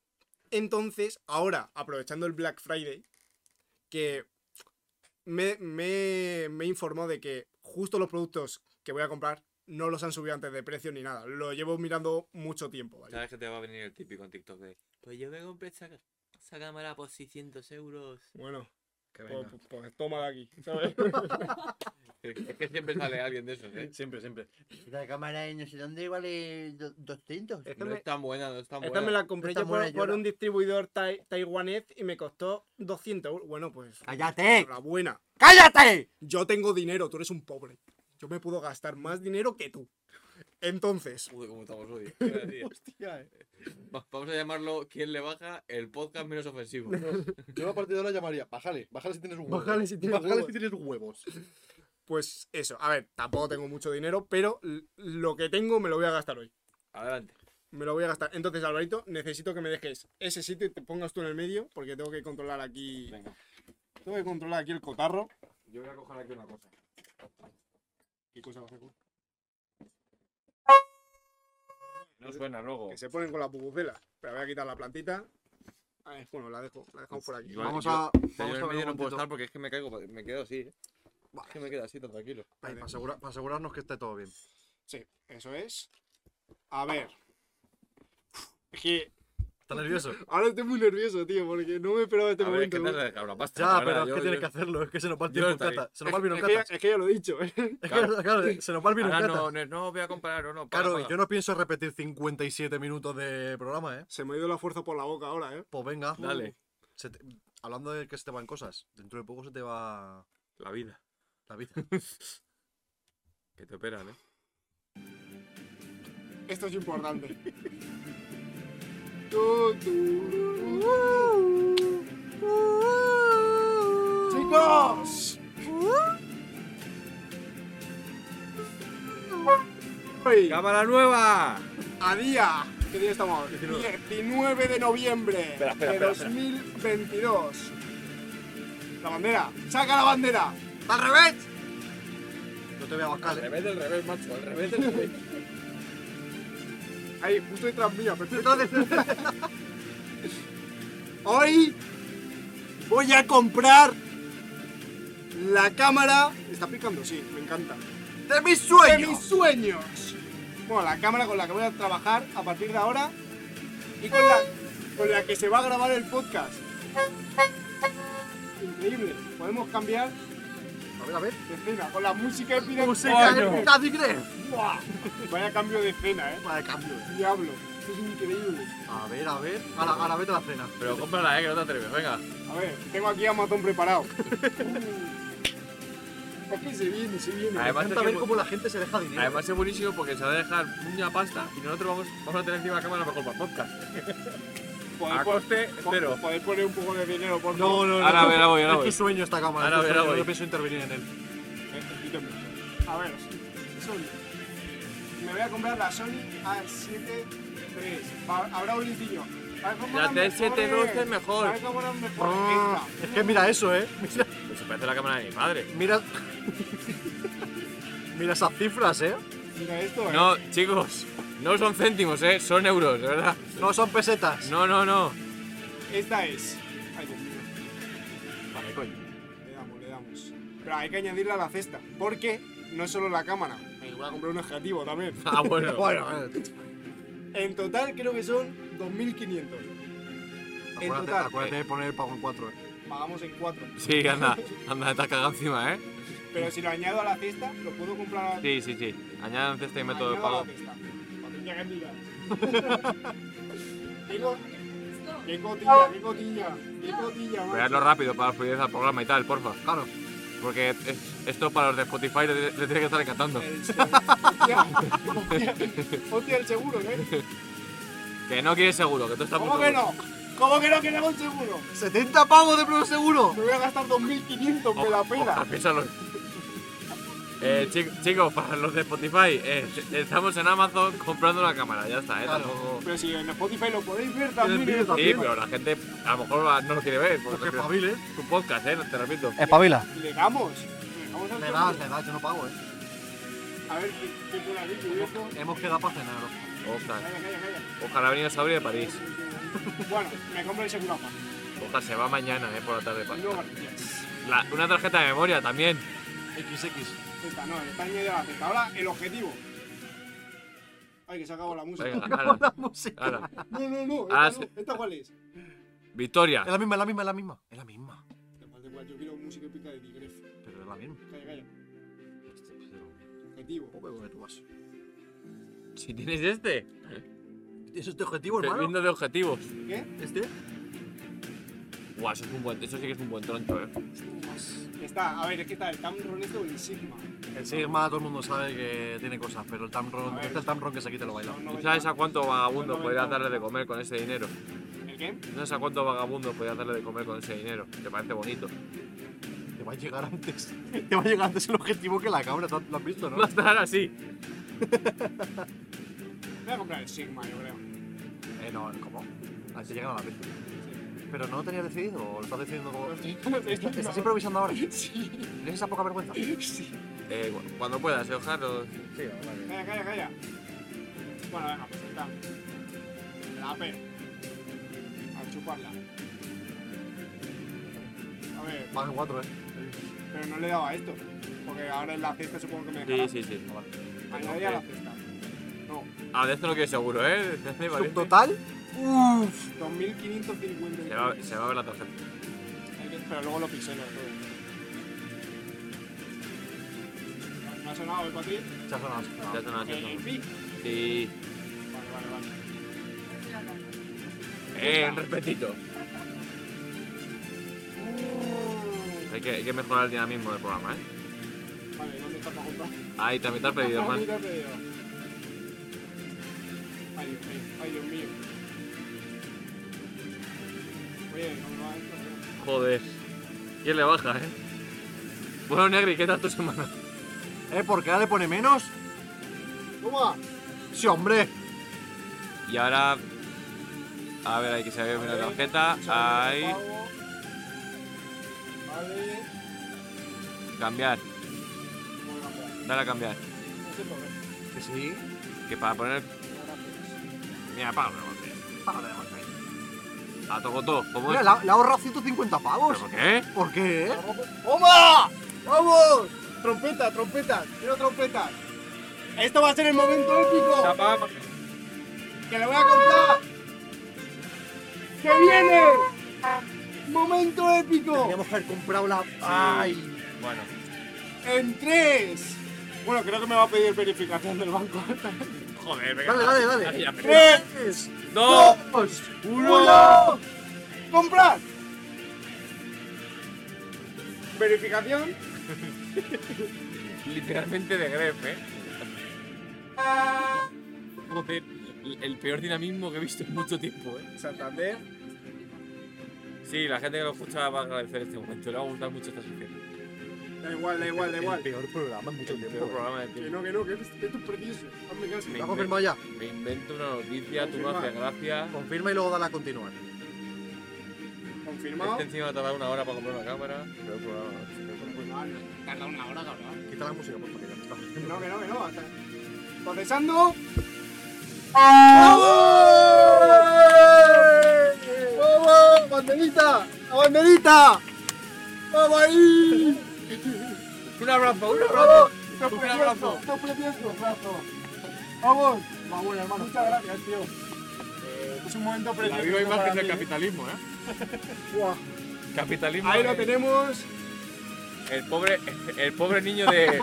Speaker 1: Entonces, ahora, aprovechando el Black Friday, que me, me, me he informado de que justo los productos que voy a comprar no los han subido antes de precio ni nada. Lo llevo mirando mucho tiempo, ¿vale?
Speaker 3: ¿Sabes que te va a venir el típico en TikTok de. Pues yo me compré esa, esa cámara por 600 euros.
Speaker 1: Bueno,
Speaker 2: Que
Speaker 1: pues,
Speaker 2: venga.
Speaker 1: pues toma de aquí, ¿sabes?
Speaker 3: Es que siempre sale alguien de esos, ¿eh?
Speaker 2: Siempre, siempre.
Speaker 8: La cámara de no sé dónde vale 200.
Speaker 1: Esta
Speaker 3: No
Speaker 1: me-
Speaker 3: es tan buena, no es tan
Speaker 1: Esta
Speaker 3: buena.
Speaker 1: me la compré
Speaker 2: Esta
Speaker 1: yo por,
Speaker 2: buena
Speaker 1: por
Speaker 2: llora.
Speaker 1: un distribuidor tai- taiwanés y me costó 200 euros. Bueno, pues.
Speaker 8: ¡Cállate!
Speaker 1: La buena.
Speaker 8: ¡Cállate!
Speaker 1: Yo tengo dinero, tú eres un pobre. Yo me puedo gastar más dinero que tú. Entonces,
Speaker 3: Uy, cómo estamos hoy. Qué buena, tío.
Speaker 2: Hostia, eh.
Speaker 3: Va- Vamos a llamarlo ¿Quién le baja? El podcast menos ofensivo.
Speaker 2: Yo a partir de ahora llamaría, bájale, bájale si tienes huevos.
Speaker 1: Bájale si tienes
Speaker 2: Bájale
Speaker 1: huevos.
Speaker 2: si tienes huevos.
Speaker 1: pues eso. A ver, tampoco tengo mucho dinero, pero l- lo que tengo me lo voy a gastar hoy.
Speaker 3: Adelante.
Speaker 1: Me lo voy a gastar. Entonces, Alvarito, necesito que me dejes ese sitio y te pongas tú en el medio, porque tengo que controlar aquí.
Speaker 3: Venga.
Speaker 1: Tengo que controlar aquí el cotarro.
Speaker 4: Yo voy a coger aquí una cosa.
Speaker 1: ¿Qué cosa vas a hacer?
Speaker 3: No suena luego.
Speaker 1: Que se ponen con la bubucela. Pero voy a quitar la plantita. A ver, bueno, la dejo, la dejamos por aquí.
Speaker 3: Yo- Vamos
Speaker 2: a.
Speaker 3: Pero yo en el medio no puedo estar porque es que me caigo, me quedo así, ¿eh? Es que me quedo así, tan tranquilo.
Speaker 1: Vale.
Speaker 2: para, asegura- para asegurarnos que esté todo bien.
Speaker 1: Sí, eso es. A ver. Es que
Speaker 2: ¿Estás nervioso?
Speaker 1: ahora estoy muy nervioso, tío, porque no me esperaba este
Speaker 3: A ver, es
Speaker 1: momento.
Speaker 3: que te has
Speaker 1: güey.
Speaker 3: dejado una pasta.
Speaker 2: Ya,
Speaker 3: la verdad,
Speaker 2: pero es
Speaker 3: yo-
Speaker 2: que tienes
Speaker 3: yo-
Speaker 2: que hacerlo, es que se nos va el
Speaker 3: yo
Speaker 2: tiempo
Speaker 3: no
Speaker 2: en
Speaker 3: estaría.
Speaker 2: cata. Se nos va el vino en
Speaker 1: es, que ya,
Speaker 2: cata.
Speaker 1: es que ya lo he dicho. ¿eh?
Speaker 2: Es que,
Speaker 3: claro.
Speaker 2: claro, se nos va el vino en
Speaker 3: Ahora
Speaker 2: cata.
Speaker 3: Ah, no, no, no voy a comparar, no, no. para,
Speaker 2: Claro,
Speaker 3: para.
Speaker 2: yo no pienso repetir 57 minutos de programa, ¿eh?
Speaker 1: Se me ha ido la fuerza por la boca ahora, ¿eh?
Speaker 2: Pues venga.
Speaker 3: Dale.
Speaker 2: Se te- Hablando de que se te van cosas, dentro de poco se te va
Speaker 3: La vida.
Speaker 2: la vida.
Speaker 3: Que te operan, ¿eh?
Speaker 1: Esto es importante. Tu, tu. ¡Chicos! Hoy,
Speaker 3: ¡Cámara nueva!
Speaker 1: a día, ¿qué día estamos? 19 de noviembre
Speaker 3: espera,
Speaker 1: de
Speaker 3: espera, espera.
Speaker 1: 2022. La bandera, saca la bandera.
Speaker 2: ¡Al revés! No te voy a bajar,
Speaker 3: Al
Speaker 2: ¿eh?
Speaker 3: revés del revés, macho, al revés del revés.
Speaker 1: Ahí, justo detrás mía, perfecto. Hoy voy a comprar la cámara. Está picando, sí, me encanta.
Speaker 2: ¡De mis
Speaker 1: ¡De mis sueños! Bueno, la cámara con la que voy a trabajar a partir de ahora y con la, con la que se va a grabar el podcast. Increíble. Podemos cambiar
Speaker 2: A ver, a ver.
Speaker 1: de escena con la música épica.
Speaker 2: Música
Speaker 3: Coño.
Speaker 2: de Casi Cref.
Speaker 1: ¡Buah! Vaya cambio de escena, eh.
Speaker 2: Vale, cambio.
Speaker 1: Diablo. Esto es increíble.
Speaker 2: A ver, a ver. A la, a la vete a la cena.
Speaker 3: Pero cómprala, eh, que no te atreves, venga.
Speaker 1: A ver, tengo aquí a Matón preparado. Mm. Es que se viene, se viene.
Speaker 2: Me
Speaker 3: Además,
Speaker 2: encanta
Speaker 3: es que-
Speaker 2: ver cómo la gente se deja dinero.
Speaker 3: Además es buenísimo porque se va a dejar mucha pasta y nosotros vamos, vamos a tener encima de la cámara mejor para podcast.
Speaker 1: Podéis
Speaker 3: A
Speaker 1: pon-
Speaker 3: coste
Speaker 1: pon-
Speaker 3: cero.
Speaker 1: podéis poner un poco de dinero, por
Speaker 2: no, no, no.
Speaker 3: Ahora voy, ahora voy, ahora
Speaker 2: Es
Speaker 3: voy.
Speaker 2: tu sueño esta cámara.
Speaker 3: Ahora
Speaker 2: es tu
Speaker 3: voy, ahora
Speaker 2: sueño,
Speaker 3: voy.
Speaker 2: No pienso intervenir en él.
Speaker 1: Eh, quítame. A ver, Sony. Me voy a comprar la Sony A7 III. Va- Habrá un litillo.
Speaker 3: La T712 es mejor.
Speaker 1: ¿Sabes cómo era mejor?
Speaker 2: Ah,
Speaker 1: Esta.
Speaker 2: es que mira eso, eh. Mira,
Speaker 3: Pues se parece a la cámara de mi madre.
Speaker 2: mira. mira esas cifras, eh.
Speaker 1: Mira esto, eh.
Speaker 3: No, chicos, no son céntimos, eh, son euros, de verdad.
Speaker 2: No son pesetas.
Speaker 3: No, no, no.
Speaker 1: Esta es. Ay, Dios mío.
Speaker 3: Vale, coño.
Speaker 1: Le damos, le damos. Pero hay que añadirla a la cesta. Porque no solo la cámara. Me voy a comprar un objetivo también.
Speaker 3: Ah, bueno.
Speaker 2: Bueno, eh,
Speaker 1: En total creo que son 2.500. En
Speaker 2: acuérdate,
Speaker 1: total, pues,
Speaker 2: acuérdate de poner el pago en cuatro. eh.
Speaker 1: pagamos en 4.
Speaker 3: Sí, anda, anda, te has cagado encima, eh.
Speaker 1: Pero si lo añado a la cesta, lo puedo comprar a la
Speaker 3: Sí, sí, sí. Añadan este método de
Speaker 1: Añado
Speaker 3: pago.
Speaker 1: la pista. Patilla que mira. Tengo- ¡Qué cotilla, qué cotilla! ¡Qué cotilla, macho.
Speaker 3: Veadlo rápido para la fluidez al programa y tal, porfa.
Speaker 2: Claro.
Speaker 3: Porque es- esto para los de Spotify le, le tiene que estar encantando.
Speaker 1: El seguro. Hostia, hostia, hostia, el seguro, ¿eh?
Speaker 3: Que no quieres seguro, que tú estás
Speaker 1: ¿Cómo
Speaker 3: muy
Speaker 1: que
Speaker 3: seguro.
Speaker 1: no? ¿Cómo que no queremos un seguro?
Speaker 2: ¡70 pavos de plus seguro!
Speaker 1: Me voy a gastar 2.500, me
Speaker 3: O-
Speaker 1: la
Speaker 3: ojalá,
Speaker 1: pela.
Speaker 3: piénsalo. Eh, chi- chicos, para los de Spotify, eh, estamos en Amazon comprando una cámara, ya está, eh,
Speaker 2: Claro.
Speaker 3: tampoco-
Speaker 1: Pero si en Spotify lo podéis ver también.
Speaker 2: Pero
Speaker 1: ¿eh?
Speaker 2: mira,
Speaker 3: Sí, pero la gente a lo mejor va- no lo quiere ver, porque
Speaker 2: Porque espabiles.
Speaker 3: es un podcast, eh, te repito.
Speaker 9: Espabila.
Speaker 1: Le damos. Le damos al
Speaker 2: Le das,
Speaker 1: seguro.
Speaker 2: le das, yo no pago, eh.
Speaker 1: A ver, ¿qué, qué por aquí, qué viejo?
Speaker 2: Hemos quedado para cenar.
Speaker 3: Ojalá,
Speaker 1: Calla, calla, calla.
Speaker 3: ojalá ha venido Sabri de París.
Speaker 1: Bueno, me compro el seguro. apa.
Speaker 3: Ojalá se va mañana, eh, por la tarde.
Speaker 1: Y
Speaker 3: pa-
Speaker 1: luego, gracias.
Speaker 3: La- una tarjeta de memoria también.
Speaker 2: XX.
Speaker 1: Esta no, esta añade la Z. Ahora el objetivo. Ay, que se ha acabado la música.
Speaker 3: Venga, ahora,
Speaker 2: música.
Speaker 3: ahora.
Speaker 1: No, no, no.
Speaker 3: Ah,
Speaker 1: Esta, no. ¿Esta cuál es?
Speaker 3: Victoria.
Speaker 2: Es la misma, es la misma, es la misma. Es la misma.
Speaker 1: Da igual, da igual, Yo quiero música épica de Digref.
Speaker 2: Pero es la misma.
Speaker 1: Calla, calla. Objetivo.
Speaker 2: ¿Dónde tú vas?
Speaker 3: Si tienes este,
Speaker 2: ¿Tienes este objetivo, hermano?
Speaker 3: viendo de objetivos.
Speaker 1: ¿Qué?
Speaker 2: ¿Este?
Speaker 3: Buah, eso, es un buen, eso sí que es un buen troncho, eh.
Speaker 1: Está, a ver, es que está el Tamron este o el Sigma.
Speaker 2: El Sigma todo el mundo sabe que tiene cosas, pero el
Speaker 1: A
Speaker 2: Tamron,
Speaker 1: ver.
Speaker 2: este es el Tamron que se quita lo baila.
Speaker 1: Son
Speaker 3: ¿No
Speaker 1: 90.
Speaker 3: sabes a cuánto vagabundo
Speaker 1: Son
Speaker 3: podrías
Speaker 1: 90.
Speaker 3: darle de comer con ese dinero?
Speaker 1: ¿El qué?
Speaker 3: ¿No sabes a cuánto vagabundo podrías darle de comer con ese dinero? ¿Te parece bonito?
Speaker 2: Te va a llegar antes. Te va a llegar antes el objetivo que la cámara, ¿tú- lo has visto,
Speaker 3: Va
Speaker 2: ¿no?
Speaker 3: a estar así.
Speaker 1: Voy a comprar el Sigma, yo creo.
Speaker 2: Eh, no, ¿cómo? A te llegan a la vez. ¿Pero no lo tenías decidido o lo estás decidiendo como.?
Speaker 1: Este
Speaker 2: ¿Estás improvisando ahora? Sí. ¿Tienes esa poca vergüenza?
Speaker 3: Eh, cu- cuando puedas, eh, ojalá.
Speaker 1: Calla, calla, calla. Bueno, venga, pues está. La AP. A chuparla. A ver,
Speaker 2: Más en cuatro, ¿eh?
Speaker 1: pero no le he dado a esto. Porque ahora en la cesta supongo que me dejará.
Speaker 3: Sí, sí, sí.
Speaker 1: Añade a la cesta. No,
Speaker 3: Ah, de esto no quieres seguro, ¿eh? ¿Te parece?
Speaker 2: ¿Total?
Speaker 1: 2550.
Speaker 3: Se va, se va a ver la tarjeta.
Speaker 1: Hay que- Pero luego lo pixelas todo. ¿No ha sonado el patín?
Speaker 2: Ya son las.
Speaker 3: Ya son las
Speaker 1: El
Speaker 3: 8.
Speaker 1: pic.
Speaker 3: Sí.
Speaker 1: Vale, vale, vale.
Speaker 3: Eh, un
Speaker 1: Uh.
Speaker 3: respetito. Hay que, hay que mejorar el dinamismo del programa, ¿eh?
Speaker 1: Vale, ¿dónde está para comprar?
Speaker 3: Ahí, también te has pedido,
Speaker 1: Ah,
Speaker 3: hermano.
Speaker 1: mira, pedido. Ay, Dios mío, ay, Dios mío. Oye, ¿cómo va esto?
Speaker 3: Joder. ¿Quién le baja, eh? Bueno, Negri, ¿qué tal tu semana?
Speaker 2: ¿Eh? ¿Por qué ahora le pone menos?
Speaker 1: ¡Toma!
Speaker 2: ¡Sí, hombre!
Speaker 3: Y ahora. A ver, hay que saber una tarjeta.
Speaker 1: Sale
Speaker 3: Ahí.
Speaker 1: el pavo. Vale.
Speaker 3: Cambiar.
Speaker 1: Voy a cambiar.
Speaker 3: Dale a cambiar.
Speaker 1: No sé por qué.
Speaker 2: Que sí.
Speaker 3: Que para poner.
Speaker 1: Ahora, pues.
Speaker 2: Ah,
Speaker 3: Mira, Pablo.
Speaker 2: Ahora de golpe.
Speaker 3: A Togotó, ¿cómo
Speaker 2: Mira,
Speaker 3: es?
Speaker 2: le ha- le ha ahorrado 150 pavos.
Speaker 3: ¿Pero por qué?
Speaker 2: ¿Por qué?
Speaker 1: ¡Toma! ¡Vamos! ¡Trompeta, trompeta! ¡Quiero trompeta! ¡Esto va a ser el momento épico!
Speaker 3: Chapa.
Speaker 1: ¡Que le voy a contar! ¡Que viene! ¡Momento épico!
Speaker 2: Teníamos que haber comprado la. ¡Ay!
Speaker 3: Bueno,
Speaker 1: ¡En tres! Bueno, creo que me va a pedir verificación del banco.
Speaker 3: joder, venga.
Speaker 2: Dale, dale, ¡Eh! dale.
Speaker 3: ya, pero-
Speaker 1: ¡Tres!
Speaker 3: ¡No!
Speaker 2: Pues
Speaker 1: ¡Dos! ¡Uno! ¡Comprar! Verificación
Speaker 3: Literalmente de Gref, eh. Joder, el- el peor dinamismo que he visto en mucho tiempo, eh.
Speaker 1: Santander.
Speaker 3: Sí, la gente que lo escucha va a agradecer este momento. Le va a gustar mucho esta sección.
Speaker 1: Da igual, da igual, da igual.
Speaker 2: peor programa en
Speaker 3: El peor programa de
Speaker 1: Que
Speaker 3: tiempo.
Speaker 1: no, que no, que es, que esto es precioso. Hazme caso.
Speaker 2: ¿Lo ha confirmado ya?
Speaker 3: Me invento una noticia, tú me
Speaker 1: Confirma.
Speaker 3: haces gracia.
Speaker 2: Confirma y luego dale a continuar.
Speaker 1: Confirmado.
Speaker 3: Este encima ha tardado una hora para comprar una cámara. Peor programa. peor programa.
Speaker 4: Tarda una hora, cabrón.
Speaker 2: Quita la música, por favor. que ya me está-
Speaker 1: Que no, que no, que no. hasta- Procesando. ¡Vamos! ¡Banderita! ¡La banderita! ¡Vamos ahí!
Speaker 3: Un abrazo, un abrazo.
Speaker 1: ¡Vamos!
Speaker 3: ¡Oh! Un abrazo.
Speaker 1: ¡Dos preciosos! ¡Brazo! ¡Vamos! Va, bueno, hermano, muchas gracias, tío. Es un momento precioso.
Speaker 3: La viva
Speaker 1: para
Speaker 3: imagen del
Speaker 1: mí, ¿eh?
Speaker 3: capitalismo, eh.
Speaker 1: Buah.
Speaker 3: Capitalismo.
Speaker 1: Ahí lo
Speaker 3: eh.
Speaker 1: tenemos.
Speaker 3: El pobre, el pobre niño de.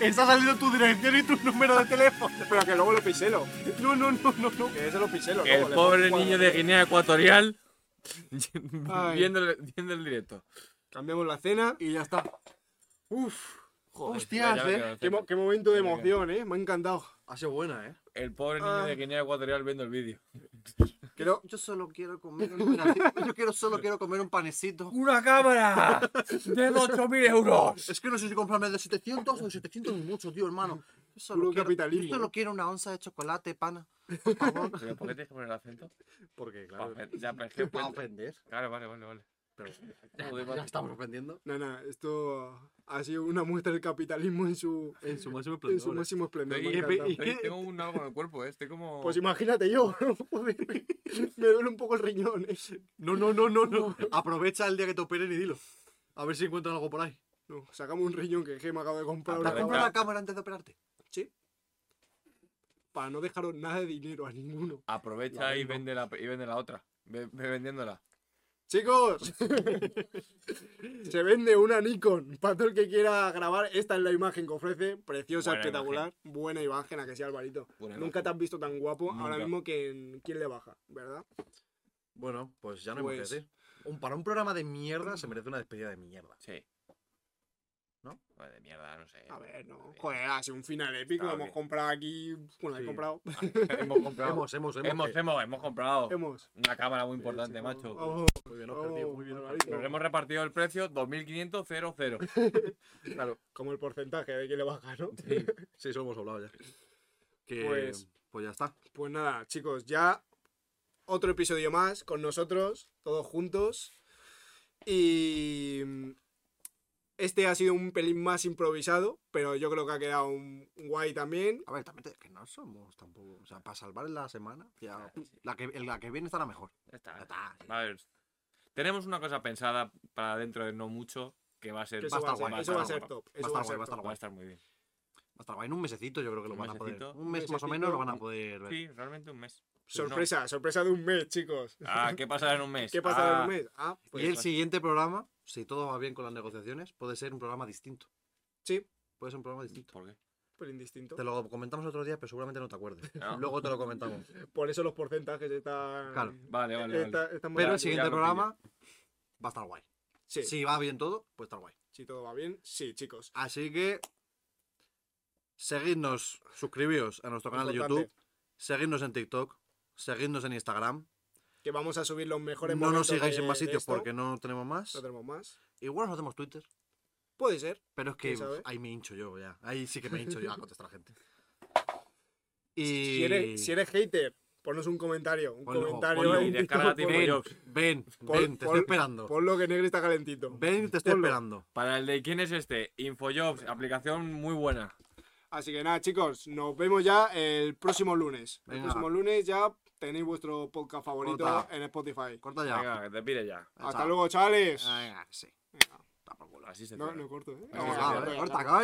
Speaker 10: Está saliendo tu dirección y tu número de teléfono.
Speaker 1: Pero que luego lo piselo.
Speaker 10: No, no, no, no, no.
Speaker 1: Que eso lo piselo.
Speaker 3: El
Speaker 1: luego, le
Speaker 3: pobre
Speaker 1: pongo
Speaker 3: niño
Speaker 1: cuadro.
Speaker 3: de Guinea Ecuatorial.
Speaker 1: Ay.
Speaker 3: viendo, el, viendo el directo.
Speaker 1: Cambiamos la cena y ya está. Uf,
Speaker 2: Hostias,
Speaker 3: ya me quedo en
Speaker 2: eh.
Speaker 3: el
Speaker 1: qué,
Speaker 3: centro.
Speaker 1: mo- qué momento de
Speaker 3: Venga.
Speaker 1: emoción, eh. Me ha encantado.
Speaker 2: Ha sido buena, ¿eh?
Speaker 3: El pobre niño de
Speaker 1: Ah.
Speaker 3: Guinea Ecuatorial viendo el vídeo.
Speaker 1: Creo.
Speaker 2: Yo solo quiero comer un panecito. Yo quiero, solo quiero comer un panecito.
Speaker 3: ¡Una cámara! ¡De 8.000 euros!
Speaker 2: Es que no sé si comprarme de 700 o de 700 es mucho, tío, hermano. Yo solo,
Speaker 1: Puro
Speaker 2: quiero,
Speaker 1: capitalismo.
Speaker 2: yo solo quiero una onza de chocolate, pana. Por favor.
Speaker 3: ¿Pero por qué tienes que poner el acento?
Speaker 2: Porque, claro,
Speaker 3: Pa- Ya, pero es que-
Speaker 2: para ofender.
Speaker 3: Claro, vale, vale, vale.
Speaker 2: Pero
Speaker 3: Joder,
Speaker 2: ya
Speaker 3: macho.
Speaker 2: estamos ofendiendo.
Speaker 1: Nana, esto ha sido una muestra del capitalismo en su,
Speaker 2: En su máximo
Speaker 1: en su máximo esplendor. me ha
Speaker 3: Estoy-
Speaker 1: encantado.
Speaker 3: Ey, Tengo un algo en el cuerpo, eh. Estoy como.
Speaker 1: Pues imagínate yo. joder, Me duele un poco el riñón. eh.
Speaker 2: No, no, no, no, no. Aprovecha el día que te operen y dilo. A ver si encuentran algo por ahí.
Speaker 1: No, sacamos un riñón que, que me acabo de comprar
Speaker 2: ¿Te
Speaker 1: una
Speaker 2: has
Speaker 3: Aprovecha.
Speaker 1: cámara
Speaker 2: comprado la cámara antes de operarte?
Speaker 1: para no dejaros nada de dinero a ninguno.
Speaker 3: Aprovecha y vende, la, y vende la otra. Ve, ve vendiéndola.
Speaker 1: Chicos, se vende una Nikon para todo el que quiera grabar. Esta es la imagen que ofrece, preciosa,
Speaker 3: Buena
Speaker 1: espectacular, buena imagen, a que sea Alvarito.
Speaker 3: Buena
Speaker 1: Nunca
Speaker 3: imagen.
Speaker 1: te has visto tan guapo ahora
Speaker 3: Nunca.
Speaker 1: mismo que en quién le baja, ¿verdad?
Speaker 2: Bueno, pues ya no hay más que
Speaker 1: Pues-
Speaker 2: decir. Un- para un programa de mierda se merece una despedida de mierda.
Speaker 3: Sí.
Speaker 2: ¿No?
Speaker 3: Joder, de mierda, no
Speaker 2: Eh,
Speaker 3: sé.
Speaker 1: A ver, no. Joder, ha sido un final épico.
Speaker 3: Está
Speaker 1: hemos
Speaker 3: bien.
Speaker 1: comprado aquí. Bueno, he
Speaker 2: Sí.
Speaker 1: comprado.
Speaker 3: hemos comprado.
Speaker 2: Hemos, hemos, hemos.
Speaker 3: Hemos,
Speaker 2: eh.
Speaker 3: hemos, hemos comprado
Speaker 1: Hemos.
Speaker 3: una cámara muy importante, macho.
Speaker 1: Oh,
Speaker 2: Muy bien,
Speaker 1: oh,
Speaker 2: Oscar, tío, muy bien. Oscar.
Speaker 1: Alvarito.
Speaker 3: Nos hemos repartido el precio 2500.00.
Speaker 2: Claro,
Speaker 1: Como el porcentaje de quién le baja, ¿no?
Speaker 2: sí, sí, eso hemos hablado ya. Que,
Speaker 1: Pues-
Speaker 2: pues, ya está.
Speaker 1: Pues nada, chicos, ya otro episodio más con nosotros, todos juntos. Y mm, este ha sido un pelín más improvisado, pero yo creo que ha quedado un guay también.
Speaker 2: A ver, también te- que no somos tampoco. O sea, para salvar la semana, ya, la, que, la que viene estará mejor.
Speaker 3: Ya
Speaker 2: Ya
Speaker 3: está.
Speaker 2: está.
Speaker 3: A ver, tenemos una cosa pensada para dentro de no mucho que va a ser.
Speaker 1: Que eso
Speaker 2: Va a
Speaker 1: va a
Speaker 2: estar guay,
Speaker 1: ser,
Speaker 2: va
Speaker 1: eso va
Speaker 2: a estar
Speaker 1: a
Speaker 2: guay.
Speaker 1: ser top. Eso va
Speaker 2: estar
Speaker 1: a
Speaker 2: guay,
Speaker 1: ser
Speaker 2: va a estar
Speaker 1: top.
Speaker 3: Va a estar muy bien.
Speaker 2: Hasta guay, en un mesecito yo creo que lo
Speaker 3: Un
Speaker 2: van a poder.
Speaker 3: mesecito.
Speaker 2: Un mes más o
Speaker 1: Mesecito,
Speaker 2: menos lo van a
Speaker 1: un-
Speaker 2: poder ver.
Speaker 3: Sí, realmente un mes.
Speaker 1: Sorpresa, sorpresa de un mes, chicos.
Speaker 3: Ah, ¿qué pasará en un mes?
Speaker 1: ¿Qué pasa en
Speaker 3: Ah,
Speaker 1: un mes? Ah, pues
Speaker 2: y el
Speaker 1: va-
Speaker 2: siguiente programa, si todo va bien con las negociaciones, puede ser un programa distinto.
Speaker 1: Sí,
Speaker 2: Puede ser un programa distinto.
Speaker 3: ¿Por qué?
Speaker 1: por indistinto.
Speaker 2: Te lo comentamos otro día, pero seguramente no te acuerdes.
Speaker 3: No.
Speaker 2: Luego te lo comentamos.
Speaker 1: Por eso los porcentajes están. eh,
Speaker 2: Claro.
Speaker 3: Vale, vale, vale.
Speaker 1: está- están muy
Speaker 2: Pero
Speaker 3: ya
Speaker 2: el
Speaker 1: altos.
Speaker 2: siguiente
Speaker 3: lo pillo.
Speaker 2: programa va a estar guay.
Speaker 1: Sí,
Speaker 2: Si va bien todo, pues estar guay.
Speaker 1: si todo va bien, sí, chicos.
Speaker 2: Así que seguidnos, suscribíos a nuestro canal de
Speaker 1: Importante.
Speaker 2: YouTube, seguidnos en TikTok, seguidnos en Instagram.
Speaker 1: Que vamos a subir los mejores
Speaker 2: No nos
Speaker 1: momentos
Speaker 2: sigáis
Speaker 1: de-
Speaker 2: en más
Speaker 1: de
Speaker 2: sitios
Speaker 1: esto.
Speaker 2: porque no tenemos más.
Speaker 1: No tenemos más.
Speaker 2: Igual nos hacemos Twitter,
Speaker 1: Puede ser.
Speaker 2: pero es que
Speaker 1: ¿Quién sabe?
Speaker 2: uf, ahí me hincho yo ya. Ahí sí que me hincho yo a contestar a gente. Y
Speaker 1: Si eres, si eres hater, ponos un comentario. Un
Speaker 2: Ponlo,
Speaker 1: comentario.
Speaker 2: ponlo.
Speaker 1: en
Speaker 3: Y
Speaker 1: TikTok,
Speaker 3: descárgate
Speaker 1: ponlo.
Speaker 3: Steve
Speaker 2: ven,
Speaker 3: Jobs.
Speaker 2: ven,
Speaker 1: Pon-
Speaker 2: ven, te
Speaker 1: pon-
Speaker 2: estoy esperando.
Speaker 1: Ponlo que negre está calentito.
Speaker 2: Ven, te estoy
Speaker 1: ponlo.
Speaker 2: esperando.
Speaker 3: Para el de quién es este, Infojobs, aplicación muy buena.
Speaker 1: Así que nada, chicos, nos vemos ya el próximo lunes. El
Speaker 2: Venga.
Speaker 1: próximo lunes ya tenéis vuestro podcast favorito
Speaker 2: Corta.
Speaker 1: en Spotify.
Speaker 2: Corta ya.
Speaker 3: Venga, que te pide ya.
Speaker 2: Ya
Speaker 1: Hasta
Speaker 2: está.
Speaker 1: luego, chavales.
Speaker 2: Venga, que sí.
Speaker 1: Venga.
Speaker 3: Así se
Speaker 1: No,
Speaker 3: cierra.
Speaker 1: no corto, ¿eh?
Speaker 3: Venga,
Speaker 1: Ah,
Speaker 2: Ya,
Speaker 3: venga,
Speaker 1: corto,
Speaker 2: eh,
Speaker 1: ya,
Speaker 2: corta,
Speaker 1: ya.
Speaker 2: cabrón.